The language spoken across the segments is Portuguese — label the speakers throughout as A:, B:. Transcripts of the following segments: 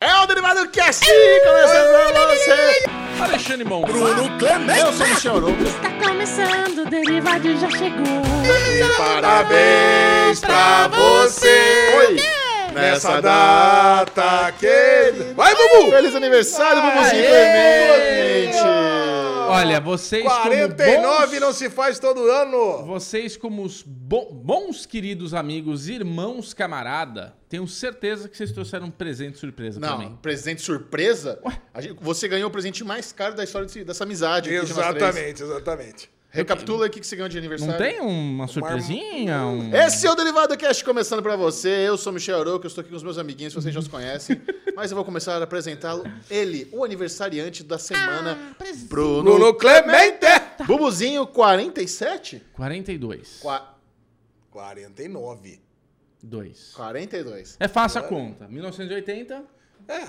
A: Chamado É Cast, começando pra você. Alexandre Mão, Bruno Clemente. Eu sou o Michel Arouca.
B: Está começando, o Derivado já chegou.
A: Parabéns pra você. Nessa data querida. Vai, Bubu! Feliz aniversário, Bubuzinho
C: Aê!
A: Clemente.
C: Olha, vocês como
A: 49
C: bons,
A: não se faz todo ano.
C: Vocês como os bo- bons queridos amigos, irmãos, camarada, tenho certeza que vocês trouxeram um presente surpresa pra
D: Não,
C: mim.
D: presente surpresa. A gente- você ganhou o presente mais caro da história desse- dessa amizade. aqui de nós três.
A: Exatamente, exatamente.
D: Recapitula aí o que que você ganhou de aniversário.
C: Não tem um, uma surpresinha? Um...
D: Esse é o Derivado Cast começando pra você. Eu sou o Michel Aroca, eu estou aqui com os meus amiguinhos, vocês já os conhecem. mas eu vou começar a apresentá-lo. Ele, o aniversariante da semana, Bruno.
A: Bruno Clemente.
C: Tá.
D: Bubuzinho 47?
C: 42.
D: Qua-
A: 49.
C: 2.
D: 42.
C: É fácil a conta. 1980,
A: É,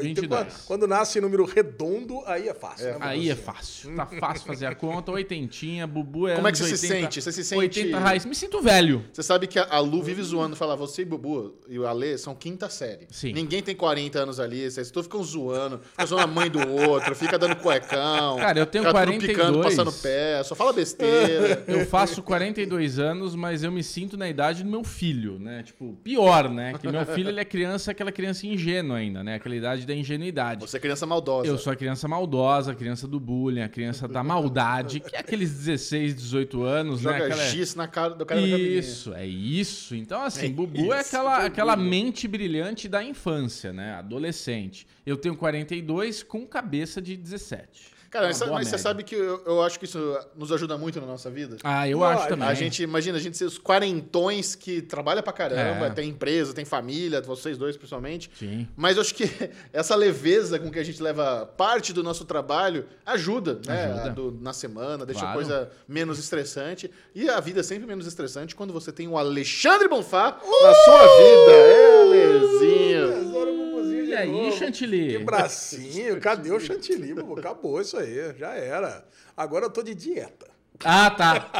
C: 22.
A: quando, quando nasce número redondo, aí é fácil. né,
C: aí é
A: Bubuzinho?
C: fácil. Tá fácil fazer a conta. Oitentinha, Bubu é
D: Como é
C: anos
D: que você se
C: 80,
D: sente? Você se sente-
C: 80 raiz. Me sinto velho.
D: Você sabe que a- a Lu vive zoando, fala, você e Bubu e o Ale são quinta série.
C: Sim.
D: Ninguém tem 40 anos ali, vocês todos ficam zoando, ficam zoando a mãe do outro, fica dando cuecão.
C: Cara, eu tenho
D: fica tudo
C: 42.
D: picando, passando pé, só fala besteira.
C: Eu faço 42 anos, mas eu me sinto na idade do meu filho, né? Tipo, pior, né? Que meu filho ele é criança, aquela criança ingênua ainda, né? Aquela idade da ingenuidade.
D: Você é criança maldosa.
C: Eu sou a criança maldosa, a criança do bullying, a criança da maldade, que é aqueles 16, 18 anos,
D: Joga
C: né? Aquela-
D: giz na cara do cara da cabelinha.
C: Isso, é isso. Então, assim, Bubu é aquela, aquela mente brilhante da infância, né? Adolescente. Eu tenho 42 com cabeça de 17.
D: Cara,
C: É Uma
D: mas,
C: boa
D: mas você
C: média.
D: sabe que eu, eu acho que isso nos ajuda muito na nossa vida.
C: Ah, eu
A: Lógico.
C: acho também.
D: A gente, imagina, a gente ser os quarentões que trabalha pra caramba,
C: É.
D: tem empresa, tem família, vocês dois principalmente.
C: Sim.
D: Mas eu acho que essa leveza com que a gente leva parte do nosso trabalho ajuda, né?
C: Ajuda.
D: A do- na semana, deixa
C: Claro.
D: a coisa menos estressante. E a vida é sempre menos estressante quando você tem o Alexandre Bonfá
C: Uh!
D: na sua vida. É, Lezinho.
A: Tesouro Bubuzinho de
C: E aí,
A: novo.
C: Chantilly?
A: Que bracinho, cadê o chantilly, Bubu? Acabou isso aí, já era. Agora eu tô de dieta.
C: Ah, tá.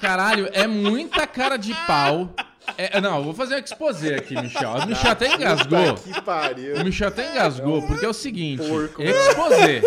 C: Caralho, é muita cara de pau. É, não, eu vou fazer um exposé aqui, Michel. O Michel até engasgou.
D: Que pariu.
C: O Michel até engasgou, porque é o seguinte:
D: Porco.
C: exposé.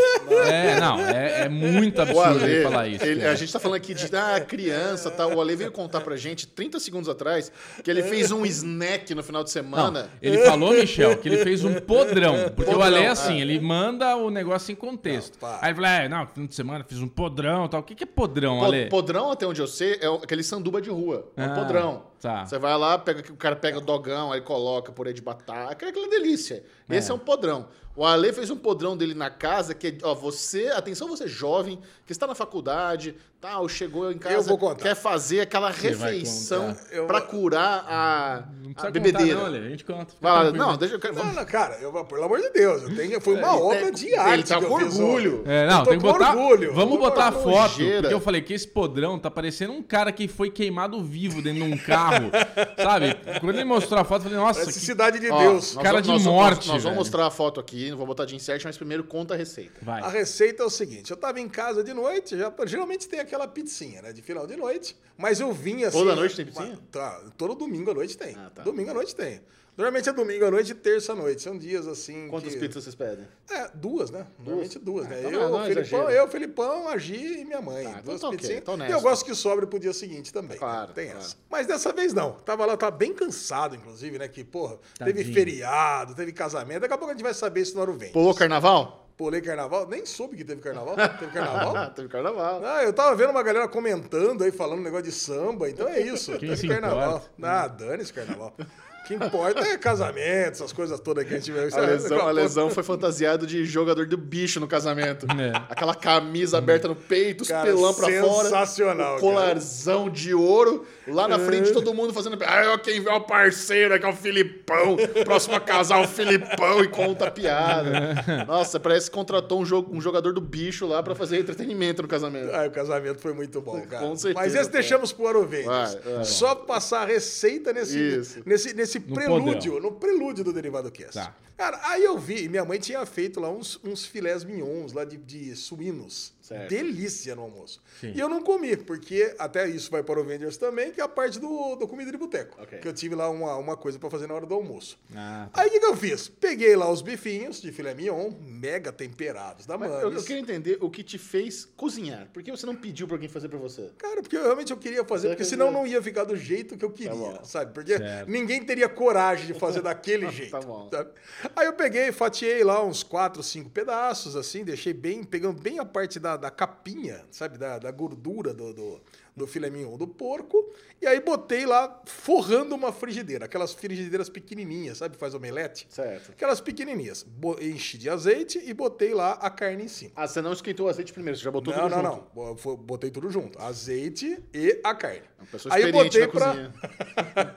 C: É, não, é, é muito
D: O
C: absurdo ele
D: Ale,
C: falar isso. é.
D: ele-
C: cara.
D: a gente tá falando aqui de ah, criança tal. O Ale veio contar pra gente 30 segundos atrás que ele fez um snack no final de
C: Não,
D: semana.
C: ele falou, Michel, que ele fez um podrão. Porque o
D: Podrão,
C: Ale é assim,
D: é.
C: ele manda o negócio em contexto.
A: Não, pá.
C: Aí ele fala: é, não, fim de semana fiz um podrão e tal. O que, que é podrão,
D: Po-
C: Ale?
D: Podrão, até onde eu sei, é o- aquele sanduba de rua. É um
C: Ah,
D: podrão.
C: tá.
D: Você vai lá, pega, o cara pega dogão, aí coloca purê de batata. Aquela, aquela delícia. Esse é. um podrão. O Ale fez um podrão dele na casa, que é, ó, você, atenção, você jovem, que está na faculdade, tal, chegou em casa,
A: Eu vou contar.
D: quer fazer aquela
C: vai
D: refeição
C: contar.
A: Eu-
D: pra curar a,
C: Não
D: a
C: precisa
D: bebedeira.
C: contar, não, Ale. A gente conta. Fica
D: Vai lá,
C: tranquilo.
D: não, deixa eu.
A: Não, não, cara, eu, pelo amor de Deus, eu tenho, foi uma obra de arte.
D: Ele tá
A: que
D: com
A: eu fiz,
D: orgulho.
C: É,
A: Eu
C: não,
A: tô
C: tem que
A: com
C: botar.
A: orgulho.
C: Vamos
A: Eu tô
C: botar a
D: com
C: foto.
D: nojeira.
C: Porque eu falei que esse podrão tá parecendo um cara que foi queimado vivo dentro de um carro. sabe? Quando ele mostrou a foto, eu falei, nossa,
A: Parece
C: que...
A: cidade de
D: Ó,
A: Deus.
D: nós
C: Cara
D: vamos-
C: de
D: nós vamos- Nós
C: morte, velho.
D: vamos mostrar a foto aqui, não vou botar de insert, mas primeiro conta a receita.
C: vai.
A: A receita é o seguinte: eu tava em casa de noite, já, geralmente tem aquela pizzinha, né? De final de noite. Mas eu vim assim.
D: Toda noite tem pizzinha?
A: Tá, todo domingo à noite tem.
D: Ah, tá.
A: Domingo à noite tem. Normalmente é domingo à noite e terça à noite. São dias assim.
D: Quantas
A: que-
D: pizzas vocês pedem?
A: É, duas, né? Normalmente duas, né?
D: então
A: eu,
D: não é
A: Felipão,
D: exagero.
A: eu, Felipão, a Gi e minha mãe.
D: Tá, então
A: duas
D: tá ok,
A: pizzinhas.
D: tá honesto.
A: e eu gosto que sobre pro dia seguinte também. né?
D: Claro,
A: Tem
D: claro.
A: essa. Mas dessa vez não. Tava lá, tava bem cansado, inclusive, né? Que, porra, teve
C: Tadinho.
A: feriado, teve casamento. Daqui a pouco a gente vai saber se na hora vem.
D: Pulou carnaval?
A: Pulei carnaval, nem soube que teve carnaval. né? Teve carnaval?
D: teve carnaval.
A: Ah, eu tava vendo uma galera comentando aí, falando um negócio de samba, então é isso.
C: Quem
A: teve
C: se
A: carnaval.
C: importa?
A: Ah, dane-se carnaval. O que importa é casamento, essas coisas todas que a gente vai
D: A lesão, a lesão foi fantasiado de jogador do bicho no casamento.
C: É.
D: Aquela camisa aberta no peito, os
A: Cara,
D: pelão pra fora.
A: sensacional,
D: o colarzão de ouro. Lá na frente, todo mundo fazendo. Ah, ó, quem vê é o parceiro, aqui é o Filipão. Próximo a casar, o Filipão e conta a piada. Nossa, parece que contratou um, jo- um jogador do bicho lá pra fazer entretenimento no casamento.
A: Ah, o casamento foi muito bom, cara.
D: Com certeza,
A: Mas esse
D: cara.
A: deixamos pro Aro Verdes.
D: Vai, vai.
A: Só passar a receita nesse,
D: Isso.
A: nesse, nesse nesse
C: No
A: prelúdio,
C: podão.
A: no prelúdio do Derivado Cast.
C: Tá.
A: Cara, aí eu vi, e minha mãe tinha feito lá uns, uns filés mignons lá de, de suínos.
D: Certo.
A: Delícia no almoço.
C: Sim.
A: E eu não comi, porque até isso vai para o Vendors também, que é a parte do, do comida de boteco.
D: Ok.
A: Que eu tive lá uma, uma coisa para fazer na hora do almoço.
C: Ah, tá.
A: Aí o que, que eu fiz? Peguei lá os bifinhos de filé mignon, mega temperados da
D: Mas
A: Mames.
D: eu, eu queria entender o que te fez cozinhar. Por que você não pediu pra alguém fazer pra você?
A: Cara, porque eu realmente eu queria fazer,
D: Você
A: porque
D: quer
A: senão
D: dizer-
A: não ia ficar do jeito que eu queria,
D: Tá bom.
A: sabe? Porque
C: Certo.
A: ninguém teria coragem de fazer daquele jeito.
D: Tá bom.
A: sabe? Aí eu peguei, fatiei lá uns quatro, cinco pedaços, assim, deixei bem, pegando bem a parte da, da capinha, sabe? Da, da gordura do, do, do filé mignon do porco. E aí botei lá, forrando uma frigideira, aquelas frigideiras pequenininhas, sabe? Faz omelete.
D: Certo.
A: Aquelas pequenininhas. Bo- Enchi de azeite e botei lá a carne em cima.
D: Ah, você não esquentou o azeite primeiro, você já botou
A: Não,
D: tudo
A: não,
D: junto.
A: não. Bo- fo- Botei tudo junto. Azeite e a carne.
D: Uma pessoa
A: Aí eu
D: experiente
A: botei
D: na
A: pra-
D: cozinha.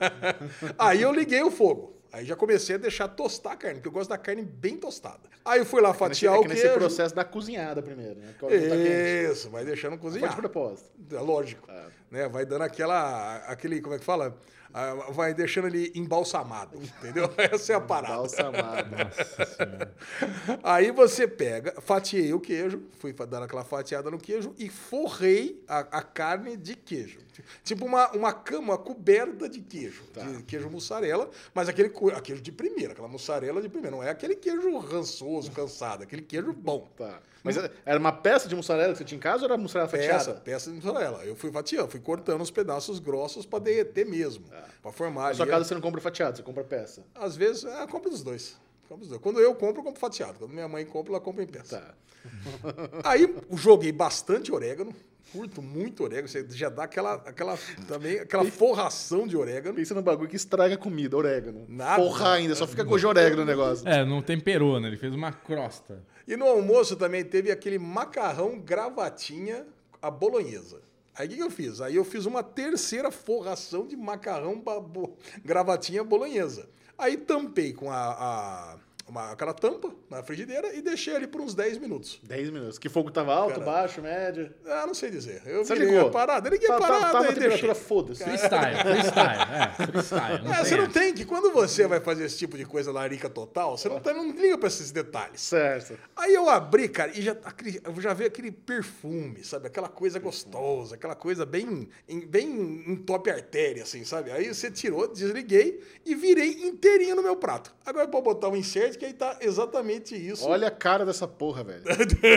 A: Aí eu liguei o fogo. Aí já comecei a deixar tostar a carne, porque eu gosto da carne bem tostada. Aí eu fui lá
D: É nesse,
A: fatiar
D: é
A: o
D: que nesse
A: queijo. É.
D: processo da cozinhada primeiro, né? Porque a hora que tá quente.
A: Isso, vai deixando
D: Foi de
A: cozinhar.
D: propósito.
A: É lógico.
D: Tá.
A: Né? Vai dando aquela. aquele, como é que fala? Ah, Vai deixando ele embalsamado. Entendeu? Essa é a parada.
D: Balsamada.
C: Nossa senhora.
A: Aí você pega, fatiei o queijo, fui fa- dando aquela fatiada no queijo e forrei a, a carne de queijo. Tipo uma, uma cama coberta de queijo,
D: Tá.
A: de queijo mussarela, mas aquele co- a queijo de primeira, aquela mussarela de primeira. Não é aquele queijo rançoso, cansado, é aquele queijo bom.
D: Tá. Mas era uma peça de mussarela que você tinha em casa ou era mussarela
A: Peça,
D: fatiada?
A: peça de mussarela. Eu fui fatiando, fui cortando os pedaços grossos pra derreter mesmo, pra
D: É.
A: formar
D: Na sua
A: ali.
D: casa você não compra fatiado, você compra peça.
A: Às vezes, é, compra dos dois. Compra dos dois. Quando eu compro, eu compro fatiado. Quando minha mãe compra, ela compra em peça.
D: Tá.
A: Aí joguei bastante orégano, curto muito orégano, você já dá aquela, aquela, também, aquela forração de orégano.
D: Pensa num bagulho que estraga a comida, orégano.
A: Nada.
D: Porra ainda, só fica gosto de orégano o negócio.
C: É, não temperou, né? Ele fez uma crosta.
A: E no almoço também teve aquele macarrão gravatinha à bolonhesa. Aí o que, que eu fiz? Aí eu fiz uma terceira forração de macarrão ba- bo- gravatinha bolonhesa. Aí tampei com a, a- uma- aquela tampa na frigideira e deixei ali por uns 10 minutos.
D: 10 minutos. Que fogo tava alto,
A: Cara.
D: baixo, médio.
A: Ah, não sei dizer. Eu
D: Você
A: liguei
D: ligou?
A: a parada, liguei a
D: Tá- tá-
A: parada
D: Tava
A: e
D: a temperatura,
A: deixei.
D: foda-se.
C: Freestyle, freestyle. É, freestyle. Não
A: É, você
C: tem
A: não
C: essa.
A: tem que. Quando você vai fazer esse tipo de coisa larica total, você não, tá- não liga pra esses detalhes.
D: Certo.
A: Aí eu abri, cara, e já, acri- eu já veio aquele perfume, sabe? Aquela coisa gostosa, aquela coisa bem, em- bem em top artéria, assim, sabe? Aí você tirou, desliguei e virei inteirinho no meu prato. Agora eu vou botar um insert que aí tá exatamente isso.
D: Olha a cara dessa porra, velho.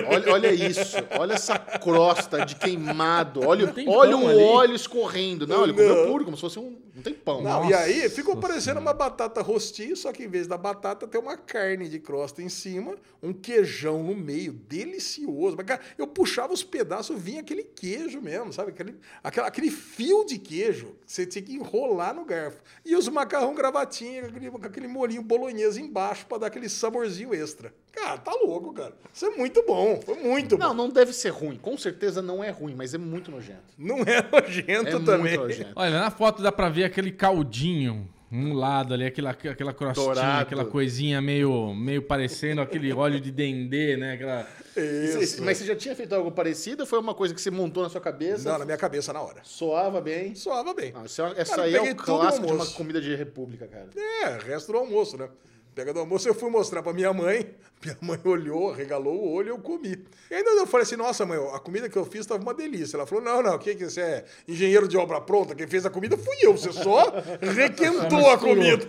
D: Olha, olha isso. Olha essa crosta de queimado. Olha,
C: Não tem
D: o- olha
C: pão
D: o
C: ali.
D: óleo escorrendo. Não, ele comeu
A: Não.
D: puro, como se fosse um. Não tem pão.
A: Não,
C: Nossa
A: e aí ficou
C: Senhora.
A: parecendo uma batata rosti, só que em vez da batata tem uma carne de crosta em cima, um queijão no meio, delicioso. Mas, cara, eu puxava os pedaços, vinha aquele queijo mesmo, sabe? Aquele, aquela- aquele fio de queijo que você tinha que enrolar no garfo. E os macarrão gravatinha com aquele, com aquele molhinho bolonhesa embaixo pra dar aquele saborzinho extra. Cara, tá louco, cara. Isso é muito bom. Foi muito
D: Não,
A: bom.
D: não deve ser ruim. Com certeza não é ruim, mas é muito nojento.
A: Não é nojento
D: É
A: também.
D: muito nojento.
C: Olha, na foto dá pra ver aquele caldinho. Um lado ali, aquela, aquela crostinha,
D: Dourado.
C: aquela coisinha meio, meio parecendo aquele óleo de dendê, né? Aquela...
A: Isso.
D: Mas você já tinha feito algo parecido ou foi uma coisa que você montou na sua cabeça?
A: Não, na minha cabeça na hora.
D: Soava bem?
A: Soava bem.
D: Não, isso é- essa
A: Cara,
D: aí é
A: peguei
D: o
A: tudo
D: clássico
A: no
D: de uma
A: almoço.
D: comida de república, cara.
A: É, resto do almoço, né? Pega do almoço, eu fui mostrar pra minha mãe. Minha mãe olhou, regalou o olho, eu comi. E ainda eu falei assim, nossa mãe, a comida que eu fiz tava uma delícia. Ela falou, não, não, quem que você é engenheiro de obra pronta? Quem fez a comida fui eu, você só requentou a comida.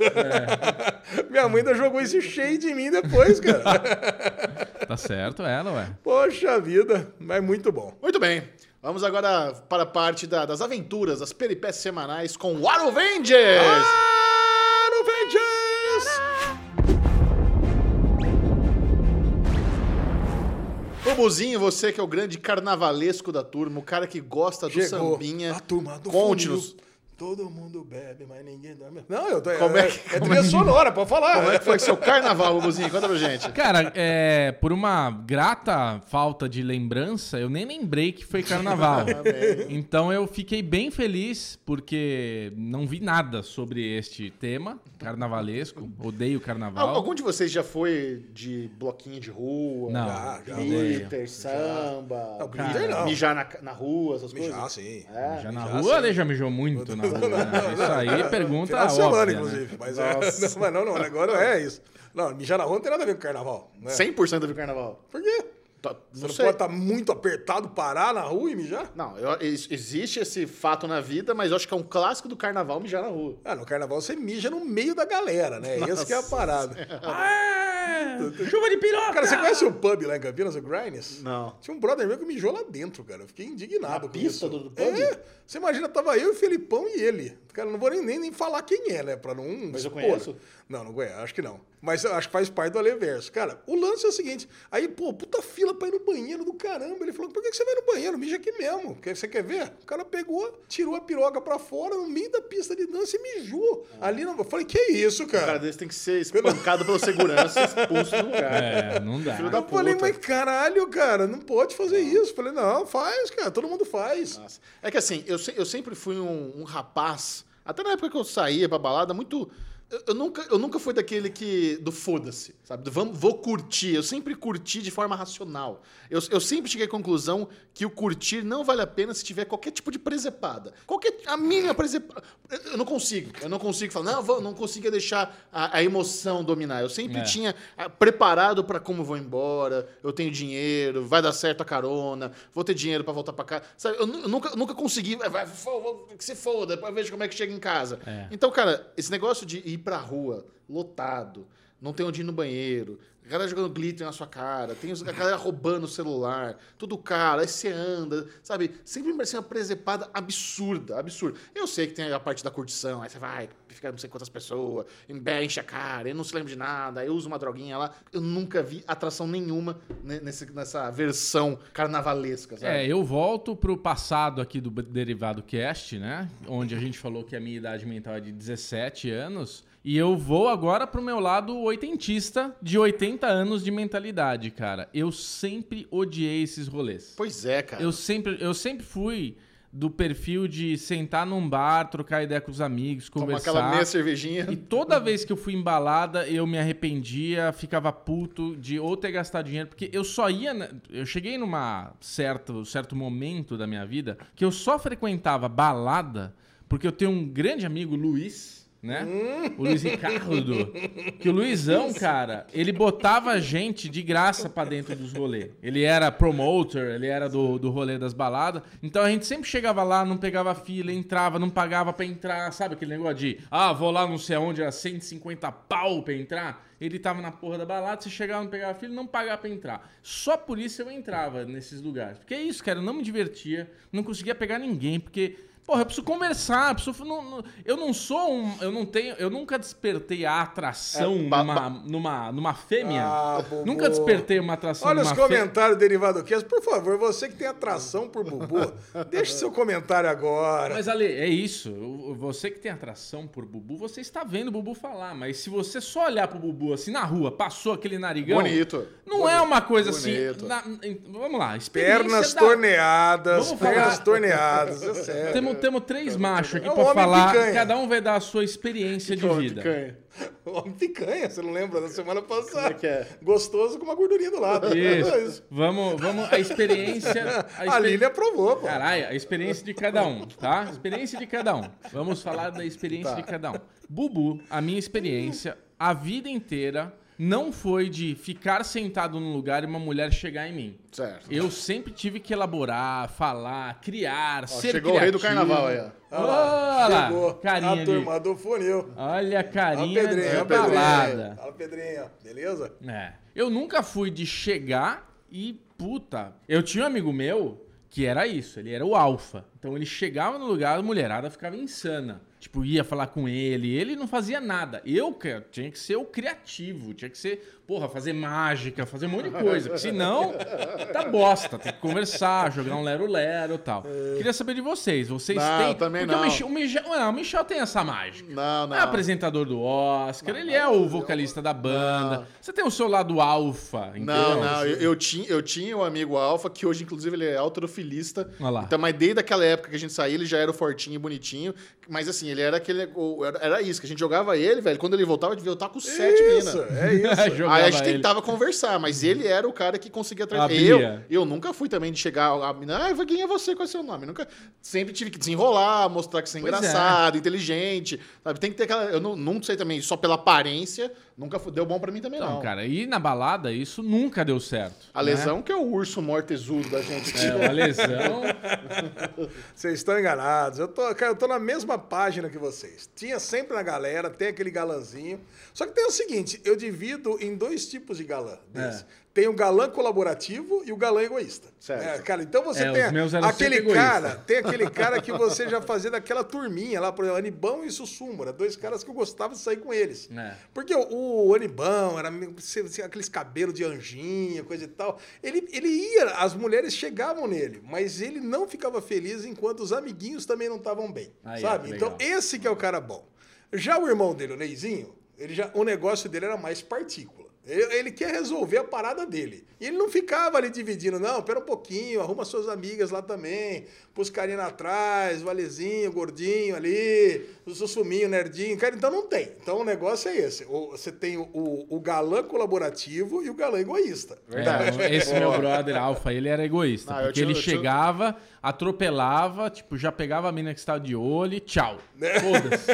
A: minha mãe ainda jogou esse cheio de mim depois, cara.
C: Tá certo ela, ué.
A: Poxa vida, mas muito bom.
D: Muito bem. Vamos agora para a parte da- das aventuras, das peripécias semanais com o Aro Avengers!
A: Ah, Claro, Vengeance!
D: Ô Buzinho, você que é o grande carnavalesco da turma, o cara que gosta do
A: Chegou
D: sambinha.
A: a turma do
D: Conte-nos.
A: funil. Todo mundo bebe, mas ninguém dorme. Não, eu tô...
D: Como é
A: é,
D: que-
A: é trilha sonora, pode falar.
D: Como é que foi seu carnaval, ô Buzinho? Conta pra gente.
C: Cara, é, por uma grata falta de lembrança, eu nem lembrei que foi carnaval. então eu fiquei bem feliz porque não vi nada sobre este tema carnavalesco. Odeio
D: Al-
C: carnaval.
D: Ah, Algum de vocês já foi de bloquinho de rua?
C: Não.
A: Ah, já
D: Glitter, samba,
A: Não, glitter não.
D: mijar na, ca- na rua, essas
A: Mijar,
D: coisas?
A: sim.
D: É.
C: Já na
A: já
C: rua,
A: sei.
C: ele já mijou muito na né?
A: Não, não, não,
C: Isso aí, pergunta
A: Final de semana,
C: óbvia, né?
A: inclusive. Mas, é, não, mas não, não, o negócio não é isso. Não, mijar na rua não tem nada a ver com carnaval. Né?
D: 100% do carnaval.
A: Por quê?
D: Tá,
A: Você
D: não
A: não,
D: sei.
A: pode estar muito apertado, parar na rua e mijar?
D: Não, eu- ex- existe esse fato na vida, mas eu acho que é um clássico do carnaval mijar na rua.
A: Ah, no carnaval você mija no meio da galera, né? Essa que é a parada. Ah, Chuva de piroca! Cara, você conhece o pub lá em Campinas, o Grinders?
D: Não.
A: Tinha um brother meu que mijou lá dentro, cara. Eu fiquei indignado
D: Na
A: com
D: pista
A: isso.
D: do- do pub?
A: É, você imagina, tava eu, o Felipão e ele. Cara, eu não vou nem, nem, nem falar quem é, né? Pra não...
D: Mas eu
A: expor.
D: conheço?
A: Não, não conheço, acho que não. Mas eu acho que faz parte do Aleverso. Cara, o lance é o seguinte. Aí, pô, puta fila pra ir no banheiro do caramba. Ele falou, por que que você vai no banheiro? Mija aqui mesmo. Quer- Você quer ver? O cara pegou, tirou a piroca pra fora, no meio da pista de dança e mijou. Ali, não... eu falei, que isso,
D: Ah. O Um cara
A: cara?
D: desse tem que ser espancado pelo segurança e expulso do lugar.
C: É, não dá.
D: Filho da-
A: Eu falei,
D: puta.
A: mas caralho, cara, não pode fazer isso. Eu Falei, não, faz, cara, todo mundo faz.
D: Nossa. É que assim, eu, se- eu sempre fui um, um rapaz, até na época que eu saía pra balada, muito. Eu, eu nunca, eu nunca fui daquele que. do foda-se, sabe? Do vamos, vou curtir. Eu sempre curti de forma racional. Eu, eu sempre cheguei à conclusão que o curtir não vale a pena se tiver qualquer tipo de presepada. Qualquer. A mínima presepada. Eu, eu não consigo. Eu não consigo falar, não, eu vou, não consigo deixar a, a emoção dominar. Eu sempre
C: É.
D: tinha tinha ah, preparado pra como eu vou embora, eu tenho dinheiro, vai dar certo a carona, vou ter dinheiro pra voltar pra casa. Sabe, eu, nu- eu nunca, nunca consegui, vai, vai, fo- vou- que se foda, depois eu vejo como é que chega em casa.
C: É.
D: Então, cara, esse negócio de ir pra rua lotado, não tem onde ir no banheiro, a galera jogando glitter na sua cara, tem os- a galera roubando o celular, tudo caro, aí você anda, sabe? Sempre me parecia uma presepada absurda, absurda. Eu sei que tem a parte da curtição, aí você vai, fica não sei quantas pessoas, embe- enche a cara, eu não se lembra de nada, aí usa uma droguinha lá. Eu nunca vi atração nenhuma ne- nesse- nessa versão carnavalesca, sabe?
C: É, eu volto pro passado aqui do Derivado Cast, né? Onde a gente falou que a minha idade mental é de 17 anos. E eu vou agora pro meu lado oitentista de 80 anos de mentalidade, cara. Eu sempre odiei esses rolês.
D: Pois é, cara.
C: Eu sempre, eu sempre fui do perfil de sentar num bar, trocar ideia com os amigos,
D: Toma
C: conversar.
D: aquela meia cervejinha.
C: E toda vez que eu fui embalada, eu me arrependia, ficava puto de ou ter gastado dinheiro, porque eu só ia. na- Eu cheguei numa certo, certo momento da minha vida que eu só frequentava balada, porque eu tenho um grande amigo, Luiz, né? O Luiz Ricardo. Que o Luizão, cara, ele botava gente de graça pra dentro dos rolês. Ele era promoter, ele era do, do rolê das baladas. Então a gente sempre chegava lá, não pegava fila, entrava, não pagava pra entrar. Sabe aquele negócio de, ah, vou lá não sei aonde, era 150 pau pra entrar? Ele tava na porra da balada, você chegava, não pegava fila, não pagava pra entrar. Só por isso eu entrava nesses lugares. Porque é isso, cara, eu não me divertia, não conseguia pegar ninguém, porque Porra, eu preciso conversar, eu preciso. não- não- eu não sou um. Eu não tenho. Eu nunca despertei a atração
D: É, ba-
C: numa, numa, numa fêmea.
A: Ah, Bubu.
C: nunca despertei uma atração
A: Olha os
C: numa
A: comentários do Derivado Cast. Por favor, você que tem atração por Bubu, deixe seu comentário agora.
C: Mas, Ale, é isso. O- o- Você que tem atração por Bubu, você está vendo o Bubu falar. Mas se você só olhar pro Bubu assim na rua, passou aquele narigão.
D: Bonito.
C: Não é uma coisa
D: Bonito.
C: assim. na- em- vamos lá, experiência
A: Pernas
C: da-
A: torneadas,
C: Vamos falar-
A: pernas torneadas, é sério.
C: Temos, temos três machos aqui
A: É um
C: pra
A: homem
C: falar.
A: picanha.
C: Cada um vai dar a sua experiência de
D: Ô,
C: vida.
D: picanha.
A: Homem picanha, você não lembra da semana passada?
D: que é?
A: Gostoso com uma gordurinha do lado. É
C: Isso.
A: isso.
C: Vamos, vamos. A experiência. A,
A: A é Lili
C: experiência.
A: aprovou, pô.
C: Caralho, a experiência de cada um, tá? Experiência de cada um. Vamos falar da experiência de cada um. Bubu, a minha experiência, a vida inteira, não foi de ficar sentado num lugar e uma mulher chegar em mim.
D: Certo.
C: Eu sempre tive que elaborar, falar, criar, ser
D: chegou o rei do
C: criativo.
D: carnaval aí, ó.
A: Olha lá,
C: Olha lá,
A: chegou.
C: carinha
A: a
C: de-
A: turma do funil.
C: Olha a
A: A
C: carinha
A: pedrinha,
C: de
A: a pedrinha.
C: balada.
A: A pedrinha, beleza?
C: É. Eu nunca fui de chegar e puta. Eu tinha um amigo meu que era isso, ele era o alfa. Então ele chegava no lugar, a mulherada ficava insana. Tipo, ia falar com ele, ele não fazia nada. Eu que- tinha que ser o criativo, tinha que ser, porra, fazer mágica, fazer um monte de coisa. Porque senão, tá bosta. Tem que conversar, jogar um lero-lero e tal. Queria saber de vocês.
D: É.
C: Vocês
D: Não,
C: têm.
D: também
C: porque o
D: não.
C: Michel- o Michel, não, o Michel tem essa mágica.
D: Não, não.
C: É apresentador do Oscar, ele é o vocalista da banda. Você tem o seu lado alfa, entendeu?
D: Não, não, eu, eu tinha, eu tinha um amigo alfa, que hoje, inclusive, ele é autorofilista.
C: Olha lá.
D: Então, mas desde aquela época que a gente saiu, ele já era o fortinho e bonitinho. Mas assim, Ele era aquele. o- era- Era isso, que a gente jogava ele, velho. Quando ele voltava, ele devia voltar com sete meninas.
A: Isso, é isso.
D: Aí
C: Jogava
D: a gente
C: ele.
D: tentava conversar, mas ele era o cara que conseguia trazer. Eu,
C: Abria.
D: eu nunca fui também de chegar a mina, ah, vai- quem é você? Qual é o seu nome? Nunca, sempre tive que desenrolar, mostrar que você é
C: Pois é.
D: engraçado, inteligente. Sabe? Tem que ter aquela. Eu não, não sei também, só pela aparência, nunca fu- deu bom pra mim também, não.
C: Não, Então, cara, e na balada isso nunca deu certo.
D: A lesão que é o urso mortezudo da gente.
C: Né? É, uma lesão.
A: Vocês estão enganados. Eu tô, cara, eu tô na mesma página que vocês. Tinha sempre na galera, tem aquele galãzinho. Só que tem o seguinte, eu divido em dois tipos de galã. desse.
C: É.
A: Tem o galã colaborativo e o galã egoísta.
D: Certo.
A: É, cara, então você
C: É,
A: tem
C: os meus eram
A: aquele
C: sempre
A: cara, tem aquele cara que você já fazia daquela turminha lá, por exemplo, Anibão e Sussumura, dois caras que eu gostava de sair com eles.
C: É.
A: Porque o, o Anibão era meio- se- se- aqueles cabelos de anjinho, coisa e tal. Ele, ele ia, as mulheres chegavam nele, mas ele não ficava feliz enquanto os amiguinhos também não estavam bem.
C: Aí,
A: sabe?
C: ó,
A: então,
C: legal.
A: esse que é o cara bom. Já o irmão dele, o Neizinho, ele já, o negócio dele era mais partícula. Ele, ele quer resolver a parada dele. E ele não ficava ali dividindo, não, pera um pouquinho, arruma suas amigas lá também, pros carinha lá atrás, o Alezinho, o Gordinho ali, o Sussuminho, o Nerdinho. Cara, então não tem. Então o negócio é esse. O- você tem o, o galã colaborativo e o galã egoísta.
D: Verdade.
C: É, esse meu brother Alfa, ele era egoísta.
D: Não, eu
C: porque
D: tinha-
C: ele
D: eu tinha-
C: chegava, atropelava, tipo, já pegava a mina que estava de olho e tchau.
D: Né?
C: Foda-se.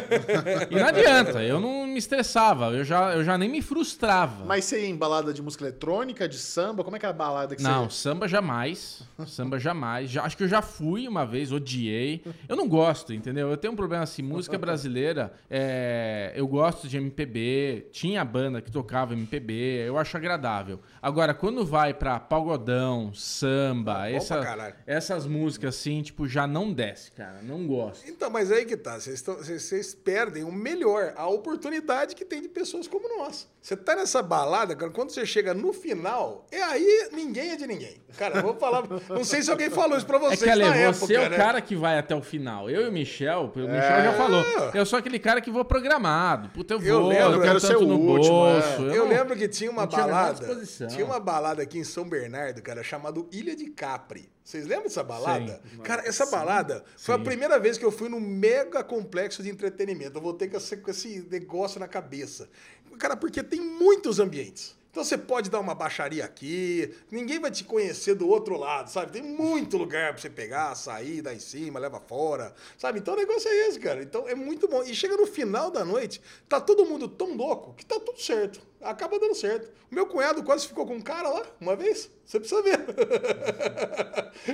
C: e não adianta, eu não me estressava, eu já, eu já nem me frustrava.
D: Mas você ia em balada de música eletrônica, de samba? Como é que era a balada que
C: Não,
D: você
C: samba jamais. Samba jamais. Já, acho que eu já fui uma vez, odiei. Eu não gosto, entendeu? Eu tenho um problema assim, música brasileira, é, eu gosto de MPB, tinha banda que tocava MPB, eu acho agradável. Agora, quando vai pra pagodão, samba,
A: Ah, bom
C: essa-
A: pra caralho.
C: essas músicas assim, tipo, já não desce, cara. Não gosto.
A: Então, mas aí que tá. Vocês tão- Vocês vocês perdem o melhor, a oportunidade que tem de pessoas como nós. Você tá nessa balada, cara, quando você chega no final, é aí ninguém é de ninguém. Cara, eu vou falar. não sei se alguém falou isso pra
C: É
A: vocês
C: que Ale,
A: na época.
C: você é o
A: né? É.
C: cara que vai até o final. Eu e o Michel, o Michel já falou. Eu sou aquele cara que vou programado. Puta, eu vou,
A: Eu lembro, eu
C: tenho
D: quero ser
C: tanto
D: o
C: no
D: último,
C: bolso.
D: é.
A: Eu,
C: não-
A: lembro que tinha uma
C: não tinha a menor
A: balada.
C: disposição.
A: Tinha uma balada aqui em São Bernardo, cara, chamado Ilha de Capri. Vocês lembram dessa balada? Cara, essa balada foi a primeira vez que eu fui num mega complexo de entretenimento. Eu voltei com esse, com esse negócio na cabeça. Cara, porque tem muitos ambientes. Então você pode dar uma baixaria aqui, ninguém vai te conhecer do outro lado, sabe? Tem muito lugar pra você pegar, sair, dar em cima, leva fora, sabe? Então o negócio é esse, cara. Então é muito bom. E chega no final da noite, tá todo mundo tão louco que tá tudo certo. Acaba dando certo. O meu cunhado quase ficou com um cara lá, uma vez. Você precisa ver.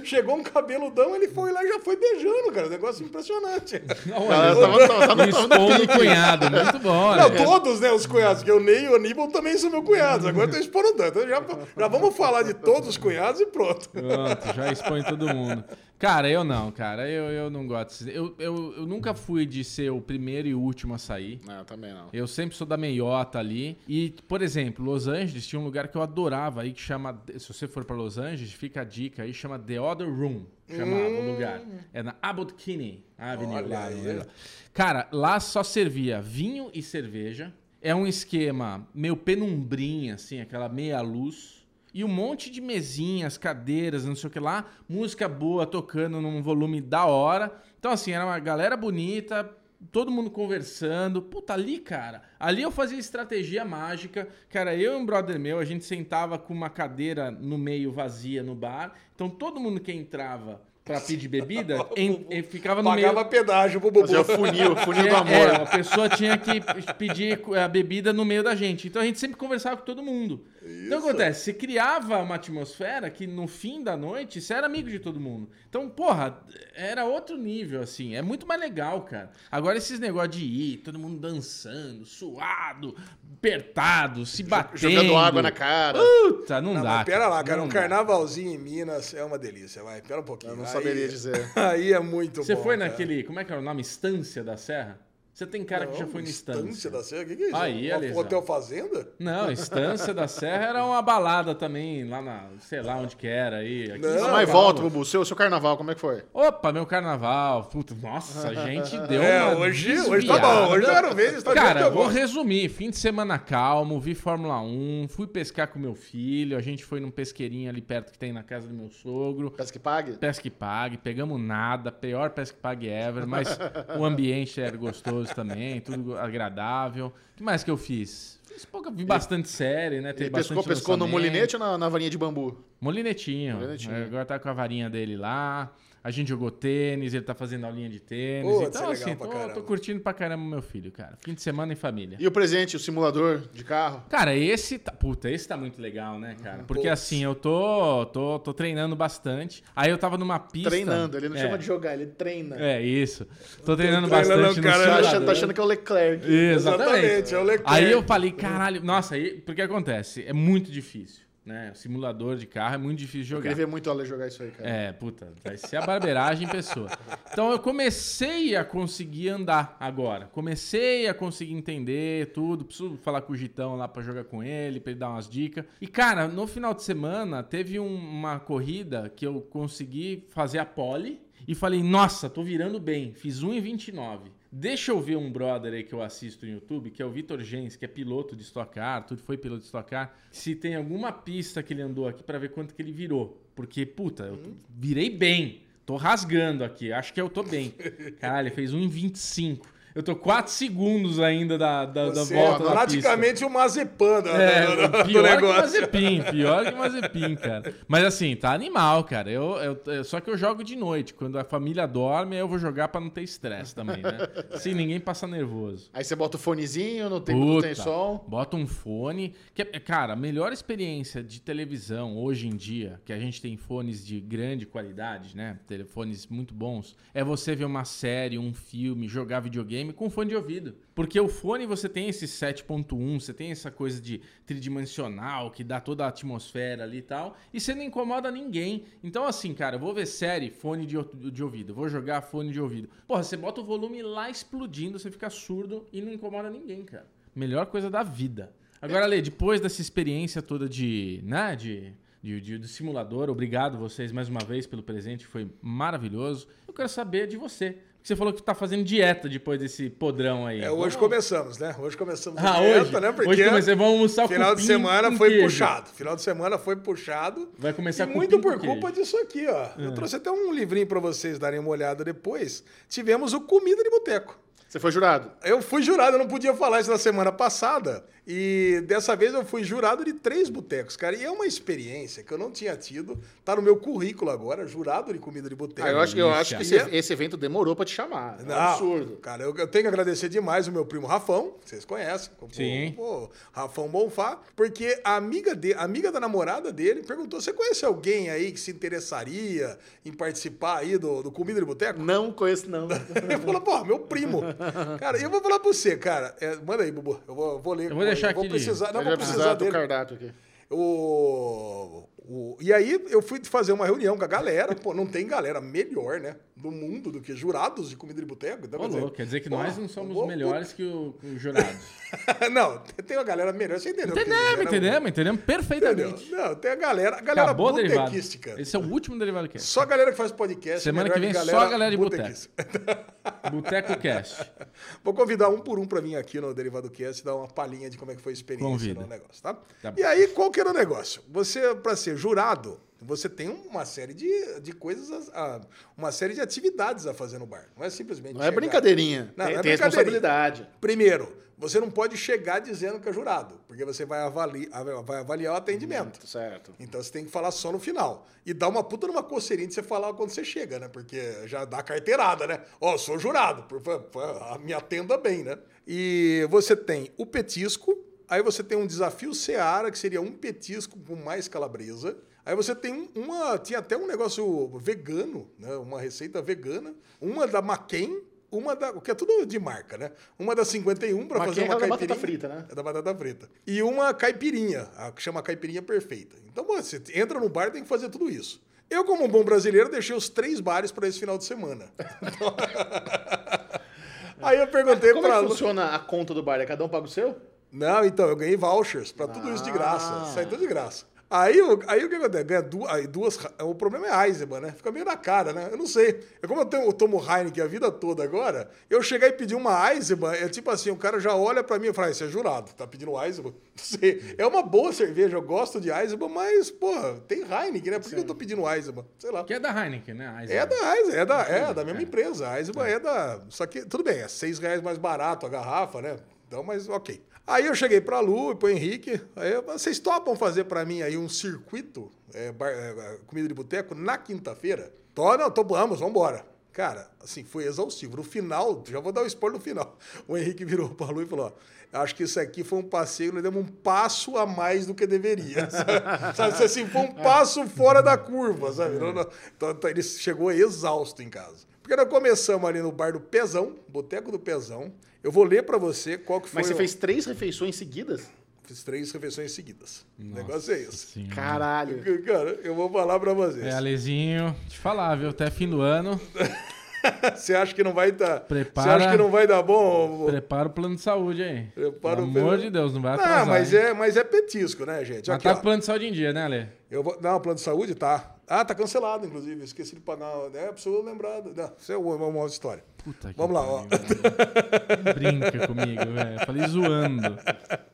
A: Chegou um cabeludão, ele foi lá e já foi beijando, cara. Negócio impressionante.
D: ia? Ela tava- tava- tava-
C: Me expondo o cunhado. Muito bom,
A: Não,
C: né?
A: todos, né? Os cunhados, que eu Ney e o Aníbal também são meus cunhados. Agora eu tô expondo tanto. Já, já vamos falar de todos os cunhados e pronto.
C: Pronto, já expõe todo mundo. Cara, eu não, cara. Eu, eu não gosto. desse- Eu, eu, eu nunca fui de ser o primeiro e o último a sair.
D: Não, também não.
C: Eu sempre sou da meiota ali. E, por exemplo, Los Angeles tinha um lugar que eu adorava aí que chama. Se você for pra Los Angeles, fica a dica aí, chama The Other Room. Chamava o lugar. É na Abbot Kinney Avenue.
A: Olha
C: lá,
A: aí.
C: né, lá. Cara, lá só servia vinho e cerveja. É um esquema meio penumbrinha, assim, aquela meia luz. E um monte de mesinhas, cadeiras, não sei o que lá. Música boa tocando num volume da hora. Então, assim, era uma galera bonita, todo mundo conversando. Puta, ali, cara. Ali eu fazia estratégia mágica. Cara, eu e um brother meu, a gente sentava com uma cadeira no meio vazia no bar. Então, todo mundo que entrava pra pedir bebida em- em- ficava no meio.
A: Pagava pedágio pro Bubu.
D: Fazia funil, funil
C: É,
D: do
C: é,
D: amor.
C: a pessoa tinha que pedir a bebida no meio da gente. Então a gente sempre conversava com todo mundo. Então o que acontece, você criava uma atmosfera que no fim da noite você era amigo de todo mundo. Então, porra, era outro nível, assim. É muito mais legal, cara. Agora esses negócios de ir, todo mundo dançando, suado, apertado, se batendo.
D: Jogando água na cara.
C: Puta, não,
A: Não,
C: dá.
A: mas pera lá, cara.
C: Não
A: Um
C: dá.
A: carnavalzinho em Minas é uma delícia, vai. Pera um pouquinho.
D: Eu não
A: Aí-
D: saberia dizer.
A: Aí é muito
C: Você
A: bom.
C: foi
A: cara.
C: naquele, como é que era o nome? é Estância da Serra? Você tem cara que já foi no
A: instante.
C: instância.
A: da Serra? O que, que é isso?
C: Aí,
A: Um
C: Alisson.
A: Hotel Fazenda?
C: Não, Estância da Serra era uma balada também, lá na, sei lá onde que era aí. aqui em
A: Não,
C: São
D: Mas
C: Paulo.
D: volta, Bubu. Seu, seu carnaval, como é que foi?
C: Opa, meu carnaval. Puta, nossa, a gente deu
A: É,
C: uma
A: hoje,
C: desviada.
A: hoje tá bom. Hoje eu quero ver se tá
C: Cara,
A: tá
C: eu vou
A: bom.
C: resumir. Fim de semana calmo, vi Fórmula 1, fui pescar com meu filho, a gente foi num pesqueirinho ali perto que tem na casa do meu sogro.
D: Peço que pague?
C: Pesca e pague, pegamos nada, pior pesca e pague ever, mas o ambiente era gostoso também, tudo agradável. O que mais que eu fiz? Fiz pouca, vi bastante série, né? Teve
D: Ele pescou,
C: bastante
D: pescou no
C: lançamento.
D: molinete ou na, na varinha de bambu?
C: Molinetinho.
D: Molinetinho.
C: É, Agora tá com a varinha dele lá. A gente jogou tênis, ele tá fazendo aulinha de tênis.
A: Pô, isso é
C: então,
A: legal
C: assim,
A: pra
C: tô,
A: caramba.
C: tô curtindo pra caramba meu filho, cara. Fim de semana em família.
D: E o presente, o simulador de carro?
C: Cara, esse tá. Puta, esse tá muito legal, né, cara? Porque
A: Putz.
C: assim, eu tô, tô, tô treinando bastante. Aí eu tava numa pista.
D: Treinando. Ele não
C: É.
D: chama de jogar, ele treina.
C: É, isso. Tô
A: Treinando,
C: treinando bastante no
A: cara,
D: Tá
A: Treinador.
D: achando, tá
C: simulador.
D: achando que é o Leclerc.
C: Exatamente.
A: Exatamente, é o Leclerc.
C: Aí eu falei, caralho, nossa, aí, porque acontece? É muito difícil, né? O simulador de carro é muito difícil de
D: Eu
C: jogar.
D: queria ver muito o Ale jogar isso aí, cara.
C: É, puta, vai ser a barbeiragem em pessoa. Então eu comecei a conseguir andar agora. Comecei a conseguir entender tudo. Preciso falar com o Gitão lá pra jogar com ele, pra ele dar umas dicas. E, cara, no final de semana teve um- uma corrida que eu consegui fazer a pole e falei, nossa, tô virando bem. Fiz 1,29. Deixa eu ver um brother aí que eu assisto no YouTube, que é o Vitor Gens, que é piloto de Stock Car, tudo foi piloto de Stock Car, se tem alguma pista que ele andou aqui pra ver quanto que ele virou. Porque, puta, eu
A: Hum?
C: virei bem. Tô rasgando aqui, acho que eu tô bem. Caralho, ele fez 1,25. Eu tô 4 segundos ainda da, da, da
A: Você é
C: volta da pista.
A: praticamente o Mazepan da- da- da-
C: É,
A: do,
C: pior que o
A: negócio.
C: Mazepin, pior que o Mazepin, cara. Mas assim, tá animal, cara. Eu, eu- eu- só que eu jogo de noite. Quando a família dorme, eu vou jogar pra não ter estresse também, né? Sem ninguém passar nervoso.
D: Aí você bota o fonezinho, não tem, não
C: Puta,
D: tem som.
C: bota um fone. Que, é- cara, a melhor experiência de televisão hoje em dia, que a gente tem fones de grande qualidade, né? Telefones muito bons, é você ver uma série, um filme, jogar videogame com fone de ouvido. Porque o fone você tem esse 7.1, você tem essa coisa de tridimensional, que dá toda a atmosfera ali e tal, e você não incomoda ninguém. Então, assim, cara, eu vou ver série, fone de, ou- de ouvido, vou jogar fone de ouvido. Porra, você bota o volume lá explodindo, você fica surdo e não incomoda ninguém, cara. Melhor coisa da vida. Agora, Lê, depois dessa experiência toda de. né? De, de, de- do simulador, obrigado vocês mais uma vez pelo presente, foi maravilhoso. Eu quero saber de você. Porque Você falou que tá fazendo dieta depois desse podrão aí.
A: É, hoje começamos, né? Hoje começamos
C: Ah,
A: a
C: hoje?
A: dieta, né? Porque
C: hoje comecei, vamos almoçar
A: final de
C: cupim
A: semana
C: com
A: foi
C: queijo.
A: puxado. Final de semana foi puxado.
C: Vai começar
A: e
C: com
A: muito
C: cupim
A: por
C: com É.
A: culpa disso aqui, ó. Eu trouxe até um livrinho pra vocês darem uma olhada depois. Tivemos o Comida de Boteco.
D: Você foi jurado.
A: Eu fui jurado, eu não podia falar isso na semana passada. E dessa vez eu fui jurado de três botecos, cara. E é uma experiência que eu não tinha tido. Tá no meu currículo agora, jurado de comida de boteco.
D: Ah, eu acho, que- eu acho que esse,
A: Delícia.
D: esse evento demorou pra te chamar. É um
A: Não,
D: absurdo.
A: Cara, eu, eu tenho que agradecer demais o meu primo Rafão, que vocês conhecem. o-
C: Sim.
A: o- o Rafão Bonfá, porque a amiga, de, a amiga da namorada dele perguntou: você conhece alguém aí que se interessaria em participar aí do, do Comida de Boteco?
D: Não conheço, não.
A: Ele falou, pô, meu primo. Cara, eu vou falar pra você, cara. É, manda aí, Bubu. Eu vou, vou ler.
C: Eu vou deixar
A: vou
C: aqui
A: precisar, não
D: Ele vai
A: vou
D: precisar
A: precisar
D: do
A: dele.
D: cardápio aqui.
A: O, o- e aí eu fui fazer uma reunião com a galera. Pô, não tem galera melhor, né? Do mundo do que jurados de comida de boteco. Então,
C: Ô, louco, quer dizer que nós
A: pô,
C: não somos
A: vou-
C: melhores que o, que o jurado.
A: não, tem uma galera melhor. Você entendeu? o que eu quis dizer,
C: entendemos,
A: né?
C: entendemos, entendemos
A: Entendeu?
C: perfeitamente.
A: Não, tem a galera, a galera
C: Acabou o derivado.
A: botequística.
C: Esse é o último derivado que é.
A: Só a galera que faz podcast. é
C: Semana
A: melhor
C: que vem, só a galera de boteco.
A: botequista.
C: Boteco Cast.
A: Vou convidar um por um pra vir aqui no Derivado Cast e dar uma palhinha de como é que foi a experiência
C: Convida.
A: no negócio, tá?
C: Tá
A: e aí, qual que era o negócio? Você, pra ser jurado, você tem uma série de, de coisas, a- uma série de atividades a fazer no bar. Não é simplesmente
D: Não é
A: chegar.
D: brincadeirinha.
A: Não,
D: tem
A: não é
D: tem
A: brincadeirinha.
D: responsabilidade.
A: Primeiro, você não pode chegar dizendo que é jurado, porque você vai, avali- av- vai avaliar o atendimento.
D: Certo.
A: Então você tem que falar só no final. E dá uma puta numa coceirinha de você falar quando você chega, né? Porque já dá carteirada, né? Ó, sou jurado, por favor, me atenda bem, né? E você tem o petisco, aí você tem um desafio Seara, que seria um petisco com mais calabresa. Aí você tem um- uma. Tinha até um negócio vegano, né? Uma receita vegana. Uma da Maquem, uma da. O que é tudo de marca, né? Uma da 51 pra
D: Maquém
A: fazer
D: é
A: uma
D: aquela da
A: caipirinha.
D: batata frita, né?
A: É da batata frita. E uma caipirinha, a que chama caipirinha perfeita. Então, mano, você entra no bar e tem que fazer tudo isso. Eu, como um bom brasileiro, deixei os três bares para esse final de semana. Então, Aí eu perguntei
D: Como é
A: pra
D: que
A: Lu-
D: funciona a conta do bar? É Cada um paga o seu?
A: Não, então, eu ganhei vouchers pra tudo isso de graça.
D: Ah.
A: Sai tudo de graça. Aí, o- aí o que acontece? Ganha du- aí duas, O problema é Eisenbahn, né? Fica meio na cara, né? Eu não sei. É como eu, tenho, eu tomo Heineken a vida toda agora, eu chegar e pedir uma Eisenbahn, é tipo assim, o cara já olha pra mim e fala, "Ah, você é jurado, tá pedindo Eisenbahn. Não sei. É uma boa cerveja, eu gosto de Eisenbahn, mas, porra, tem Heineken, né? Por que eu tô pedindo Eisenbahn? Sei lá.
C: Que é da Heineken, né?
A: É
C: Eisenbahn.
A: da Eisenbahn, é da, é da mesma empresa. A Eisenbahn é. da. Só que, tudo bem, é seis reais mais barato a garrafa, né? Então, mas ok. Aí eu cheguei pra Lu e pro Henrique. Aí eu, vocês topam fazer pra mim aí um circuito, é, bar- é, comida de boteco, na quinta-feira? Tó, não, topamos, vambora. Cara, assim, foi exaustivo. No final, já vou dar o um spoiler no final. O Henrique virou pra Lu e falou: ó, acho que isso aqui foi um passeio, nós demos um passo a mais do que deveria. Sabe, Sabe, assim, foi um passo fora da curva, sabe? Não, não. Então, então, ele chegou exausto em casa. Porque nós começamos ali no bar do Pezão, Boteco do Pezão. Eu vou ler pra você qual que foi.
D: Mas você
A: o-
D: fez três refeições seguidas?
A: Fiz três refeições seguidas. o negócio é esse.
C: Sim.
D: Caralho.
A: Cara, eu vou falar pra vocês.
C: É, Alezinho, te falar, viu? Até fim do ano,
A: Você acha que não vai dar. Você
C: Prepara-
A: acha que não vai dar bom? ô-
C: prepara o plano de saúde aí.
A: Prepara
C: Pelo
A: o plano-
C: amor de Deus, não vai atrasar.
A: Ah, mas
C: Tá hein?
A: é, mas é petisco, né, gente?
C: Mas
A: Aqui,
C: tá
A: ó.
C: com o plano de saúde em dia, né, Ale?
A: Eu vou... Não, plano de saúde tá. Ah, tá cancelado, inclusive. Esqueci de pagar. Né? Preciso lembrar. Não, isso é uma, uma outra história.
C: Puta que
A: Vamos lá, ó.
C: pariu, velho. Brinca comigo, velho. Falei zoando.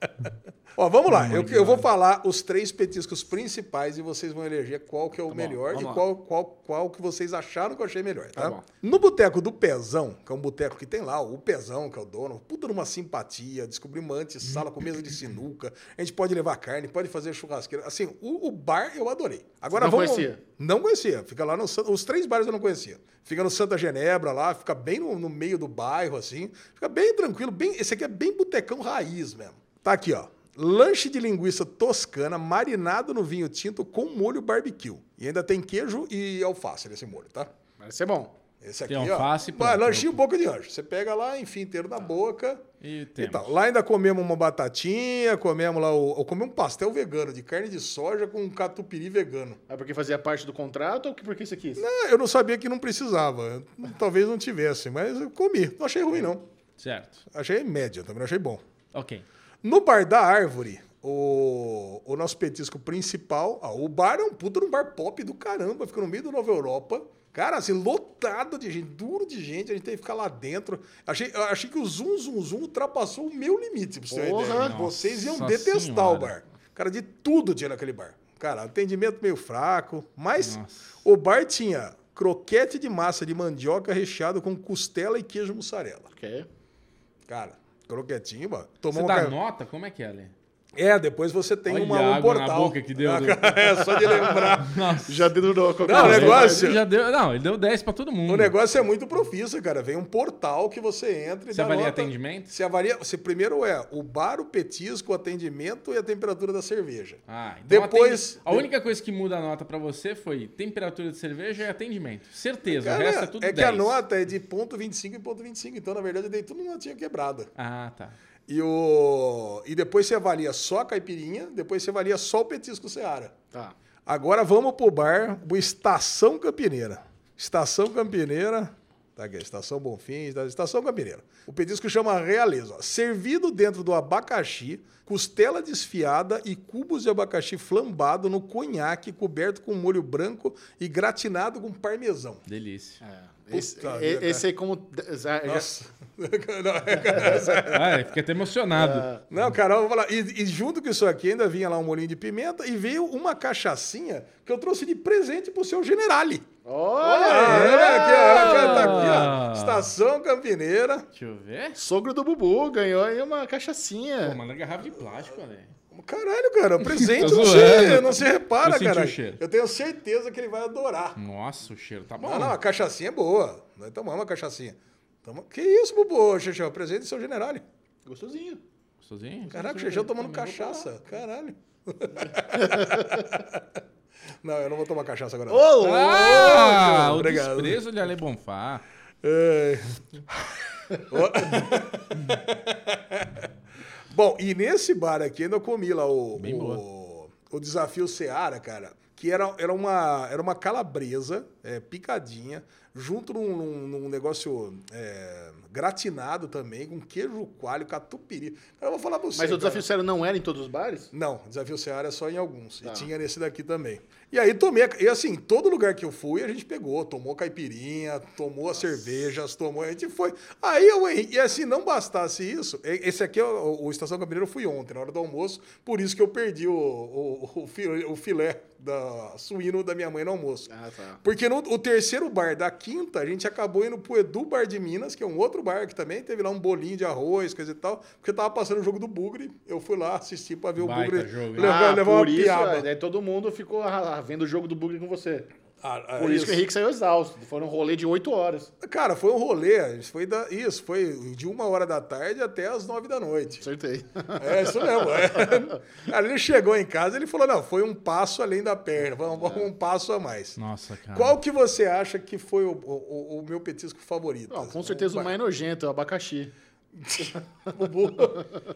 A: Ó, vamos lá.
C: Pelo
A: Eu,
C: amor de
A: eu vou
C: Deus.
A: falar os três petiscos principais e vocês vão eleger qual que é o
C: Tá
A: melhor e
D: vamos lá.
A: qual, qual, qual que vocês acharam que eu achei melhor, tá?
D: Tá bom.
A: no Boteco do Pezão, que é um boteco que tem lá, o Pezão, que é o dono, puta numa simpatia, descobrimos antes, sala com mesa de sinuca, a gente pode levar carne, pode fazer churrasqueira. Assim, o, o bar eu adorei. Agora
D: Não
A: vamos...
D: conhecia?
A: Não conhecia. Fica lá no... San- Os três bares eu não conhecia. Fica no Santa Genebra lá, fica bem no, no meio do bairro, assim. Fica bem tranquilo. Bem... Esse aqui é bem botecão raiz mesmo. Tá aqui, ó. Lanche de linguiça toscana marinado no vinho tinto com molho barbecue. E ainda tem queijo e alface nesse molho, tá?
D: Mas isso é bom.
A: Esse aqui,
C: Tem alface,
A: ó.
C: pô.
A: Vai, lanchinho boca de anjo. Você pega lá, enfim, inteiro na boca.
C: E
A: E tá.
C: temos.
A: tal. Lá ainda comemos uma batatinha, comemos lá o, eu comi um pastel vegano de carne de soja com catupiry vegano.
D: É porque fazia parte do contrato ou porque você quis?
A: Ah, Eu não sabia que não precisava. Talvez não tivesse, mas eu comi. Não achei ruim, não.
C: Certo.
A: Achei média, também não achei bom.
C: Ok.
A: No bar da árvore, o, o nosso petisco principal. ah, o bar é um puta num bar pop do caramba, fica no meio do Nova Europa. Cara, assim, lotado de gente, duro de gente, a gente tem que ficar lá dentro. Achei, eu achei que o zoom, zoom, zoom ultrapassou o meu limite, pra você ter uma
D: Porra!
A: ideia. Vocês iam
C: Nossa
A: detestar o
C: Senhora.
A: bar. Cara, de tudo tinha naquele bar. Cara, atendimento meio fraco, mas
C: Nossa.
A: o bar tinha croquete de massa de mandioca recheado com costela e queijo mussarela.
D: Ok.
A: Cara, croquetinho, mano.
C: Você
A: Tomou um
C: dá
A: ca-
C: nota? Como é que é, Ale?
A: é, depois você tem
C: Olha
A: uma,
C: a
A: um
C: água
A: portal.
C: na boca que deu. né?
A: Ah,
C: do-
A: cara, É, só de lembrar.
D: Já dedurou a
A: Não, o
D: coisa.
A: negócio-
C: Já deu, não, ele deu 10 pra todo mundo.
A: o negócio é muito profício, cara. Vem um portal que você entra e
C: Você
A: dá
C: avalia
A: nota.
C: atendimento?
A: Você avalia. Você primeiro é o bar, o petisco, o atendimento e a temperatura da cerveja.
C: Ah, então
A: Depois-
C: atende- A única coisa que muda a nota pra você foi temperatura de cerveja e atendimento. Certeza,
A: Cara,
C: o resto é tudo
A: é
C: 10.
A: que a nota é de ponto 25 em ponto 25. Então, na verdade, eu dei tudo numa notinha quebrada.
C: Ah, tá.
A: E, o... e depois você avalia só a caipirinha, depois você avalia só o petisco Seara.
D: Tá.
A: Agora vamos pro bar do Estação Campineira. Estação Campineira. Tá aqui, Estação Bonfim, Esta- Estação Campineira. O pedisco chama Realeza. ó. Servido dentro do abacaxi, costela desfiada e cubos de abacaxi flambado no conhaque, coberto com molho branco e gratinado com parmesão.
C: Delícia.
D: Ah, é. Esse,
A: Puta
D: e-
A: vida,
D: esse aí como... já- É, já-
A: Nossa. Não, é, cara,
C: Ah, é, fiquei até emocionado.
A: Não, cara, eu vou falar. E, e junto com isso aqui ainda vinha lá um molinho de pimenta e veio uma cachaçinha que eu trouxe de presente pro seu generale.
D: Olha!
A: Olha, olha aqui, ó, cara, tá aqui, ó.
C: Ah!
A: Estação Campineira.
C: Deixa eu
A: é?
C: ver.
D: Sogro do Bubu ganhou aí uma
C: Pô,
D: cachaçinha.
C: mas na garrafa de plástico, Ale.
A: Caralho, cara, presente
C: Tô
A: não
C: zoando.
A: se, não se repara,
C: Eu senti
A: cara.
C: o cheiro.
A: Eu tenho certeza que ele vai adorar.
C: Nossa, o cheiro tá bom.
A: Não, não, a cachaçinha é boa. Nós tomamos uma cachaçinha. Toma... Que isso, Bubu, Xexão? é Presente do seu generale.
D: Gostosinho.
C: Gostosinho?
A: Caraca, o Xexão tomando cachaça. Caralho. Não, eu não vou tomar cachaça agora. não.
D: Ô,
C: Ah, o
A: Obrigado.
C: desprezo de Ale Bonfá.
A: É. Bom, e nesse bar aqui ainda eu comi lá o,
C: Bem
A: o, o Desafio Seara, cara. que que era, era, uma, era uma calabresa é, picadinha, junto num, num- num negócio é, gratinado também, com queijo coalho, catupiry. Cara, eu vou falar pra você.
D: Mas o
A: cara.
D: desafio sério não era em todos os bares?
A: Não, desafio Seara é só em alguns.
D: Tá.
A: E tinha nesse daqui também. E aí tomei. a- E assim, todo lugar que eu fui, a gente pegou, tomou caipirinha, tomou as cervejas, tomou. A gente foi. Aí eu. E assim, não bastasse isso. e- Esse aqui, é o, o Estação Cabineira, eu fui ontem, na hora do almoço. Por isso que eu perdi o, o, o filé, o filé da suíno da minha mãe no almoço.
D: Ah, tá.
A: Porque no o terceiro bar da quinta, a gente acabou indo pro Edu Bar de Minas, que é um outro bar que também teve lá um bolinho de arroz, coisa e tal, porque tava passando o jogo do Bugre. Eu fui lá assistir pra ver o
C: Baita
A: Bugre
C: jogo, hein?
A: levar,
D: ah,
A: levar uma
D: por isso,
A: piaba.
D: é, todo mundo ficou ah, vendo o jogo do Bugre com você.
A: Ah, ah,
D: Por isso que o Henrique saiu exausto. Foi um rolê de 8 horas.
A: Cara, foi um rolê. Foi da- isso, foi de uma hora da tarde até as nove da noite.
D: Acertei.
A: É, isso mesmo. É. Cara, ele chegou em casa ele falou: não, foi um passo além da perna, vamos
D: É.
A: vamos um passo a mais.
C: Nossa, cara.
A: Qual que você acha que foi o, o- o- o meu petisco favorito?
D: Não, com certeza o mais nojento é o abacaxi.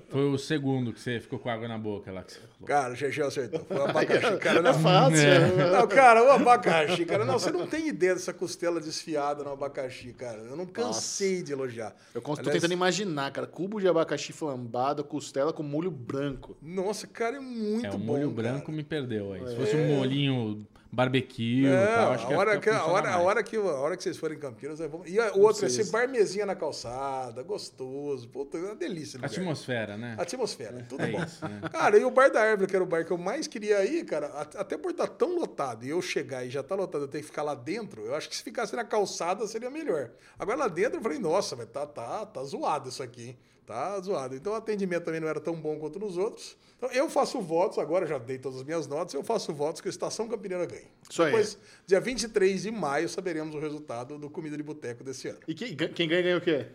C: Foi o segundo que você ficou com água na boca É, lá que você falou.
A: Cara, o GG acertou. Foi um abacaxi. Cara,
D: É
A: não,
D: fácil.
A: Não, cara, o abacaxi, cara. Não, você não tem ideia dessa costela desfiada no abacaxi, cara. Eu não cansei de elogiar.
D: Eu cons- tô
A: Aliás,
D: tentando imaginar, cara. Cubo de abacaxi flambado, costela com molho branco.
A: Nossa, cara, é muito
C: É, o
A: bom.
C: molho
A: cara.
C: branco me perdeu aí. Se fosse um molhinho barbecue e
A: É,
C: tal, acho que
A: a
C: ia
A: hora
C: ficar
A: que, a,
C: funcionando
A: hora, a,
C: mais.
A: hora que, a hora que vocês forem em Campinas, aí vamos. E a, o outro,
D: sei
A: esse
D: isso.
A: barmezinha na calçada, gostoso. Puta, é uma delícia. lugar.
C: Atmosfera, né?
A: Atmosfera, tudo
C: É
A: bom.
C: isso, né?
A: Cara, e o bar da árvore, que era o bar que eu mais queria ir, cara, at- até por estar tão lotado e eu chegar e já tá lotado, eu tenho que ficar lá dentro, eu acho que se ficasse na calçada seria melhor. Agora lá dentro eu falei, nossa, velho, tá, tá, tá zoado isso aqui, hein? Tá zoado. Então o atendimento também não era tão bom quanto nos outros. Então eu faço votos, agora eu já dei todas as minhas notas, eu faço votos que a Estação Campineira ganhe.
D: Isso aí.
A: Depois, dia 23 de maio, saberemos o resultado do Comida de Boteco desse ano.
D: E quem, gan- quem ganha, ganha o quê?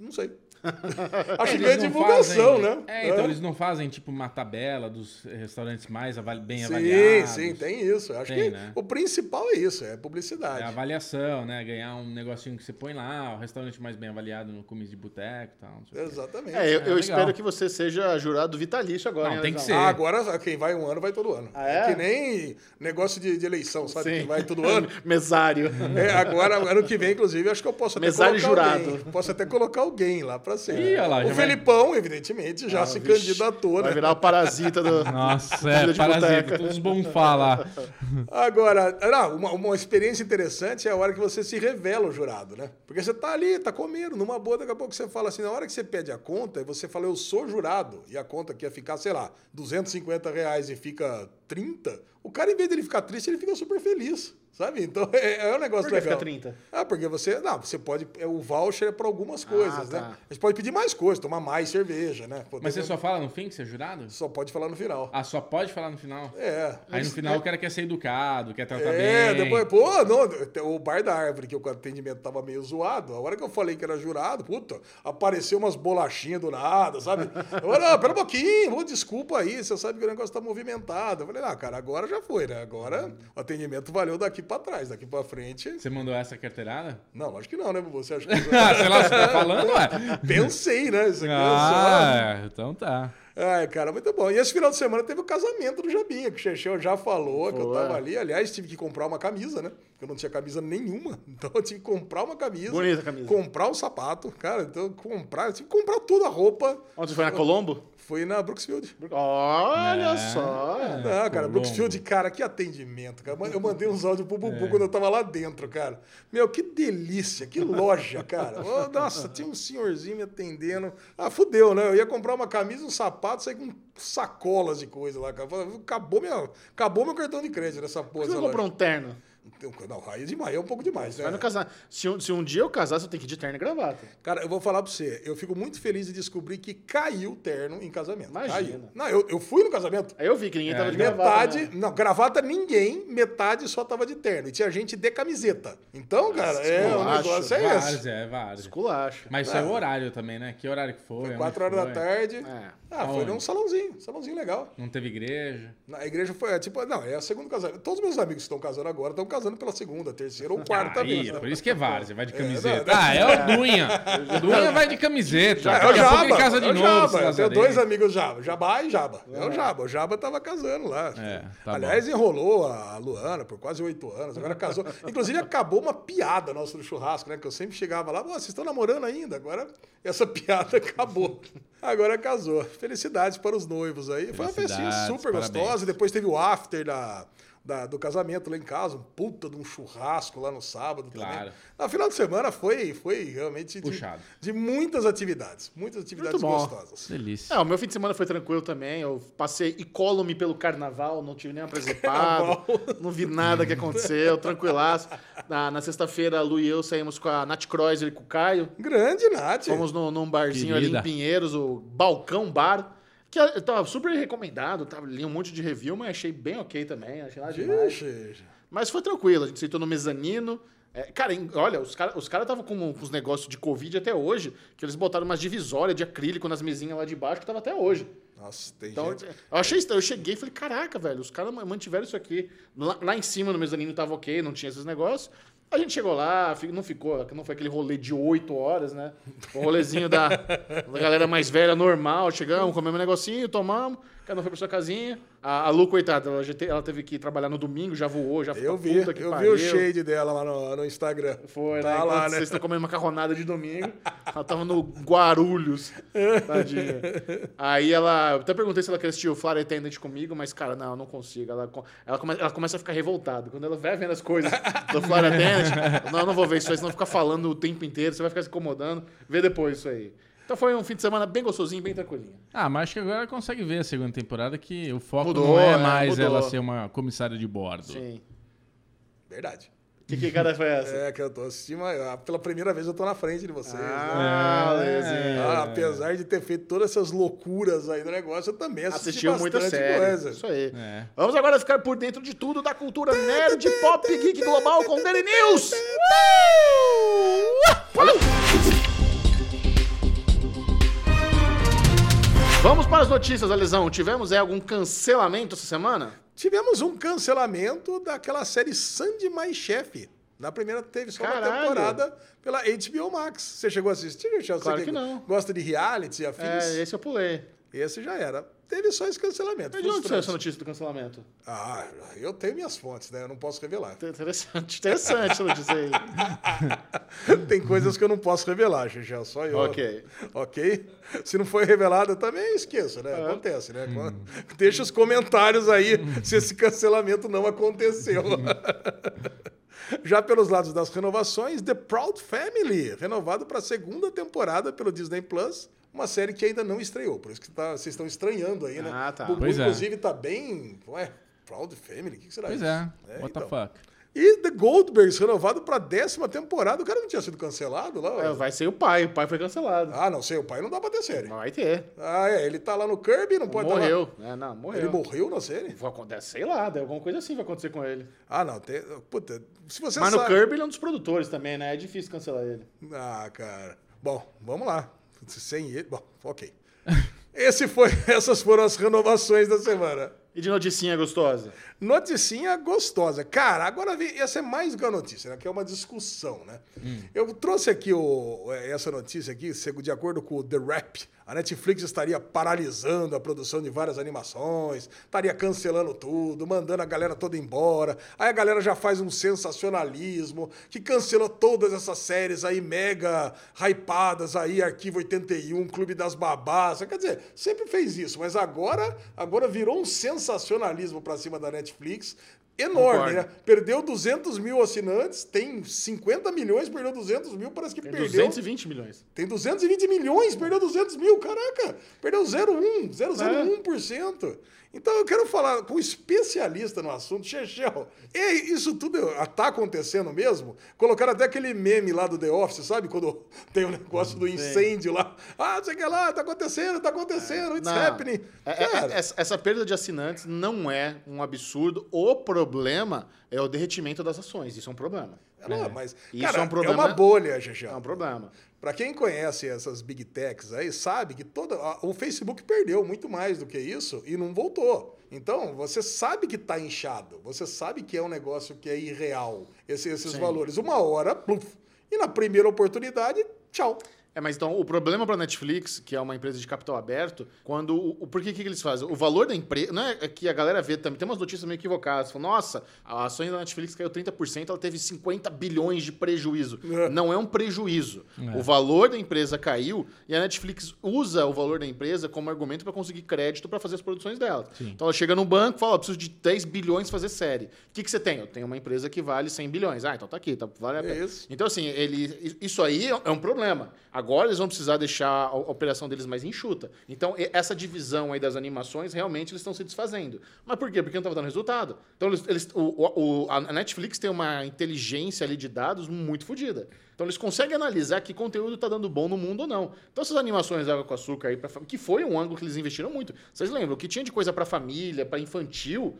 A: Não sei. acho que
C: Eles
A: ganha
C: não
A: divulgação,
C: fazem-
A: né?
C: É, então eles não fazem tipo uma tabela dos restaurantes mais avali- bem
A: Sim,
C: avaliados.
A: sim, tem isso. Eu Acho
C: Tem,
A: que
C: né?
A: o principal é isso, é
C: É a
A: publicidade.
C: avaliação, né? Ganhar um negocinho que você põe lá, o restaurante mais bem avaliado no comida de boteco e tal. Não, sei o quê.
A: Exatamente.
D: É, eu, eu
C: legal.
D: espero que você seja jurado vitalício agora. né,
C: Não,
D: hein,
C: tem que
D: Alexandre?
C: ser.
A: Ah, agora quem vai um ano vai todo ano.
D: Ah, é?
A: que nem negócio de, de eleição, sabe?
D: Sim.
A: Quem vai todo ano.
D: Mesário.
A: É, agora, ano que vem, inclusive, acho que eu posso até
D: Mesário
A: colocar
D: jurado.
A: alguém. Posso até colocar alguém lá pra ser.
C: Ih, olha lá,
A: o
C: já vai-
A: Felipão, evidentemente, já
D: Ah,
A: se
D: vixe,
A: candidatou,
D: Vai
A: né?
D: virar o parasita do.
C: Nossa,
D: Comida
C: é,
D: de
C: parasita,
D: boteco.
C: todos bonfá lá.
A: Agora, ah, uma, uma experiência interessante é a hora que você se revela o jurado, né? Porque você tá ali, tá comendo, numa boa, daqui a pouco você fala assim, na hora que você pede a conta, você fala, eu sou jurado, e a conta que ia ficar, sei lá, 250 reais e fica 30, o cara, em vez dele ficar triste, ele fica super feliz, sabe? Então, é, é um negócio
D: Por que
A: legal.
D: fica 30?
A: Ah, porque você, não, você pode, é, o voucher é pra algumas coisas,
D: tá.
A: né? A gente pode pedir mais coisas, tomar mais cerveja, né? Pô,
C: Mas você
A: tem-
C: só fala no fim que você é jurado?
A: só pode falar no final.
C: Ah, só pode falar no final?
A: É.
C: Aí no final o cara quer ser educado, quer tratar bem.
A: É, depois, pô, não, o bar da árvore, que o atendimento tava meio zoado, a hora que eu falei que era jurado, puta, apareceu umas bolachinhas do nada, sabe? Eu falei, não, pera um pouquinho, ô, desculpa aí, você sabe que o negócio tá movimentado. Eu falei, ah, cara, agora já foi, né? Agora o atendimento valeu daqui pra trás, daqui pra frente.
C: Você mandou essa carteirada?
A: Não, lógico que não, né, Bubu? Você acha que.
C: Ah, sei lá, você tá falando, ué.
A: Pensei, né? Isso é. aqui é só-
C: Ah, então tá.
A: Ai, cara, muito bom. E esse final de semana teve o casamento do Jabinha, que o Chechel já falou que eu
D: Boa.
A: tava ali. Aliás, tive que comprar uma camisa, né? Porque eu não tinha camisa nenhuma. Então eu tive que comprar uma camisa.
D: Bonita a camisa.
A: Comprar um sapato, cara. Então comprar, eu tive que comprar toda a roupa.
D: Onde você foi na Colombo?
A: Foi na Brooksfield.
D: Olha
C: É.
D: só.
A: Não, cara,
C: Colombo.
A: Brooksfield, cara, que atendimento, cara. Eu mandei uns áudios pro Bubu quando eu tava lá dentro, cara. Meu, que delícia, que loja, cara. Ô, nossa, tinha um senhorzinho me atendendo. Ah, fudeu, né? Eu ia comprar uma camisa, um sapato, saí com sacolas de coisa lá, cara. Falei, Acabou, minha, acabou meu cartão de crédito nessa porra.
D: Você
A: dessa
D: não comprou
A: loja.
D: um terno?
A: Não, aí é demais, é um pouco demais, né?
D: Vai no casar. Se um, se um dia eu casasse, eu tenho que ir de terno e gravata.
A: Cara, eu vou falar pra você, eu fico muito feliz de descobrir que caiu o terno em casamento.
D: Imagina.
A: Caiu. Não, eu, eu fui no casamento.
D: Aí eu vi que ninguém tava de gravata.
A: É, Metade,
D: né?
A: não, gravata ninguém, metade só tava de terno. E tinha gente de camiseta. Então, cara, é, o
D: esculacho,
A: negócio é esse.
C: Várzea, é várzea.
D: Esculacho.
C: Mas isso é o horário também, né? Que horário que foi?
A: Foi
C: Onde
A: 4 horas da
C: foi?
A: tarde.
D: É.
A: Ah, foi
C: né, Aonde?
A: num salãozinho, salãozinho legal.
C: Não teve igreja.
A: Na igreja foi, é, tipo, não, é a segunda casamento. Todos os meus amigos que estão casando agora estão casando pela segunda, terceira ou quarta
C: Aí,
A: vez. né?
C: por isso que é várzea, vai de camiseta. ah, é o Dunha. O Dunha vai de camiseta.
A: É o
C: Daqui a pouco
A: Jaba.
C: ele casa de
A: é o
C: novo. se
A: Jaba. Eu tenho
C: casarem.
A: dois amigos Jaba, Jabá e Jaba. É, o Jaba. O Jaba tava casando lá.
C: É, tá
A: Aliás, enrolou a Luana por quase oito anos, agora casou. Inclusive, acabou uma piada nossa do churrasco, né? Que eu sempre chegava lá, "Pô, vocês estão namorando ainda? Agora essa piada acabou. Agora casou. Felicidades para os noivos aí. Foi uma festinha
C: Felicidades,
A: super
C: parabéns.
A: gostosa. E depois teve o after da. da- do casamento lá em casa, um puta de um churrasco lá no sábado
C: Claro.
A: também. No final de semana foi, foi realmente de-
C: Puxado.
A: De, muitas atividades. Muitas atividades
C: Muito bom.
A: gostosas.
C: Delícia.
D: É, o meu fim de semana foi tranquilo também. Eu passei incólume pelo carnaval, não tive nem um apresentado, não vi nada que aconteceu, tranquilaço. Na, na sexta-feira, a Lu e eu saímos com a Nath Kreuzer e com o Caio.
A: Grande, Nath.
D: Fomos no- num barzinho
C: Querida.
D: ali em Pinheiros, o Balcão Bar. Que eu tava super recomendado, tava, li um monte de review, mas achei bem ok também, achei nada demais.
A: Ixi.
D: Mas foi tranquilo, a gente sentou no mezanino. É, cara, em- olha, os caras os cara estavam com, com os negócios de Covid até hoje, que eles botaram umas divisórias de acrílico nas mesinhas lá de baixo, que tava até hoje.
A: Nossa, tem
D: Então,
A: gente.
D: eu achei estranho. Eu cheguei e falei, caraca, velho, os caras mantiveram isso aqui. Lá, lá em cima no mezanino tava ok, não tinha esses negócios. A gente chegou lá, fi- não ficou, não foi aquele rolê de oito horas, né? O rolezinho da, da galera mais velha, normal. Chegamos, comemos um negocinho, tomamos, cada um foi pra sua casinha. A, a Lu, coitada, ela, já te- ela teve que trabalhar no domingo, já voou, já
A: Eu
D: ficou
A: vi,
D: puta que
A: eu vi
D: pariu.
A: o shade dela lá no, no Instagram.
D: Foi,
A: tá
D: né?
A: lá,
D: Enquanto
A: né?
D: Vocês estão comendo macarronada de domingo. Ela tava no Guarulhos. Tadinha. Aí ela. Eu até perguntei se ela queria assistir o Flight Attendant comigo, mas, cara, não, eu não consigo. Ela, co- ela, come- ela começa a ficar revoltada. Quando ela vai vendo as coisas do Flight Attendant, não, eu não vou ver isso aí, senão fica falando o tempo inteiro, você vai ficar se incomodando. Vê depois isso aí. Então foi um fim de semana bem gostosinho, bem tranquilinho.
C: Ah, mas acho que agora consegue ver a segunda temporada que o foco
D: Mudou,
C: não é
D: é,
C: mais
D: mudou.
C: ela ser uma comissária de bordo.
D: Sim.
A: Verdade.
D: O que, que cara foi essa?
A: É que eu tô assistindo, mas, ah, pela primeira vez eu tô na frente de vocês. né?
D: Ah, Lezinho.
A: Ah, apesar de ter feito todas essas loucuras aí do negócio, eu também assisti
D: Assistiu muita
A: bastante
D: série.
A: coisa.
D: Isso aí.
C: É.
D: Vamos agora ficar por dentro de tudo da cultura nerd, pop, geek global com Daily News. Vamos para as notícias, Alisão. Tivemos é, algum cancelamento essa semana?
A: Tivemos um cancelamento daquela série Sandy Mais Chefe. Na primeira teve só uma
D: Caralho.
A: temporada pela HBO Max. Você chegou a assistir, Michel? Você
D: Claro que não.
A: Gosta de reality e afins?
D: É, esse eu pulei.
A: Esse já era. Teve só esse cancelamento.
D: Mas de onde saiu
A: Frustrante.
D: essa notícia do cancelamento?
A: Ah, eu tenho minhas fontes, né? Eu não posso revelar.
D: Inter- Interessante, interessante essa notícia aí.
A: Tem coisas que eu não posso revelar, Xuxa, só eu.
D: Ok.
A: Ok? Se não foi revelado, eu também esqueço,
C: É.
A: né? Acontece, né?
C: Hum.
A: Deixa os comentários aí se esse cancelamento não aconteceu.
C: Hum.
A: Já pelos lados das renovações, The Proud Family, renovado para a segunda temporada pelo Disney Plus. Uma série que ainda não estreou, por isso que tá- vocês estão estranhando aí, né?
D: Ah, tá.
A: Bubu,
C: Pois é.
A: inclusive, tá bem. Ué, Proud Family? O que que será
C: Pois
A: isso?
C: é. What the
A: então.
C: fuck?
A: E The Goldbergs renovado para décima temporada. O cara não tinha sido cancelado lá?
D: É, Vai ser o pai, o pai foi cancelado.
A: Ah, não sei, o pai não dá pra ter série.
D: Mas vai ter.
A: Ah, é, ele tá lá no Kirby, não pode estar
D: morreu. É, não,
A: lá. Ele
D: morreu.
A: morreu na série?
D: Vai acontecer- Sei lá, deu alguma coisa assim vai acontecer com ele.
A: Ah, não, tem... Puta, se você
D: Mas no
A: sabe...
D: Kirby ele é um dos produtores também, né? É difícil cancelar ele.
A: Ah, cara. Bom, vamos lá. Sem ele... Bom, ok. Esse foi... Essas foram as renovações da semana.
D: E de noticinha gostosa?
A: Noticinha gostosa. Cara, agora vi- essa é mais que uma notícia, né? Que é uma discussão, né? Eu trouxe aqui o- é, essa notícia aqui, segu- de acordo com o The Rap, a Netflix estaria paralisando a produção de várias animações, estaria cancelando tudo, mandando a galera toda embora. Aí a galera já faz um sensacionalismo, que cancelou todas essas séries aí mega hypadas aí, Arquivo 81, Clube das Babás. Quer dizer, sempre fez isso, mas agora, agora virou um sensacionalismo pra cima da Netflix. Enorme,
D: Concordo.
A: né? Perdeu 200 mil assinantes, tem 50 milhões, perdeu 200 mil, parece que
D: Tem
A: perdeu.
D: 220 milhões.
A: Tem 220 milhões, perdeu 200 mil, caraca! Perdeu 0,1,
D: É.
A: 0,01%. Então eu quero falar com um especialista no assunto, Chechel. E isso tudo tá acontecendo mesmo? Colocaram até aquele meme lá do The Office, sabe? Quando tem o negócio do incêndio lá. Ah, não sei o que lá, tá acontecendo, tá acontecendo, it's
D: Não.
A: happening.
D: É- é-
A: Cara,
D: essa, essa perda de assinantes não é um absurdo. O problema é o derretimento das ações. Isso é um problema.
A: não, mas,
D: Isso
A: cara,
D: é um problema-
A: uma bolha,
D: É
A: Chechel.
D: um problema.
A: Para quem conhece essas big techs aí, sabe que toda a- o Facebook perdeu muito mais do que isso e não voltou. Então, você sabe que está inchado, você sabe que é um negócio que é irreal, esse- esses
D: Sim.
A: valores. Uma hora, pluf, e na primeira oportunidade, tchau.
D: É, mas então o problema para a Netflix, que é uma empresa de capital aberto, quando o, o por que que eles fazem? O valor da empresa, não é é que a galera vê também, tem umas notícias meio equivocadas, falam, nossa, a ação da Netflix caiu 30%, ela teve 50 bilhões de prejuízo.
A: É.
D: Não é um prejuízo.
C: É.
D: O valor da empresa caiu e a Netflix usa o valor da empresa como argumento para conseguir crédito para fazer as produções dela. Então ela chega num banco e fala, "Ó, preciso de 10 bilhões pra fazer série. O que que você tem? Eu tenho uma empresa que vale 100 bilhões. Ah, então tá aqui, tá, vale a
A: É
D: pena.
A: isso.
D: Então, assim, ele, isso aí é um problema. Agora eles vão precisar deixar a a operação deles mais enxuta. Então, e- essa divisão aí das animações, realmente, eles estão se desfazendo. Mas por quê? Porque não estava dando resultado. Então, eles, eles- o- o- o- a Netflix tem uma inteligência ali de dados muito fodida. Então, eles conseguem analisar que conteúdo está dando bom no mundo ou não. Então, essas animações Água com Açúcar aí, pra fam- que foi um ângulo que eles investiram muito. Vocês lembram? O que tinha de coisa para família, para infantil,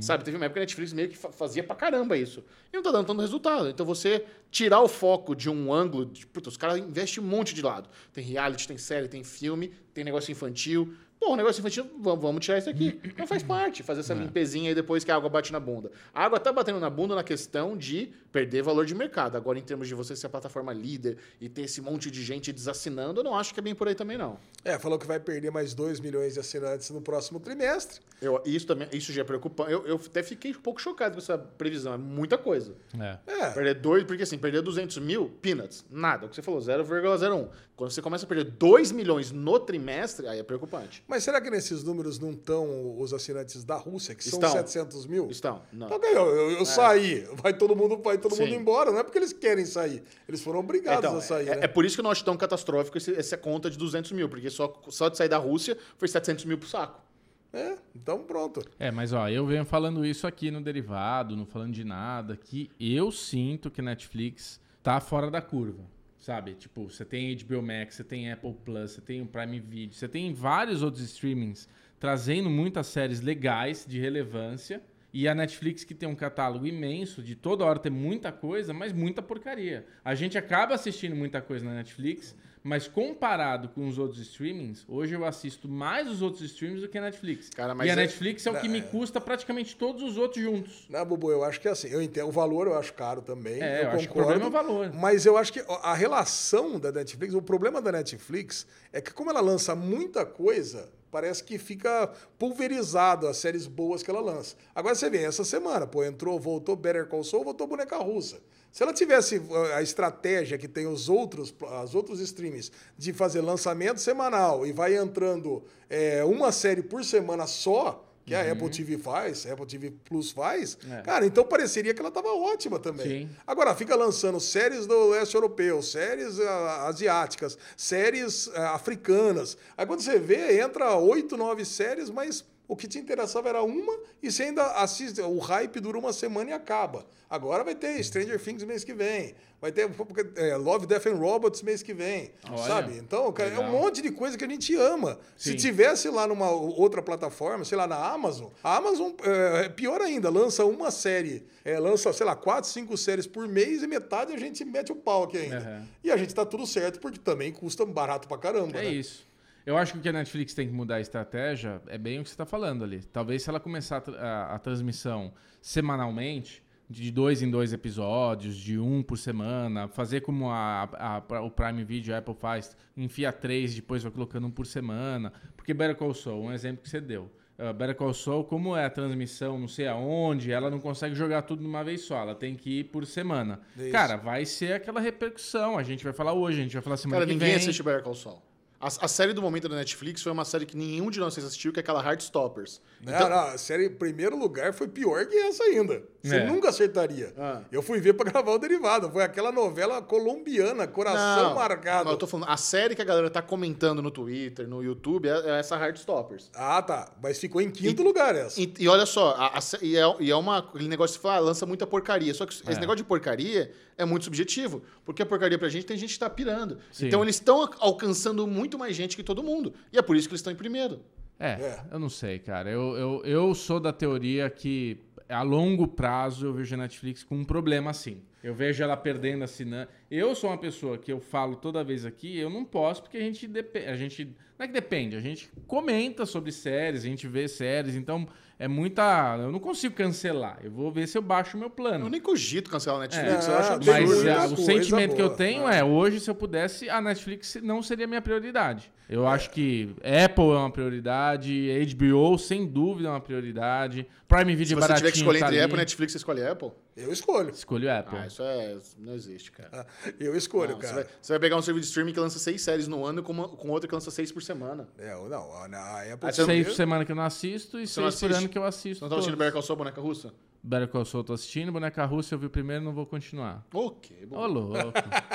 D: sabe? Teve uma época que a Netflix meio que fa- fazia pra caramba isso. E não tá dando tanto resultado. Então você tirar o foco de um ângulo. De, puta, os caras investem um monte de lado. Tem reality, tem série, tem filme, tem negócio infantil. Pô, o negócio infantil, vamos, vamos tirar isso aqui. Não faz parte fazer essa limpezinha aí depois que a água bate na bunda. A água tá batendo na bunda na questão de perder valor de mercado. Agora, em termos de você ser a plataforma líder e ter esse monte de gente desassinando, eu não acho que é bem por aí também, não.
A: É, falou que vai perder mais 2 milhões de assinantes no próximo trimestre.
D: Eu, isso, também, isso já é preocupante. Eu, eu até fiquei um pouco chocado com essa previsão. É muita coisa.
C: É.
A: É,
D: Perder dois, porque assim, perder 200 mil, peanuts, nada. O que você falou, 0,01. Quando você começa a perder 2 milhões no trimestre, aí é preocupante.
A: mas será que nesses números não estão os assinantes da Rússia, que são
D: Estão.
A: 700 mil?
D: Estão, não.
A: Então, ganhou. eu, eu
C: É.
A: saí. Vai todo mundo, vai todo
D: Sim.
A: mundo embora. Não é porque eles querem sair. Eles foram obrigados
D: Então,
A: a sair,
D: é,
A: né?
D: é por isso que eu não acho tão catastrófico esse- essa conta de 200 mil, porque só, só de sair da Rússia foi 700 mil pro saco.
A: É, então pronto.
C: É, mas ó, eu venho falando isso aqui no derivado, não falando de nada, que eu sinto que Netflix tá fora da curva. Sabe? Tipo, você tem HBO Max, você tem Apple Plus, você tem o Prime Video, você tem vários outros streamings trazendo muitas séries legais de relevância. E a Netflix que tem um catálogo imenso, de toda hora tem muita coisa, mas muita porcaria. A gente acaba assistindo muita coisa na Netflix, mas comparado com os outros streamings, hoje eu assisto mais os outros streamings do que a Netflix.
D: Cara, mas
C: e a
D: é-
C: Netflix é o que me custa praticamente todos os outros juntos.
A: Né, Bubu? Eu acho que é assim. Eu entendo. O valor eu acho caro também.
C: É, eu,
A: eu,
C: acho que o
A: concordo.
C: problema é o valor.
A: Mas eu acho que a relação da Netflix, o problema da Netflix é que como ela lança muita coisa, parece que fica pulverizado as séries boas que ela lança. Agora você vê, essa semana, pô, entrou, voltou Better Call Saul, voltou Boneca Russa. Se ela tivesse ah, a estratégia que tem os outros, as outros streams de fazer lançamento semanal e vai entrando eh, uma série por semana só, que a Apple TV faz, a Apple TV Plus faz,
C: Uhum. É.
A: cara, então pareceria que ela estava ótima também.
C: Sim.
A: Agora, fica lançando séries do leste europeu, séries ah, asiáticas, séries ah, africanas. Aí quando você vê, entra oito, nove séries, mas o que te interessava era uma e você ainda assiste. O hype dura uma semana e acaba. Agora vai ter Stranger Things mês que vem. Vai ter eh, Love, Death and Robots mês que vem.
C: Olha,
A: sabe? Então, cara, é um
C: legal.
A: monte de coisa que a gente ama.
C: Sim.
A: Se tivesse lá numa outra plataforma, sei lá, na Amazon, a Amazon é é pior ainda, lança uma série, é, lança, sei lá, quatro, cinco séries por mês e metade a gente mete o pau aqui ainda.
C: Aham.
A: E a gente tá tudo certo, porque também custa barato pra caramba.
C: É
A: né?
C: isso. Eu acho que o que a Netflix tem que mudar a estratégia é bem o que você está falando ali. Talvez se ela começar a, tra- a- a transmissão semanalmente, de dois em dois episódios, de um por semana, fazer como a- a- a- o Prime Video a Apple faz, enfia três, depois vai colocando um por semana. Porque Better Call Saul, um exemplo que você deu. Uh, Better Call Saul, como é a transmissão, não sei aonde, ela não consegue jogar tudo de uma vez só, ela tem que ir por semana.
A: É Isso.
C: Cara, vai ser aquela repercussão, a gente vai falar hoje, a gente vai falar semana
D: Cara,
C: que vem.
D: ninguém assiste Better Call Saul. A, a série do momento da Netflix foi uma série que nenhum de nós assistiu, que é aquela Heartstoppers.
A: Não, não, Né, a série em primeiro lugar foi pior que essa ainda. Você
C: É.
A: nunca acertaria.
D: Ah.
A: Eu fui ver pra gravar o Derivado. Foi aquela novela colombiana, Coração Marcado.
D: Mas eu tô falando, a série que a galera tá comentando no Twitter, no YouTube, é, é essa Heartstoppers.
A: Ah, tá. Mas ficou em quinto lugar essa.
D: E, e olha só, a- a sé- e, é, e é uma, aquele negócio de falar, ah, lança muita porcaria. Só que
C: É.
D: esse negócio de porcaria é muito subjetivo. Porque a porcaria pra gente tem gente que tá pirando.
C: Sim.
D: Então eles estão a- alcançando muito mais gente que todo mundo. E é por isso que eles estão em primeiro.
C: É,
A: É.
C: eu não sei, cara. Eu, eu, eu sou da teoria que a longo prazo eu vejo a Netflix com um problema assim. Eu vejo ela perdendo assinante. Eu sou uma pessoa que eu falo toda vez aqui, eu não posso porque a gente depende, a gente não é que depende, a gente comenta sobre séries, a gente vê séries, então é muita, eu não consigo cancelar. Eu vou ver se eu baixo o meu plano.
D: Eu nem cogito cancelar a Netflix,
A: É,
D: eu acho
A: tem
D: absurdo.
C: Mas
A: muita
C: ah, o
A: coisa
C: sentimento que eu
A: boa.
C: tenho é, hoje, se eu pudesse, a Netflix não seria minha prioridade.
D: É.
C: Eu acho que Apple é uma prioridade, HBO, sem dúvida, é uma prioridade. Prime
D: Se
C: Video
D: você tiver que
C: é baratinho,
D: escolher
C: tá
D: entre
C: ali. Tá.
D: Apple e Netflix, você escolhe Apple?
A: Eu escolho. Ah,
C: Escolho Apple.
D: Ah, isso é. Não existe, cara.
A: Eu escolho,
D: Não, você, vai,
A: É cara.
D: você vai pegar um serviço de streaming que lança seis séries no ano com, uma, com outra que lança seis por semana.
A: É, eu não, a- a Apple
D: Ah, você não-
C: seis
A: primeiro-
C: por semana que eu não assisto e
D: não
C: seis por
D: assiste?
C: ano que eu assisto.
D: Você não tava assistindo
C: todos.
D: Better Call Saul, Boneca Russa?
C: Better Call Saul tô assistindo, Boneca Russa eu vi o primeiro não vou continuar.
D: Ok,
C: Ô,
D: bom.
C: louco.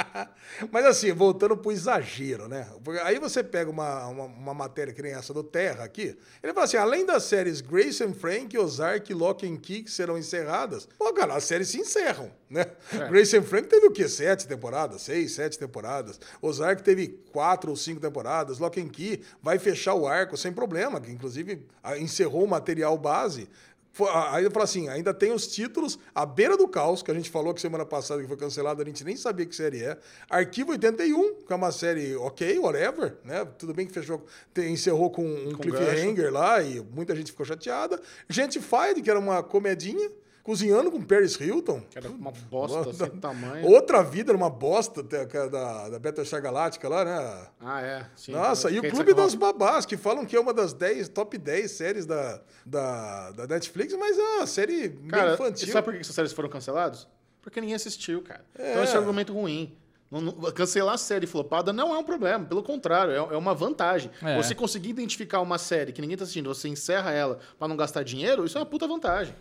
A: Mas assim, voltando pro exagero, né? Porque Aí você pega uma, uma, uma matéria que nem essa do Terra aqui, ele fala assim, além das séries Grace and Frank, Ozark, Lock and Key que serão encerradas, pô, cara, as séries se encerram, né? Grace and Frank teve o quê? Sete temporadas? Seis, sete temporadas. Ozark teve quatro ou cinco temporadas. Lock and Key vai fechar o arco sem problema, que inclusive ah, encerrou o material base. Fo- a- Aí eu falo assim, ainda tem os títulos A Beira do Caos, que a gente falou que semana passada que foi cancelado, a gente nem sabia que série é. Arquivo 81, que é uma série ok, whatever, né? Tudo bem que fechou, tem- encerrou com um cliffhanger lá e muita gente ficou chateada. Gentified, que era uma comedinha, Cozinhando com Paris Hilton.
D: Cara, uma bosta
A: Nossa.
D: sem tamanho.
A: Outra Vida era uma bosta da, da, da Battlestar Galáctica lá, né?
D: Ah, é. Sim,
A: Nossa,
D: eu
A: e o
D: fiquei de
A: Clube
D: saco
A: das
D: roto.
A: Babás, que falam que é uma das 10, top 10 séries da, da, da Netflix, mas é uma série meio
D: Cara,
A: infantil.
D: e sabe por que essas séries foram canceladas? Porque ninguém assistiu, cara. Então esse é um argumento ruim. Não- não- cancelar a série flopada não é um problema, pelo contrário, é, é uma vantagem.
C: É.
D: Você conseguir identificar uma série que ninguém tá assistindo, você encerra ela pra não gastar dinheiro, isso é uma puta vantagem.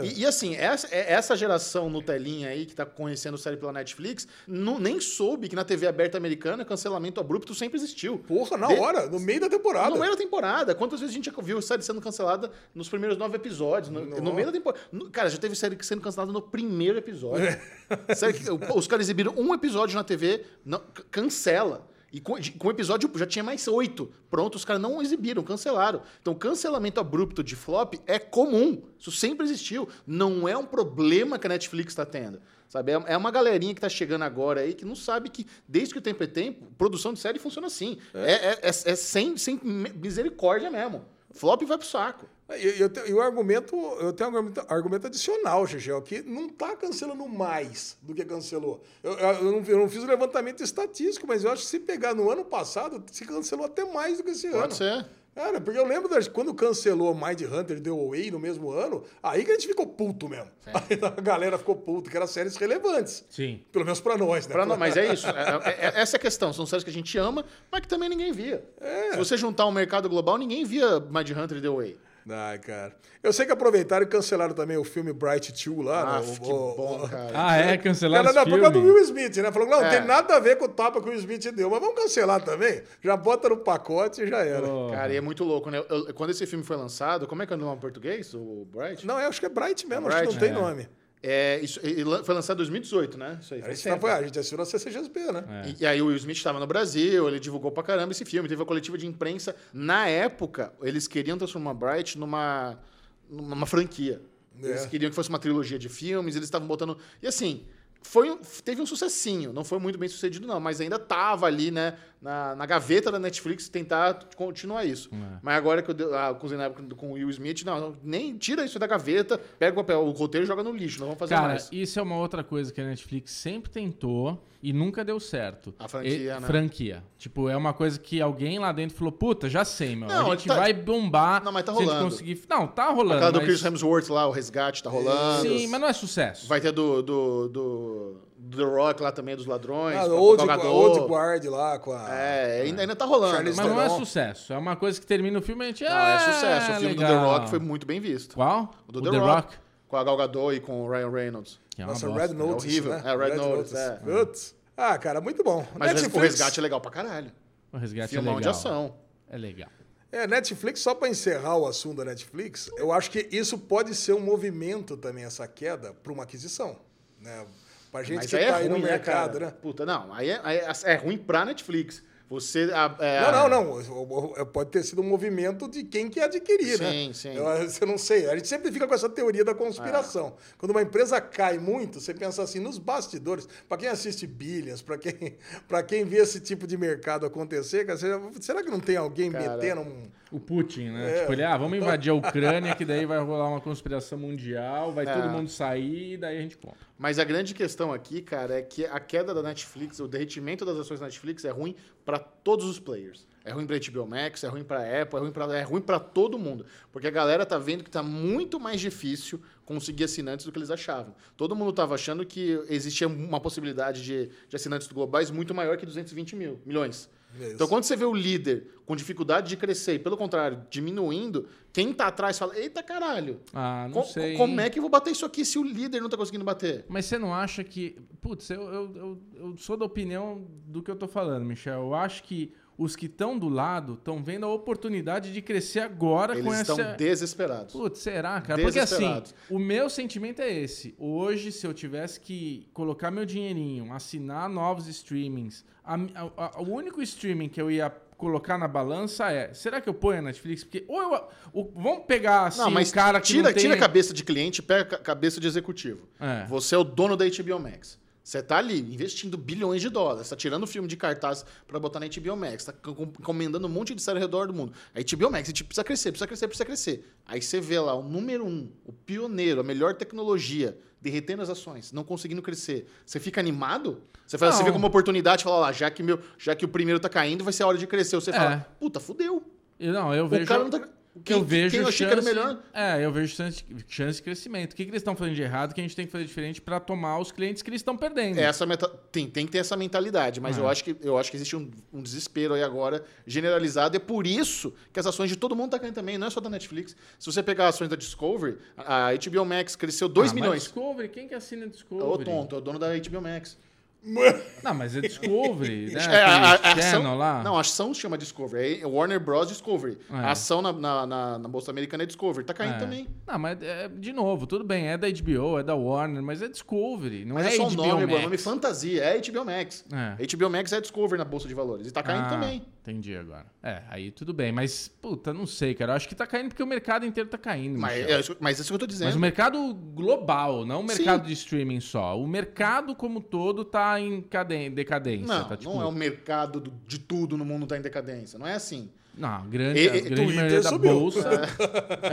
C: É.
D: E, e assim, essa, é- essa geração Nutelinha aí que tá conhecendo série pela Netflix não- nem soube que na TV aberta americana cancelamento abrupto sempre existiu.
A: Porra, na
D: De-
A: hora, no meio da temporada.
D: No meio da temporada. Quantas vezes a gente já viu série sendo cancelada nos primeiros nove episódios? No, no meio da temporada. No- cara, já teve série que sendo cancelada no primeiro episódio. série que, o- os caras exibiram um episódio na TV, não- c- cancela. E com, de- com episódio já tinha mais oito. Pronto, os caras não exibiram, cancelaram. Então, cancelamento abrupto de flop é comum. Isso sempre existiu. Não é um problema que a Netflix está tendo. Sabe? É é uma galerinha que tá chegando agora aí que não sabe que, desde que o tempo é tempo, produção de série funciona assim. É, é- é- é sem, sem me- misericórdia mesmo. Flop vai pro saco.
A: E eu, te- e o argumento, eu tenho um argumento, argumento adicional, Gegel, que não tá cancelando mais do que cancelou. Eu, eu- eu não, eu não fiz o levantamento estatístico, mas eu acho que se pegar no ano passado, se cancelou até mais do que esse ano.
D: Pode ser.
A: Cara, porque eu lembro das, quando cancelou Mind Hunter The Away no mesmo ano, aí que a gente ficou puto mesmo. Aí a galera ficou puto, que eram séries relevantes.
C: Sim.
A: Pelo menos pra nós, né?
D: Pra nós- mas é isso. É- é- é- essa é a questão. São séries que a gente ama, mas que também ninguém via.
A: É.
D: Se você juntar o mercado global, ninguém via Mind Hunter e The Way.
A: Ai, cara. Eu sei que aproveitaram e cancelaram também o filme Bright 2 lá.
D: Ah,
A: né? O-
D: que
A: o-
D: bom,
A: o-
D: cara.
C: Ah, é, cancelaram
A: Era
C: esse
A: da
C: filme.
A: boca do Will Smith, né? Falou, não,
D: É.
A: tem nada a ver com o tapa que o Will Smith deu, mas vamos cancelar também? Já bota no pacote e já era.
C: Pô.
D: Cara, e é muito louco, né? Eu- quando esse filme foi lançado, como é que é o nome em português? O Bright?
A: Não, eu acho que é Bright mesmo, acho
D: Bright, né?
A: que não tem
C: é.
A: nome.
D: É, isso, ele lan- foi lançado em 2018, né? Isso aí.
A: A
D: faz
A: gente, tá-
D: tempo.
A: foi, a gente assistiu na CCXP, né?
C: É.
D: E, e aí o Will Smith estava no Brasil, ele divulgou pra caramba esse filme, teve a coletiva de imprensa. Na época, eles queriam transformar Bright numa, numa franquia.
A: É.
D: Eles queriam que fosse uma trilogia de filmes, eles estavam botando. E assim, foi um- teve um sucessinho, não foi muito bem sucedido, não, mas ainda tava ali, né, na, na gaveta da Netflix tentar continuar isso.
C: É.
D: Mas agora que eu dei- ah, cozinhei na época com o Will Smith, não, nem tira isso da gaveta, pega o papel, o roteiro e joga no lixo, não vamos fazer
C: Cara,
D: mais.
C: isso é uma outra coisa que a Netflix sempre tentou e nunca deu certo.
D: A franquia,
C: E-
D: né?
C: Franquia. Tipo, é uma coisa que alguém lá dentro falou, puta, já sei, meu.
D: Não,
C: a gente
D: tá-
C: vai bombar
D: Não, mas tá
C: se a gente
D: rolando.
C: conseguir... Não, tá rolando.
D: Aquela do
C: mas-
D: Chris Hemsworth lá, o resgate tá rolando.
C: Sim, mas não é sucesso.
D: Vai ter do, do, do, do The Rock lá também, dos ladrões.
A: Ah,
D: do
A: Old,
D: Galgador.
A: Old né. Guard lá com a...
D: É, ainda, ainda tá rolando.
A: Charlize
D: Mas
C: Mas não é
A: Theron.
C: sucesso. É uma coisa que termina o filme e a gente... "Ah,
D: não, é sucesso. O filme do The
C: legal."
D: Rock foi muito bem visto.
C: Qual?
D: O do The, Rock, Com a Gal Gadot e com o Ryan Reynolds.
C: Que é uma
A: Nossa,
C: bosta.
A: Red Notice,
D: horrível.
A: né?
D: É, Red Notice, é.
A: Putz. Ah, cara, muito bom.
D: Mas o resgate é legal pra caralho.
C: O resgate é
D: Filmão
C: legal.
D: de ação.
C: É legal.
A: É, Netflix, só para encerrar o assunto da Netflix, eu acho que isso pode ser um movimento também, essa queda, para uma aquisição. Né? Para gente
D: Mas
A: que
D: aí é
A: está aí
D: ruim,
A: no mercado,
D: né,
A: né?
D: cara? Puta, não. Aí é, aí é- é ruim pra Netflix. Você. a- é,
A: Não, não, não. O- o- o- Pode ter sido um movimento de quem quer adquirir, né?
D: Sim, sim.
A: Eu, eu não sei. A gente sempre fica com essa teoria da conspiração.
D: É.
A: Quando uma empresa cai muito, você pensa assim, nos bastidores, para quem assiste Billions, para quem, pra quem vê esse tipo de mercado acontecer, cara, você já- será que não tem alguém
D: Cara.
A: metendo um...
C: O Putin,
A: É.
C: né? Tipo, ele, ah,
A: Tá.
C: vamos invadir a Ucrânia, que daí vai rolar uma conspiração mundial,
D: É.
C: vai todo mundo sair, e daí a gente compra.
D: Mas a grande questão aqui, cara, é que a queda da Netflix, o derretimento das ações da Netflix é ruim pra todos os players. É ruim pra HBO Max, é ruim pra Apple, é ruim pra, é ruim pra todo mundo. Porque a galera tá vendo que tá muito mais difícil conseguir assinantes do que eles achavam. Todo mundo tava achando que existia uma possibilidade de, de assinantes globais muito maior que 220 mil, milhões.
A: Isso.
D: Então, quando você vê o líder com dificuldade de crescer e, pelo contrário, diminuindo, quem tá atrás fala: Eita caralho,
C: Ah, não
D: co-
C: sei. hein?
D: como é que eu vou bater isso aqui se o líder não tá conseguindo bater?
C: Mas você não acha que. Putz, eu, eu, eu, eu sou da opinião do que eu tô falando, Michel. Eu acho que os que estão do lado estão vendo a oportunidade de crescer agora com
D: Eles
C: essa.
D: estão desesperados.
C: Putz, será, cara? Porque assim,
D: Desesperados.
C: o meu sentimento é esse. Hoje, se eu tivesse que colocar meu dinheirinho, assinar novos streamings, a- a- a- o único streaming que eu ia colocar na balança é, será que eu ponho a Netflix? Porque ou eu, o- vamos pegar assim,
D: não, mas
C: o cara que
D: tira,
C: não tem...
D: tira a cabeça de cliente, pega a ca- cabeça de executivo.
C: É.
D: Você é o dono da HBO Max. Você tá ali investindo bilhões de dólares, tá tirando filme de cartaz pra botar na HBO Max, tá com- com- encomendando um monte de série ao redor do mundo. A HBO Max a gente precisa crescer, precisa crescer, precisa crescer. Aí você vê lá o número um, o pioneiro, a melhor tecnologia, derretendo as ações, não conseguindo crescer. Você fica animado? Você, fala,
C: Não.
D: você vê como uma oportunidade, fala lá, já que, meu, já que o primeiro tá caindo, vai ser a hora de crescer.
C: É.
D: Você fala, puta, fudeu.
C: Eu- Não, eu
D: O
C: vejo...
D: cara não tá...
C: eu vejo
D: quem eu achei que era melhor
C: É, eu vejo chance, chance de crescimento. O que, que eles estão fazendo de errado que a gente tem que fazer diferente pra tomar os clientes que eles estão perdendo?
D: É Essa meta- tem, tem que ter essa mentalidade, mas
C: É.
D: eu, acho que, eu acho que existe um, um desespero aí agora generalizado. É por isso que as ações de todo mundo tá caindo também, não é só da Netflix. Se você pegar as ações da Discovery, a HBO Max cresceu 2
C: Ah, mas
D: milhões.
C: Discovery, quem que assina Discovery?
D: Ô, tonto, é o dono da HBO Max.
C: Não, mas é Discovery, né?
D: É, a, a- a
C: Aquele
D: ação,
C: channel lá.
D: Não, a ação se chama Discovery. É Warner Bros. Discovery.
C: É.
D: A ação na, na, na- na Bolsa Americana é Discovery. Tá caindo
C: É.
D: também.
C: Não, mas, é, de novo, tudo bem, é da HBO, é da Warner, mas é Discovery, não
D: Mas
C: é,
D: é, só o
C: HBO
D: nome,
C: Max.
D: agora, o nome fantasia. É HBO Max.
C: É.
D: HBO Max é Discovery na Bolsa de Valores. E tá caindo
C: Ah,
D: também.
C: Entendi agora. É, aí tudo bem, mas, puta, não sei, cara. Eu acho que tá caindo porque o mercado inteiro tá caindo,
D: Mas,
C: Michel.
D: é isso- mas é isso que eu tô dizendo.
C: Mas o mercado global, não o mercado
D: Sim.
C: de streaming só. O mercado como todo tá em caden- decadência.
D: Não,
C: tá, tipo,
D: não é o mercado do- de tudo no mundo tá em decadência. Não é assim.
C: não, a grande,
D: E-
C: a
D: e-
C: grande
A: Twitter
C: maioria da
A: subiu.
C: bolsa.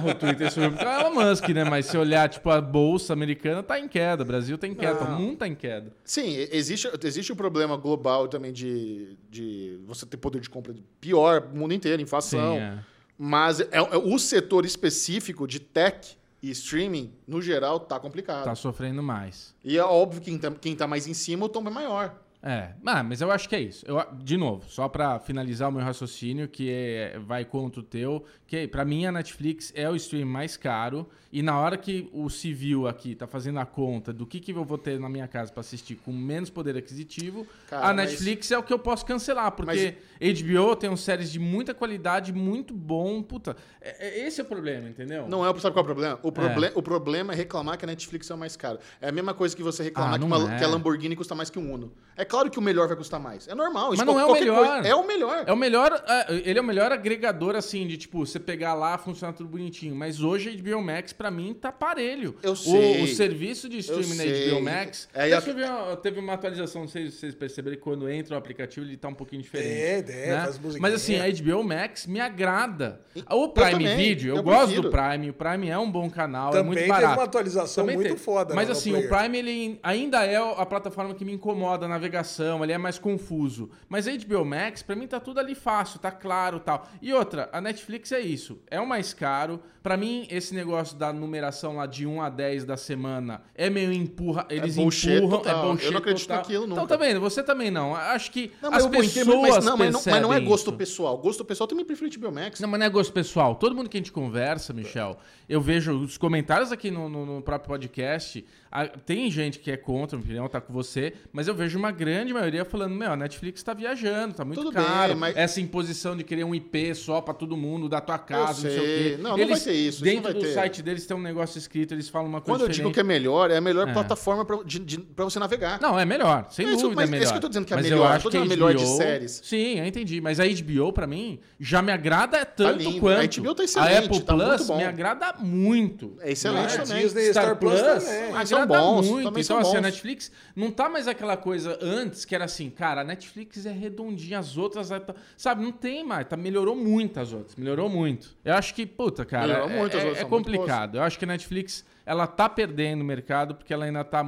C: o Twitter subiu porque é Elon Musk, né? Mas se olhar, tipo, a bolsa americana tá em queda, o Brasil tá em queda, o mundo tá em queda.
D: Sim, e- existe, existe o problema global também de, de você ter poder de compra pior, mundo inteiro, inflação.
C: Sim, é.
D: Mas é, é o setor específico de tech e streaming, no geral, tá complicado.
C: Tá sofrendo mais.
D: E é óbvio que quem tá, quem tá mais em cima, o tombo é maior.
C: É, ah, mas eu acho que é isso. Eu, a- de novo, só pra finalizar o meu raciocínio, que é- vai contra o teu, que pra mim a Netflix é o stream mais caro e na hora que o civil aqui tá fazendo a conta do que, que eu vou ter na minha casa pra assistir com menos poder aquisitivo,
D: Cara,
C: a
D: mas-
C: Netflix é o que eu posso cancelar, porque HBO tem umas séries de muita qualidade, muito bom, puta. é- é- esse é o problema, entendeu?
D: Não é, o- sabe qual é o problema? O, proble o problema é reclamar que a Netflix é o mais caro. É a mesma coisa que você reclamar
C: Ah,
D: que,
C: não
D: uma-
C: é.
D: que a Lamborghini custa mais que um Uno. É claro que o melhor vai custar mais. É normal.
C: Mas não é o
D: qualquer
C: melhor.
D: coisa- É o melhor.
C: É o melhor. é, Ele é o melhor agregador, assim, de tipo, você pegar lá, funcionar tudo bonitinho. Mas hoje a HBO Max, pra mim, tá parelho.
D: Eu
C: O-
D: sei.
C: O, serviço de streaming da
D: sei.
C: HBO Max.
D: É, e
C: até
D: a-
C: teve, uma, teve uma atualização, não sei se vocês perceberam, que quando entra o aplicativo, ele tá um pouquinho diferente.
A: É, é, faz musiquinha.
C: Mas assim, a HBO Max me agrada. O
D: eu
C: Prime
D: também,
C: Video, eu,
D: eu
C: gosto
D: prefiro.
C: do Prime. O Prime é um bom canal, é
A: Também
C: muito
A: teve
C: barato.
A: uma atualização
C: Também
A: muito
C: teve.
A: foda. né,
C: Mas
D: né,
A: no- no
C: assim, o
A: player.
C: Prime ele ainda é a plataforma que me incomoda a navegação, ele é mais confuso. Mas a HBO Max, pra mim tá tudo ali fácil, tá claro, tal. E outra, a Netflix é isso, é o mais caro. Pra mim esse negócio da numeração lá de 1 a 10 da semana é meio empurra, eles
D: bullshit
C: empurram,
D: total.
C: é bullshit
D: Eu não acredito
C: total.
D: naquilo
C: Então
D: nunca.
C: tá vendo, você também não. Acho que
D: Não, mas
C: as
D: eu vou
C: pessoas
D: entender, mas, não, mas, não, mas
C: percebem
D: não é gosto
C: isso.
D: pessoal. Gosto pessoal também prefiro HBO Max.
C: Não, mas não é gosto pessoal. Todo mundo que a gente conversa, Michel, eu vejo os comentários aqui no, no- no próprio podcast. a- tem gente que é contra, minha opinião, tá com você, mas eu vejo uma grande grande maioria falando, meu, a Netflix tá viajando, tá muito
D: Tudo bem,
C: caro.
D: mas-
C: Essa imposição de querer um IP só pra todo mundo, da tua casa, não sei
D: sei.
C: o quê.
D: Não, não vai ter isso, isso
C: Dentro
D: não vai
C: do
D: ter.
C: site deles tem um negócio escrito, eles falam uma coisa
D: Quando eu digo
C: diferente.
D: que é melhor, é a melhor
C: É.
D: plataforma pra, de- de- pra você navegar.
C: Não, é melhor, sem
D: É isso-
C: dúvida
D: mas
C: é
D: é
C: melhor.
D: isso que eu tô dizendo que é
C: Mas
D: melhor,
C: Eu
D: eu
C: acho
D: tô
C: que a HBO,
D: dizendo melhor de séries.
C: Sim, eu entendi. Mas a HBO, pra mim, já me agrada tanto
D: Tá lindo,
C: quanto.
D: a HBO tá excelente,
C: Apple
D: tá muito
C: Plus
D: bom.
C: me agrada muito.
D: É excelente
A: É,
D: também.
A: Disney Star, Plus, também.
D: Mas
C: Mas
D: são
C: agrada
D: bons,
C: muito.
D: também
C: Então,
D: são
C: assim, a
D: bons.
C: Netflix não tá mais aquela coisa antes que era assim, cara, a Netflix é redondinha, as outras. é ta- Sabe, não tem mais. Tá, melhorou muito as outras. Melhorou muito. Eu acho que, puta, cara.
D: Melhorou
C: é,
D: muito, as
C: é-
D: outras
C: é
D: são muito boas.
C: complicado. Eu acho que a Netflix, ela tá perdendo o mercado porque ela ainda tá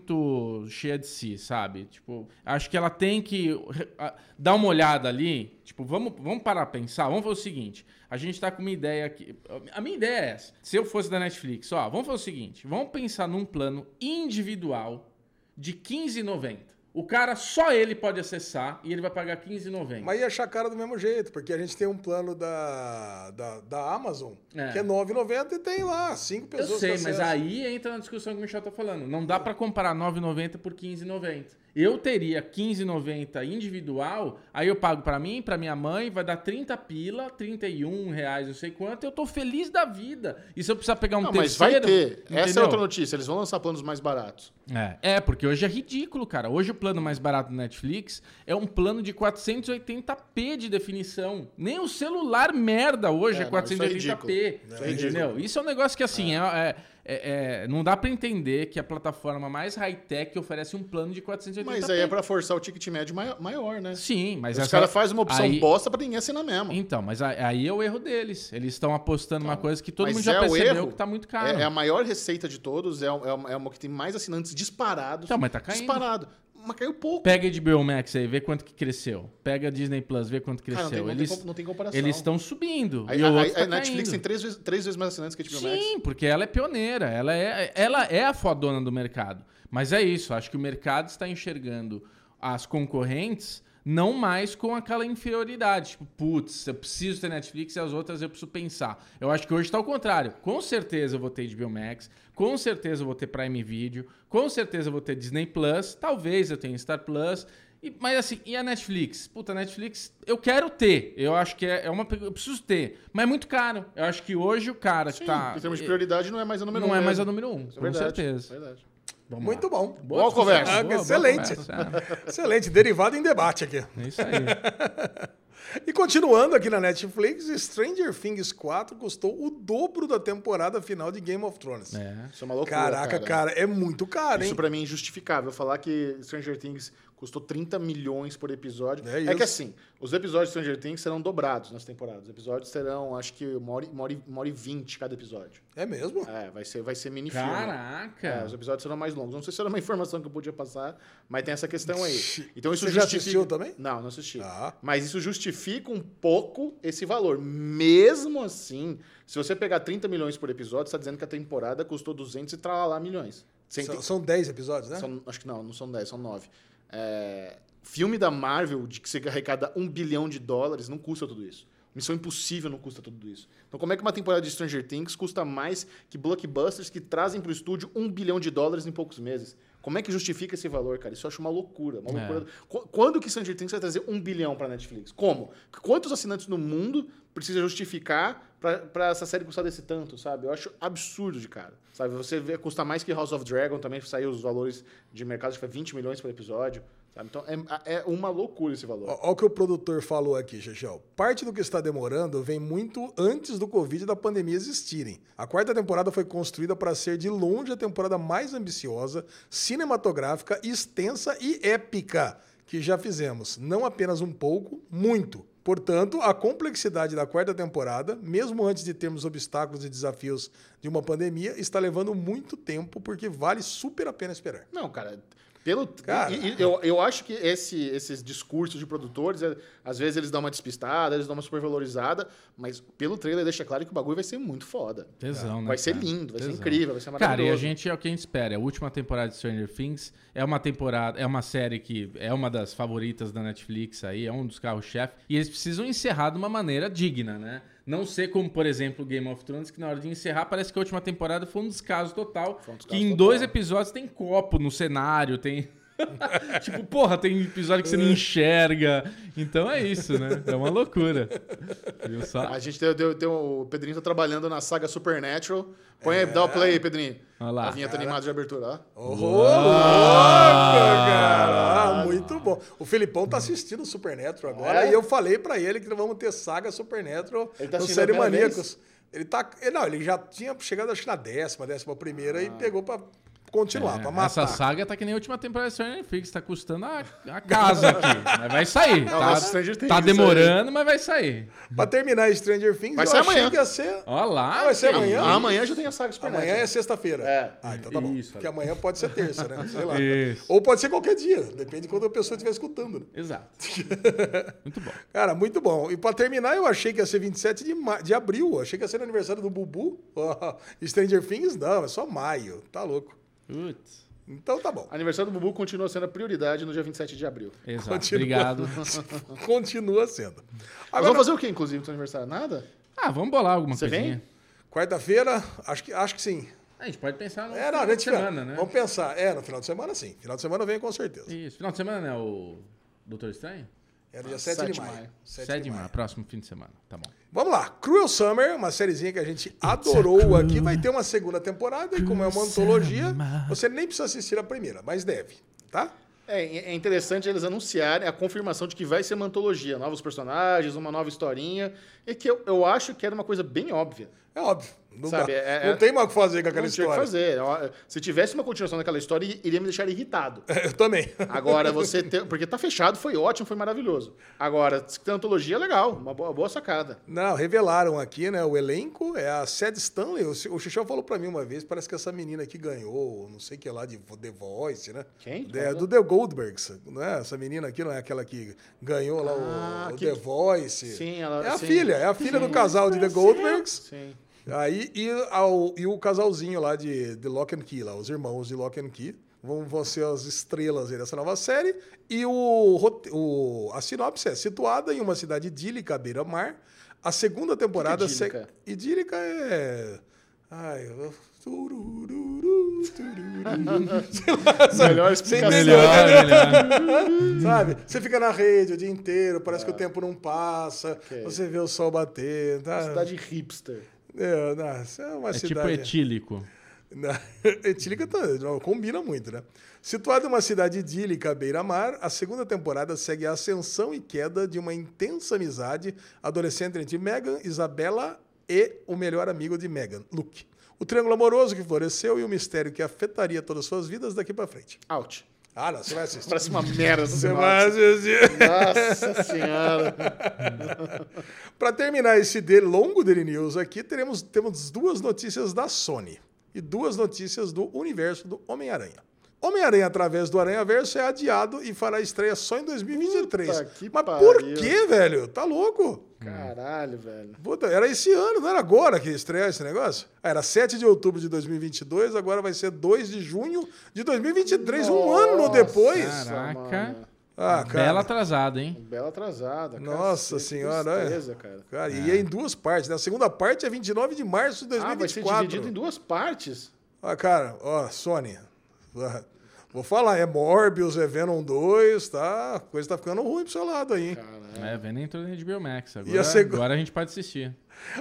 C: muito cheia de si, sabe? Tipo, acho que ela tem que re- a- dar uma olhada ali. Tipo, vamos, vamos parar pra pensar. Vamos fazer o seguinte. A gente tá com uma ideia aqui. A minha ideia é essa. Se eu fosse da Netflix, ó, vamos fazer o seguinte. Vamos pensar num plano individual de 15,90. O cara, só ele pode acessar e ele vai pagar 15,90.
A: Mas ia achar cara do mesmo jeito, porque a gente tem um plano da, da, da Amazon,
C: É.
A: que é R$ 9,90 e tem lá cinco
C: Eu
A: pessoas.
C: sei,
A: que
C: mas
A: acessam.
C: aí entra na discussão que o Michel tá falando. Não dá pra comparar 9,90 por 15,90. Eu teria 15,90 individual, aí eu pago pra mim, pra minha mãe, vai dar 30 pila, 31 reais, não sei quanto, eu tô feliz da vida. E se eu precisar pegar um
D: Não, mas vai
C: terceiro...
D: ter. Essa é
C: entendeu?
D: outra notícia. Eles vão lançar planos mais baratos.
C: É. é, porque hoje é ridículo, cara. Hoje o plano mais barato do Netflix é um plano de 480p de definição. Nem o celular merda hoje é,
D: É, não, isso é
C: 480p.
D: ridículo. Isso é
C: entendeu?
D: ridículo.
C: Isso é um negócio que, assim, é. é- é- é- não dá pra entender que a plataforma mais high-tech oferece um plano de 480p.
D: Mas aí é pra forçar o ticket médio mai- maior, né?
C: Sim, mas
D: Os
C: essa-
D: caras fazem uma opção
C: aí-
D: bosta pra ninguém assinar mesmo.
C: Então, mas a- aí é o erro deles. Eles estão apostando numa coisa que todo
D: Mas
C: mundo já
D: é o
C: percebeu
D: erro.
C: que tá muito caro.
D: É, é a maior receita de todos, é, o- é uma, é uma que tem mais assinantes disparados.
C: Então, mas tá caindo.
D: Disparado. Mas caiu pouco.
C: Pega HBO Max aí, vê quanto que cresceu. Pega a Disney Plus, vê quanto
D: Cara,
C: cresceu.
D: Ah, não tem, não tem
C: Eles-
D: com- não tem comparação.
C: Eles estão subindo.
D: Aí,
C: e o
D: a-
C: outro
D: a-
C: tá
D: a Netflix tem
C: caindo.
D: três vezes, três vezes mais assinantes que a HBO Max.
C: Sim, porque ela é pioneira, ela é, ela é a fodona do mercado. Mas é isso, acho que o mercado está enxergando as concorrentes não mais com aquela inferioridade. Tipo, putz, eu preciso ter Netflix e as outras eu preciso pensar. Eu acho que hoje está o contrário. Com certeza eu vou ter HBO Max, com certeza eu vou ter Prime Video, com certeza eu vou ter Disney Plus, talvez eu tenha Star Plus. E- mas assim, e a Netflix? Puta, a Netflix eu quero ter. Eu acho que é, é uma. pe- Eu preciso ter. Mas é muito caro. Eu acho que hoje o cara que
D: Sim,
C: tá.
D: Em termos de prioridade, não é mais a número
C: Não
D: um.
C: é
D: mesmo.
C: mais a número um,
D: Isso é
C: com
D: verdade,
C: certeza.
D: verdade.
C: Vamos
A: Muito
C: lá.
A: bom.
C: Boa
D: Boa conversa.
C: discussão,
A: Ah, excelente.
C: conversa,
A: Excelente, derivado em debate aqui.
C: é. É isso aí.
A: E continuando aqui na Netflix, Stranger Things 4 custou o dobro da temporada final de Game of Thrones.
C: É.
D: Isso é uma loucura,
A: Caraca, cara. é muito caro,
D: Isso
A: hein?
D: pra mim é injustificável. Falar que Stranger Things custou 30 milhões por episódio.
A: É
D: É,
A: isso.
D: que assim, os episódios de Stranger Things serão dobrados nas temporadas. Os episódios serão, acho que, uma hora, e- uma hora e- uma hora e vinte cada episódio.
A: É mesmo?
D: É, vai ser, vai ser mini filme.
C: Caraca.
D: É, os episódios serão mais longos. Não sei se era uma informação que eu podia passar, mas tem essa questão aí. Então isso
A: Você já
D: justifica-
A: assistiu também?
D: Não, não assisti.
A: Ah.
D: Mas isso justifica um pouco esse valor. Mesmo assim, se você pegar 30 milhões por episódio, está dizendo que a temporada custou 200 e tralalá milhões. Sem-
A: São, são 10 episódios, né?
D: são- acho que não, não são 10, são 9. filme da Marvel, de que você arrecada um bilhão de dólares, não custa tudo isso. Missão Impossível não custa tudo isso. Então, como é que uma temporada de Stranger Things custa mais que blockbusters que trazem pro estúdio um bilhão de dólares em poucos meses? Como é que justifica esse valor, cara? Isso eu acho uma loucura. Uma
C: É.
D: loucura. Qu- Quando que Stranger Things vai trazer um bilhão pra Netflix? Como? Quantos assinantes no mundo precisa justificar pra- pra essa série custar desse tanto, sabe? Eu acho absurdo de cara. Sabe? Você vê, custa mais que House of Dragon, também saiu os valores de mercado, acho que foi 20 milhões por episódio. Sabe? Então é, é uma loucura esse valor.
A: Olha o que o produtor falou aqui, Xexel. Parte do que está demorando vem muito antes do Covid e da pandemia existirem. A quarta temporada foi construída para ser de longe a temporada mais ambiciosa, cinematográfica, extensa e épica que já fizemos. Não apenas um pouco, muito. Portanto, a complexidade da quarta temporada, mesmo antes de termos obstáculos e desafios de uma pandemia, está levando muito tempo, porque vale super a pena esperar.
D: Não, cara. Pelo,
A: Cara.
D: e- e- eu, eu acho que esse- esses discursos de produtores, é, às vezes eles dão uma despistada, eles dão uma supervalorizada, mas pelo trailer deixa claro que o bagulho vai ser muito foda.
C: Tesão, né?
D: vai ser
C: cara?
D: lindo, vai ser
C: Tesão.
D: incrível, vai ser
C: Cara,
D: maravilhoso.
C: e a gente é o que a gente espera. A última temporada de Stranger Things é uma temporada, é uma série que é uma das favoritas da Netflix aí, é um dos carros-chefe. E eles precisam encerrar de uma maneira digna, né? Não ser como, por exemplo, Game of Thrones, que na hora de encerrar parece que a última temporada foi um descaso total.
D: Foi um descaso
C: que em
D: total.
C: dois episódios tem copo no cenário, tem. tipo, porra, tem episódio que você não enxerga. Então é isso, né? É uma loucura. Viu só?
D: A gente tem, tem- tem o o Pedrinho tá trabalhando na saga Supernatural. Põe aí, dá o play aí, Pedrinho.
C: Olha lá.
D: A vinheta animada de abertura. ó.
A: Ô, louco, cara! Ah, muito bom. O Felipão tá assistindo o Supernatural agora
D: É?
A: e eu falei pra ele que nós vamos ter saga Supernatural
D: Ele tá
A: no
D: assistindo
A: Série
D: a primeira
A: Maníacos. Ele tá. ele- Não, ele já tinha chegado acho que na décima, décima primeira
D: Ah.
A: e pegou pra continuar, pra
C: É,
A: matar.
C: Essa saga tá que nem a última temporada de Stranger Things, tá custando a, a casa aqui. Mas vai sair. tá
D: mas Stranger Things,
C: tá
D: isso aí.
C: demorando, mas vai sair.
A: Pra terminar Stranger Things,
D: Vai
A: eu
D: ser
A: achei
D: amanhã.
A: que ia ser.
C: Ó lá.
A: Ah, vai ser
C: que-
A: amanhã?
D: Amanhã já tem a saga Supernatural.
A: Amanhã é sexta-feira.
D: É.
A: Ah, então tá bom.
C: Isso.
A: Porque amanhã pode ser terça, né? Sei lá.
C: Isso.
A: Ou pode ser qualquer dia, depende de quando a pessoa estiver escutando. né?
C: Exato. Muito bom.
A: Cara, muito bom. E pra terminar, eu achei que ia ser 27 de, ma- de abril. Eu Achei que ia ser no aniversário do Bubu. Ó, Stranger Things, não, é só maio. Tá louco.
C: Putz.
A: Então tá bom.
D: Aniversário do Bubu continua sendo a prioridade no dia 27 de abril.
C: Exato.
A: Continua.
C: Obrigado.
A: Continua sendo.
D: Nós vamos
A: Agora,
D: fazer o quê, inclusive, no seu aniversário? Nada?
C: Ah, vamos bolar alguma
D: Você
C: coisinha.
D: vem?
A: quarta-feira, acho que, acho que sim.
C: A gente pode pensar no
A: É, não,
C: final
A: a
C: de
A: gente
C: semana, né?
A: Vamos pensar. É, no final de semana sim. Final de semana vem com certeza.
C: Isso. Final de semana, né? O Doutor Estranho?
A: É no dia 7, de
D: de
A: maio.
D: maio.
A: 7
C: 7 de maio. Próximo fim de semana. Tá bom.
A: Vamos lá, Cruel Summer, uma sériezinha que a gente adorou aqui, vai ter uma segunda temporada e como é uma antologia, você nem precisa assistir a primeira, mas deve, tá?
D: É, é interessante eles anunciarem a confirmação de que vai ser uma antologia, novos personagens, uma nova historinha, e que eu, eu acho que era uma coisa bem óbvia.
A: É óbvio, não,
D: Sabe,
A: dá-
D: é-
A: não
D: é-
A: tem mais o que fazer com aquela
D: não tinha o
A: história.
D: que fazer. Eu- Se tivesse uma continuação daquela história, iria me deixar irritado.
A: Eu também.
D: Agora, você ter. Porque tá fechado, foi ótimo, foi maravilhoso. Agora, se tem antologia, legal, uma boa, boa sacada.
A: Não, revelaram aqui, né, o elenco, é a Sad Stanley, o, o Xixão falou pra mim uma vez, parece que essa menina aqui ganhou, não sei o que lá, de The Voice, né?
D: Quem?
A: É, do The Goldbergs, não é? Essa menina aqui não é aquela que ganhou lá o-
D: Ah,
A: o,
D: que-
A: The Voice.
D: Sim, ela-
A: É a
D: sim.
A: filha, é a filha do casal de The Goldbergs.
D: Sim.
A: Aí e, ao- e o casalzinho lá de, de Lock and Key, lá, os irmãos de Lock and Key, vão, vão ser as estrelas aí dessa nova série. E o, rote- o- a sinopse é situada em uma cidade idílica à beira-mar. A segunda
D: que
A: temporada.
D: é idílica?
A: se- idílica é. Ai, eu- turururu, turururu. Sei lá, sabe?
D: Melhor
A: Você
D: explicação.
A: entendeu,
C: Melhor,
A: entendeu?
C: melhor.
A: Sabe? Você fica na rede o dia inteiro, parece que o tempo não passa,
D: Ah. Ok.
A: você vê o sol bater. Tá?
D: Cidade hipster.
A: É, nossa, é uma
C: É tipo
A: cidade.
C: etílico.
A: Na- Etílica tá- não, combina muito, né? Situada em uma cidade idílica à beira-mar, a segunda temporada segue a ascensão e queda de uma intensa amizade adolescente entre Megan, Isabela e o melhor amigo de Megan, Luke. O triângulo amoroso que floresceu e o mistério que afetaria todas as suas vidas daqui pra frente.
D: Out.
A: Ah, não, você vai assistir.
D: Parece uma merda essa
A: Você
D: semana.
A: vai assistir.
D: Nossa senhora.
A: Para terminar esse de longo Daily News aqui, teremos, temos duas notícias da Sony e duas notícias do universo do Homem-Aranha. Homem-Aranha através do Aranha-Verso é adiado e fará estreia só em 2023.
D: Puta que
A: Mas por
D: pariu.
A: quê, velho? Tá louco?
D: Caralho, velho.
A: Puta, era esse ano, não era agora que ia estrear esse negócio? Ah, Era 7 de outubro de 2022, agora vai ser 2 de junho de 2023, um ano
D: Nossa,
A: depois.
C: Caraca.
D: mano.
A: Ah,
C: Bela atrasada, hein?
D: Bela atrasada. cara.
A: Nossa
D: Que
A: senhora, é.
D: tristeza, cara.
A: Cara, e é em duas partes, né? A segunda parte é 29 de março de
D: Ah, vai ser
A: 2024.
D: dividido em duas partes?
A: Ah, cara, ó, Sony. ah, Vou falar, é Morbius, é Venom 2, tá? A coisa tá ficando ruim pro seu lado aí, hein?
D: Caralho.
C: É, vendo entrou na HBO Max.
A: E
C: Agora,
A: a seg-
C: agora a gente pode assistir.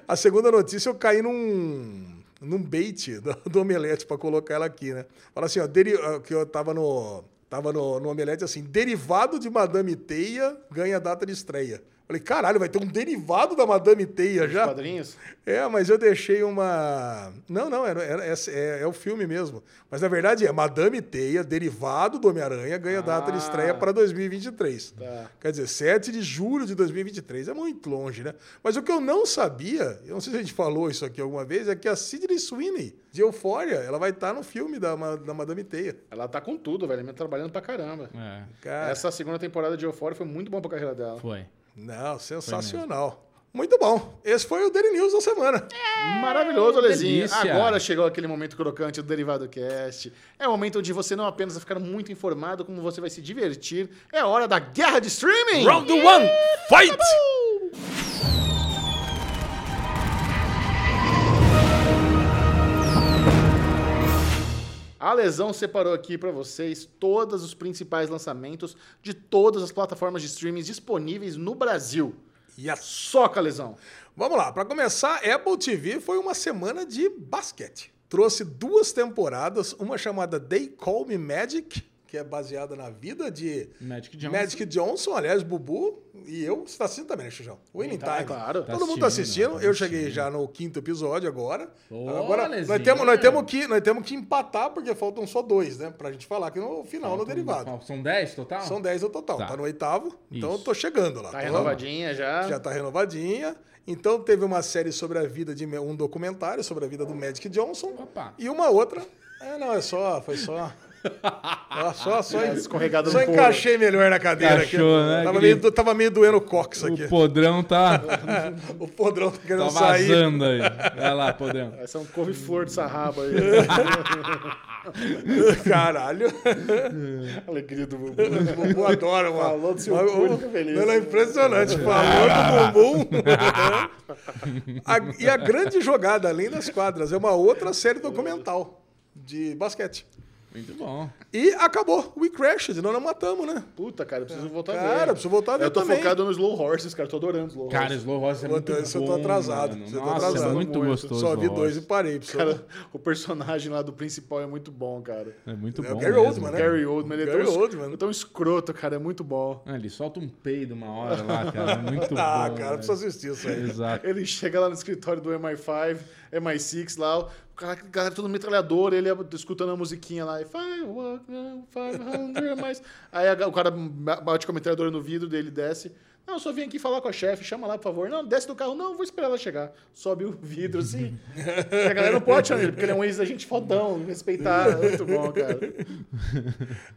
A: A segunda notícia, eu caí num, num bait do, do Omelete pra colocar ela aqui, né? Fala assim, ó, deri- ah, que eu tava no. Tava no, no Omelete assim, derivado de Madame Teia ganha data de estreia. Falei, caralho, vai ter um derivado da Madame Teia já?
D: Quadrinhos?
A: É, mas eu deixei uma. Não, não, era- era- é, é- é o filme mesmo. Mas na verdade é Madame Teia, derivado do Homem-Aranha, ganha data de estreia para 2023.
D: Ah. Tá.
A: Quer dizer, 7 de julho de 2023. É muito longe, né? Mas o que eu não sabia, eu não sei se a gente falou isso aqui alguma vez, é que a Sidney Sweeney, de Euphoria, ela vai estar no filme da, Ma- da Madame Teia.
D: Ela tá com tudo, velho. Ela tá trabalhando pra caramba.
C: É,
A: Cara,
D: Essa segunda temporada de Euphoria foi muito bom pra carreira dela.
C: foi.
A: não, sensacional. Muito bom. Esse foi o Daily News da semana.
D: Maravilhoso, Alezinho.
C: É, delícia.
D: Agora chegou aquele momento crocante do Derivado Cast. É o momento onde você não apenas vai ficar muito informado, como você vai se divertir. É a hora da guerra de streaming!
A: Round one, fight!
D: A Lesão separou aqui para vocês todos os principais lançamentos de todas as plataformas de streaming disponíveis no Brasil.
A: Yes.
D: Soca, Lesão!
A: Vamos lá, para começar, Apple TV foi uma semana de basquete. Trouxe duas temporadas, uma chamada They Call Me Magic, que é baseada na vida de
C: Magic Johnson.
A: Magic Johnson, aliás, Bubu e eu. Você tá assistindo também, né, Xijão? Winning
D: tá,
A: Time.
D: claro.
A: Todo mundo tá
C: assistindo,
A: assistindo.
C: tá
A: eu cheguei
C: assistindo.
A: já no quinto episódio agora.
C: Ô,
A: agora, nós
C: Lezinho.
A: temos, nós, temos que, nós temos que empatar, porque faltam só dois, né? Pra gente falar aqui no final, no derivado.
C: um São 10 total?
A: São dez no total. Tá,
C: Tá.
A: no oitavo, então eu
C: Isso.
A: tô chegando lá.
D: Tá
A: Tô-
D: renovadinha
C: Ah.
D: já.
A: já tá renovadinha. Então teve uma série sobre a vida de um documentário sobre a vida do Magic Johnson
C: Opa.
A: e uma outra. É, não, é só, foi só. Ó, Só, só,
D: É, escorregado
A: só
D: no couro.
A: encaixei melhor na cadeira
C: Encaixou,
A: aqui.
C: né,
A: tava,
C: querido?
A: meio, do- tava meio doendo o cox aqui.
C: O podrão tá,
A: O podrão tá
C: tá
A: querendo sair.
C: vazando aí. Vai lá, podrão.
D: Essa é um couve-flor de sarraba aí.
A: Caralho.
D: Alegria do Bubu.
A: O Bubu adora, mano.
D: Falou do seu
A: Mas,
D: cu, ele
A: ô,
D: fica feliz.
A: Ela é impressionante. Falou do bumbum. A- e a grande jogada, além das quadras, é uma outra série documental de basquete.
C: Muito bom.
A: E acabou. We crashed. Nós não matamos, né?
D: Puta, cara, eu preciso voltar a ver.
A: Cara, Ah, eu preciso voltar a ver
D: Tá Eu tô
A: também.
D: focado nos Slow Horses, cara. Tô adorando Slow
C: Cara,
D: Horses.
C: Slow Horse é muito
A: Puta, esse eu
C: bom.
A: tô atrasado,
C: mano.
A: esse eu tô
C: Nossa,
A: atrasado.
C: é muito
D: Muito.
C: gostoso.
A: Só vi
C: Slow
A: dois e
C: Horse.
A: parei. Pessoal.
D: Cara, o personagem lá do principal é muito bom, cara.
C: É muito
A: É o
C: bom.
A: Gary
C: mesmo.
A: Oldman, né?
D: Gary Oldman, ele é
A: Gary
D: tão, es-
A: Oldman, né?
D: tão escroto, cara. É muito bom.
C: Ah, ele solta um peido uma hora lá, cara. É muito bom.
A: ah, cara,
C: velho.
A: precisa assistir isso aí.
C: Exato.
D: Ele chega lá no escritório do MI5, MI6 lá, o cara, a galera todo metralhador, ele escutando a musiquinha lá, e "Five, one, two, five hundred mais. Aí a- o cara bate com a metralhadora no vidro dele, desce. Não, eu só vim aqui falar com a chefe, chama lá, por favor. Não, desce do carro. Não, vou esperar ela chegar. Sobe o vidro, assim. E a galera não pode chamar ele, porque ele é um ex-agente fodão, respeitar. É Muito bom, cara.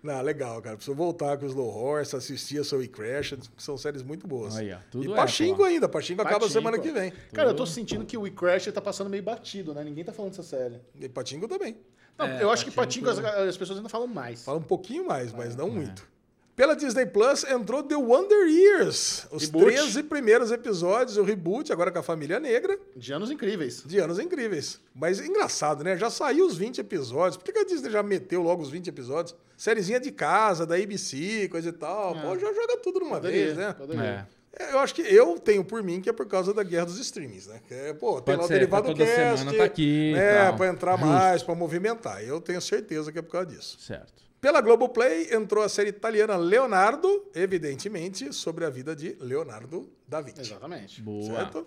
A: Não, legal, cara. Preciso voltar com o Slow Horse, assistir a Soul Crash, que são séries muito boas.
C: Aí, ó, tudo
A: e
C: é,
A: Pachinko
C: pô.
A: ainda. Pachinko acaba
D: Pachinko.
A: semana que vem.
D: Cara, eu tô sentindo que o We Crash tá passando meio batido, né? Ninguém tá falando dessa série.
A: E Pachinko também.
D: Não,
C: É,
D: eu
A: tá
D: acho que
C: Pachinko-
D: Patinco as, as pessoas ainda falam mais.
A: Fala um pouquinho mais, mas
C: É.
A: não muito. Pela Disney Plus entrou The Wonder Years. Os
D: Reboot.
A: 13 primeiros episódios, o reboot, agora com a família negra,
D: De anos incríveis.
A: de anos incríveis. Mas engraçado, né? Já saiu os 20 episódios. Por que que a Disney já meteu logo os 20 episódios? Sériezinha de casa, da ABC, coisa e tal. Pô, já joga tudo numa vez, né?
D: poderia.
C: É.
A: É, Eu acho que eu tenho por mim que é por causa da guerra dos streams, né? Que é, pô, tem
C: Pode
A: lá o
C: ser,
A: derivado
C: pra toda
A: cast,
C: semana tá aqui e
A: né,
C: tal.
A: pra entrar
C: Justo.
A: mais, pra movimentar. Eu tenho certeza que é por causa disso.
C: Certo.
A: Pela Globoplay entrou a série italiana Leonardo, evidentemente, sobre a vida de Leonardo da Vinci.
D: Exatamente.
C: É. Boa.
A: Certo?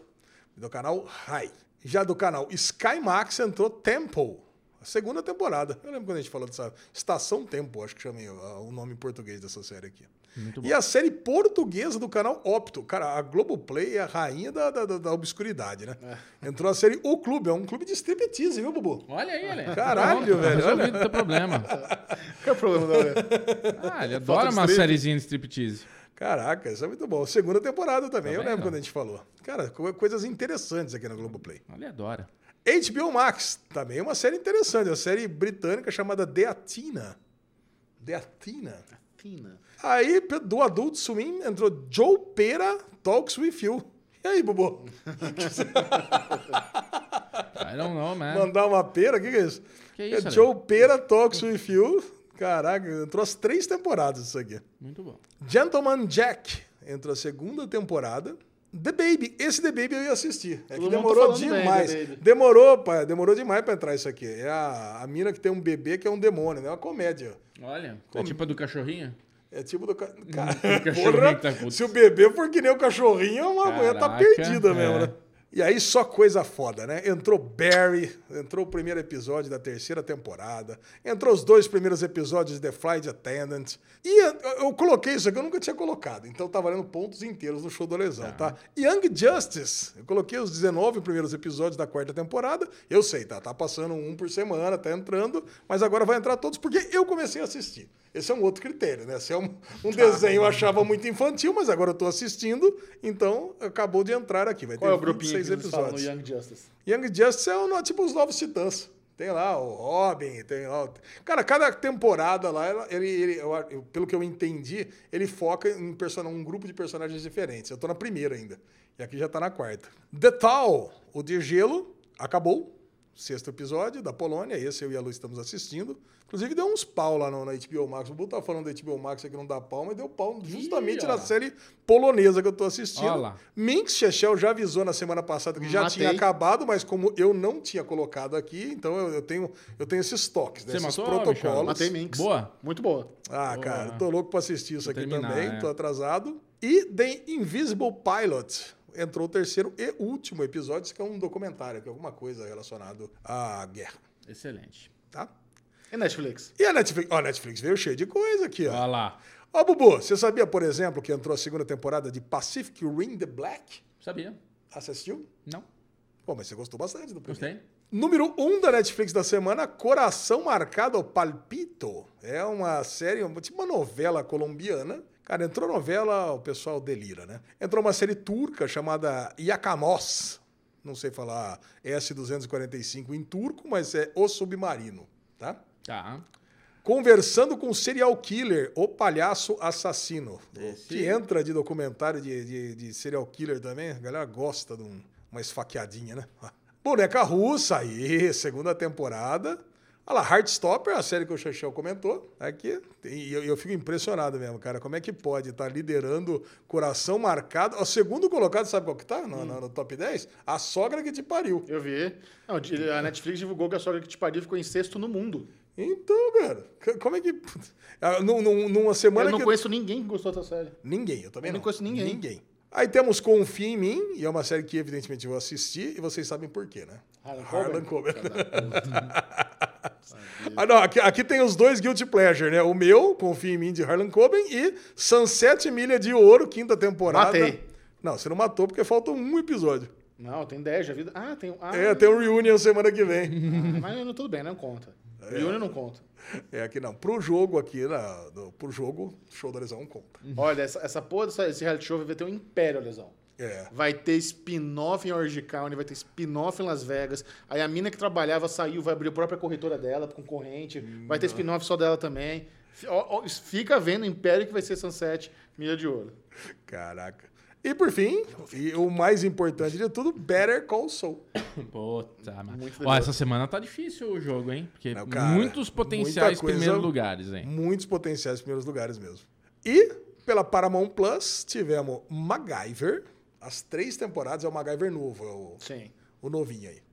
A: Do canal Rai. Já do canal Sky Max entrou Temple, a segunda temporada. Eu lembro quando a gente falou dessa Estação Tempo, acho que chamei ah, o nome em português dessa série aqui.
C: Muito bom.
A: E a série portuguesa do canal Opto. Cara, a Globoplay é a rainha da, da, da- da obscuridade, né? Entrou a série O Clube, é um clube de striptease, viu, Bubu?
C: Olha aí, olha.
A: Caralho,
C: Pronto,
A: velho,
C: Resolvido o teu problema.
D: Qual é o problema da
C: Ah, ele adora
D: de
C: uma
D: strip.
C: sériezinha de striptease.
A: Caraca, isso é muito bom. Segunda temporada também, eu
C: Também
A: lembro
C: não.
A: quando a gente falou. Cara, co- coisas interessantes aqui na Globoplay.
C: Ele adora.
A: HBO Max, também é uma série interessante, uma série britânica chamada The Athena. The Athena.
D: Tina?
A: Aí, pe- do Adult Swim, entrou Joe Pera Talks With You. E aí, Bubu?
C: I don't know, man.
A: Mandar uma pera? O que, que é isso?
C: Que isso,
A: é
C: Ale?
A: Joe Pera Talks With You. Caraca, entrou as três temporadas isso aqui.
C: Muito bom.
A: Gentleman Jack entra a segunda temporada. The Baby, esse The Baby eu ia assistir. É
D: Todo mundo
A: que
D: tá
A: demorou
D: falando bem,
A: demais.
D: The Baby.
A: demorou, pai, demorou demais pra entrar isso aqui. É a, a mina que tem um bebê que é um demônio, né? É uma comédia.
C: Olha, é tipo a do cachorrinho?
A: É tipo do. ca- Cara,
C: Um cachorrinho
A: porra,
C: que tá puto.
A: se o bebê for que nem o cachorrinho, é uma mulher tá
C: Caraca,
A: perdida mesmo,
C: é.
A: né? E aí, só coisa foda, né? Entrou Barry, entrou o primeiro episódio da terceira temporada, entrou os dois primeiros episódios de The Flight Attendant. E eu, eu coloquei isso aqui, eu nunca tinha colocado, então tá valendo pontos inteiros no show do Lesão, tá? Young Justice, eu coloquei os 19 primeiros episódios da quarta temporada. Eu sei, tá? Tá passando um por semana, tá entrando, mas agora vai entrar todos porque eu comecei a assistir. Esse é um outro critério, né? Se é um, um desenho eu achava muito infantil, mas agora eu tô assistindo, então acabou de entrar aqui. Vai
D: Qual é
A: ter
D: o grupinho que
A: 26
D: eles falam no
A: episódios.
D: Young Justice?
A: Young Justice é um, tipo os novos titãs. Tem lá o Robin, tem lá. o- Cara, cada temporada lá, ela- ele, ele- eu a- eu- pelo que eu entendi, ele foca em persona- um grupo de personagens diferentes. Eu tô na primeira ainda. E aqui já tá na quarta. The Tal, o de gelo, acabou. sexto episódio da Polônia, esse eu e a Lu estamos assistindo. Inclusive deu uns pau lá no, na HBO Max. O Bull tá falando da HBO Max aqui não dá pau, mas deu pau justamente
C: Ih, ó.
A: na série polonesa que eu tô assistindo.
C: Ó lá.
A: Minx Chechel já avisou na semana passada que já
D: Matei.
A: tinha acabado, mas como eu não tinha colocado aqui, então eu, eu tenho, eu tenho esses toques, né?
C: Você
A: esses
C: matou, Michel?
A: protocolos.
D: Matei Minx.
C: Boa.
D: Muito boa.
A: Ah,
C: Boa.
A: cara, tô louco pra assistir isso
C: Vou
A: aqui
C: terminar,
A: também,
C: é.
A: tô atrasado. E The Invisible Pilot. Entrou o terceiro e último episódio, isso que é um documentário, que é alguma coisa relacionada à guerra,
C: Excelente.
A: tá?
D: E Netflix?
A: E a Netflix? Ó, a Netflix veio cheio de coisa aqui, ó.
C: Olha lá.
A: Ó, Bubu, você sabia, por exemplo, que entrou a segunda temporada de Pacific Rim The Black?
C: Sabia?
A: Ah, você assistiu?
C: Não?
A: Pô, mas você gostou bastante do primeiro.
C: Gostei?
A: Número 1 um da Netflix da semana, Coração Marcado ao Palpito. É uma série, uma- tipo uma novela colombiana. Cara, entrou novela, o pessoal delira, né? Entrou uma série turca chamada Yakamos. Não sei falar S-245 em turco, mas é O Submarino, tá?
C: Tá.
A: Conversando com o serial killer, o palhaço assassino.
D: É,
C: Esse-
A: Que entra de documentário de, de- de serial killer também. A galera gosta de um- uma esfaqueadinha, né? Boneca russa aí, segunda temporada. Olha lá, Heartstopper, a série que o Xaxão comentou. Aqui. E eu, eu fico impressionado mesmo, cara. Como é que pode estar liderando coração marcado? O segundo colocado, sabe qual que tá? No,
D: Hum.
A: no- no top 10? A sogra que te pariu.
D: Eu vi. Não, di- a Netflix divulgou que a sogra que te pariu ficou em sexto no mundo.
A: Então, cara, c- como é que. Ah, num- num- Numa semana
D: eu não
A: que.
D: conheço ninguém que gostou dessa série.
A: Ninguém, eu também
D: Eu
A: não.
D: não conheço ninguém.
A: Aí temos Confia em Mim, e é uma série que evidentemente eu vou assistir, e vocês sabem por quê, né?
D: Harlan
A: Coben. Ah, não, aqui, aqui tem os dois Guilty Pleasure, né? O meu, Confia em Mim, de Harlan Coben, e Sunset Milha de Ouro, quinta temporada.
D: Matei.
A: Não, você não matou porque falta um episódio.
D: Não, tem 10, já vi. Ah, tem. Ah,
A: É, tem um reunion semana que vem.
D: ah, mas não, tudo bem, não conta. Reunion não conta.
A: É aqui não. Pro jogo aqui, na, do- pro jogo, show da lesão um conta.
D: Olha, essa, essa porra dessa- esse reality show vai ter um império, lesão.
A: É.
D: Vai ter spin-off em Orange County, vai ter spin-off em Las Vegas. Aí a mina que trabalhava saiu, vai abrir a própria corretora dela, concorrente. Vai ter spin-off só dela também. F- ó, ó, Fica vendo o império que vai ser Sunset, milha de ouro.
A: Caraca. E por fim, e o mais importante de tudo, Better Call Saul.
C: Puta,
D: Muito
C: mas... Ó,
D: legal.
C: essa semana tá difícil o jogo, hein? Porque
A: Não, cara,
C: muitos potenciais
A: muita coisa-
C: primeiros lugares, hein?
A: Muitos potenciais primeiros lugares mesmo. E pela Paramount Plus tivemos MacGyver, as três temporadas é o MacGyver novo, é o,
D: Sim.
A: o novinho aí.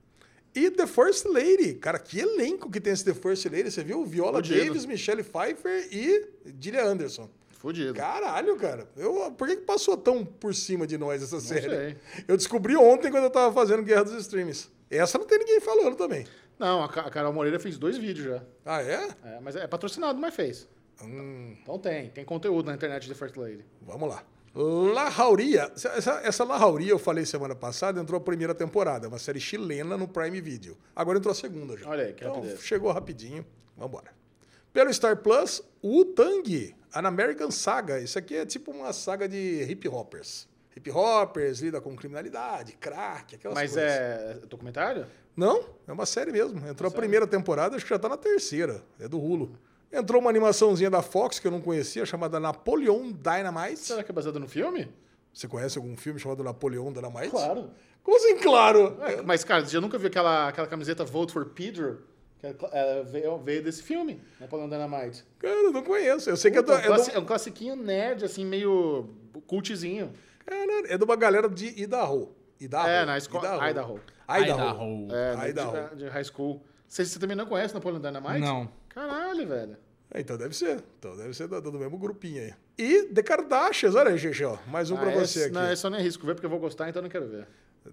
A: E The First Lady, cara, que elenco que tem esse The First Lady, você viu? Viola
D: Fudido.
A: Davis, Michelle Pfeiffer e Gillian Anderson.
D: Fudido.
A: Caralho, cara. Eu, por que que passou tão por cima de nós essa série?
D: sei.
A: Eu descobri ontem quando eu tava fazendo Guerra dos Streams. Essa não tem ninguém falando também.
D: Não, a Ca- a Carol Moreira fez dois vídeos já.
A: Ah, é?
D: É, mas é patrocinado, mas fez.
A: Hum.
D: Então tem, tem conteúdo na internet de First Lady.
A: Vamos lá. La Jauria. Essa- Essa, essa La Jauria, eu falei semana passada, entrou a primeira temporada, uma série chilena no Prime Video. Agora entrou a segunda já.
D: Olha aí, que
A: então,
D: rapidez.
A: chegou rapidinho. Vamos embora. Pelo Star Plus, o Tang, An American Saga. Isso aqui é tipo uma saga de hip hoppers. Hip hoppers lida com criminalidade, crack, aquelas
D: Mas
A: coisas.
D: é documentário?
A: Não, é uma série mesmo. Entrou a primeira temporada, acho que já tá na terceira. É do Hulu. Entrou uma animaçãozinha da Fox que eu não conhecia, chamada Napoleon Dynamite.
D: Será que é baseado no filme?
A: Você conhece algum filme chamado Napoleão Dynamite?
D: Claro.
A: Como assim, claro?
D: É, mas, cara, você já nunca viu aquela, aquela camiseta Vote for Pedro? Que é- é, veio, veio desse filme, Napoleão Dynamite.
A: Cara, eu não conheço. Eu sei que é, do,
D: Puta, é, um
A: é, do-
D: classi- é um classiquinho nerd, assim, meio cultizinho.
A: Caralho, é de uma galera de Idaho. Idaho.
D: É, na escola-
A: Ah, Idaho. Ah,
C: Idaho.
A: Idaho.
D: É,
A: Ai, da
D: de,
A: hora.
D: de high school. Você, você também não conhece Napoleão Dynamite?
C: Não.
D: Caralho, velho.
A: É, Então deve ser. Então deve ser do, do mesmo grupinho aí. E The Kardashians, olha aí, Gigi, ó. Mais um pra
D: Ah,
A: você
D: esse-
A: aqui.
D: Não, esse eu nem arrisco ver porque eu vou gostar, então eu não quero ver.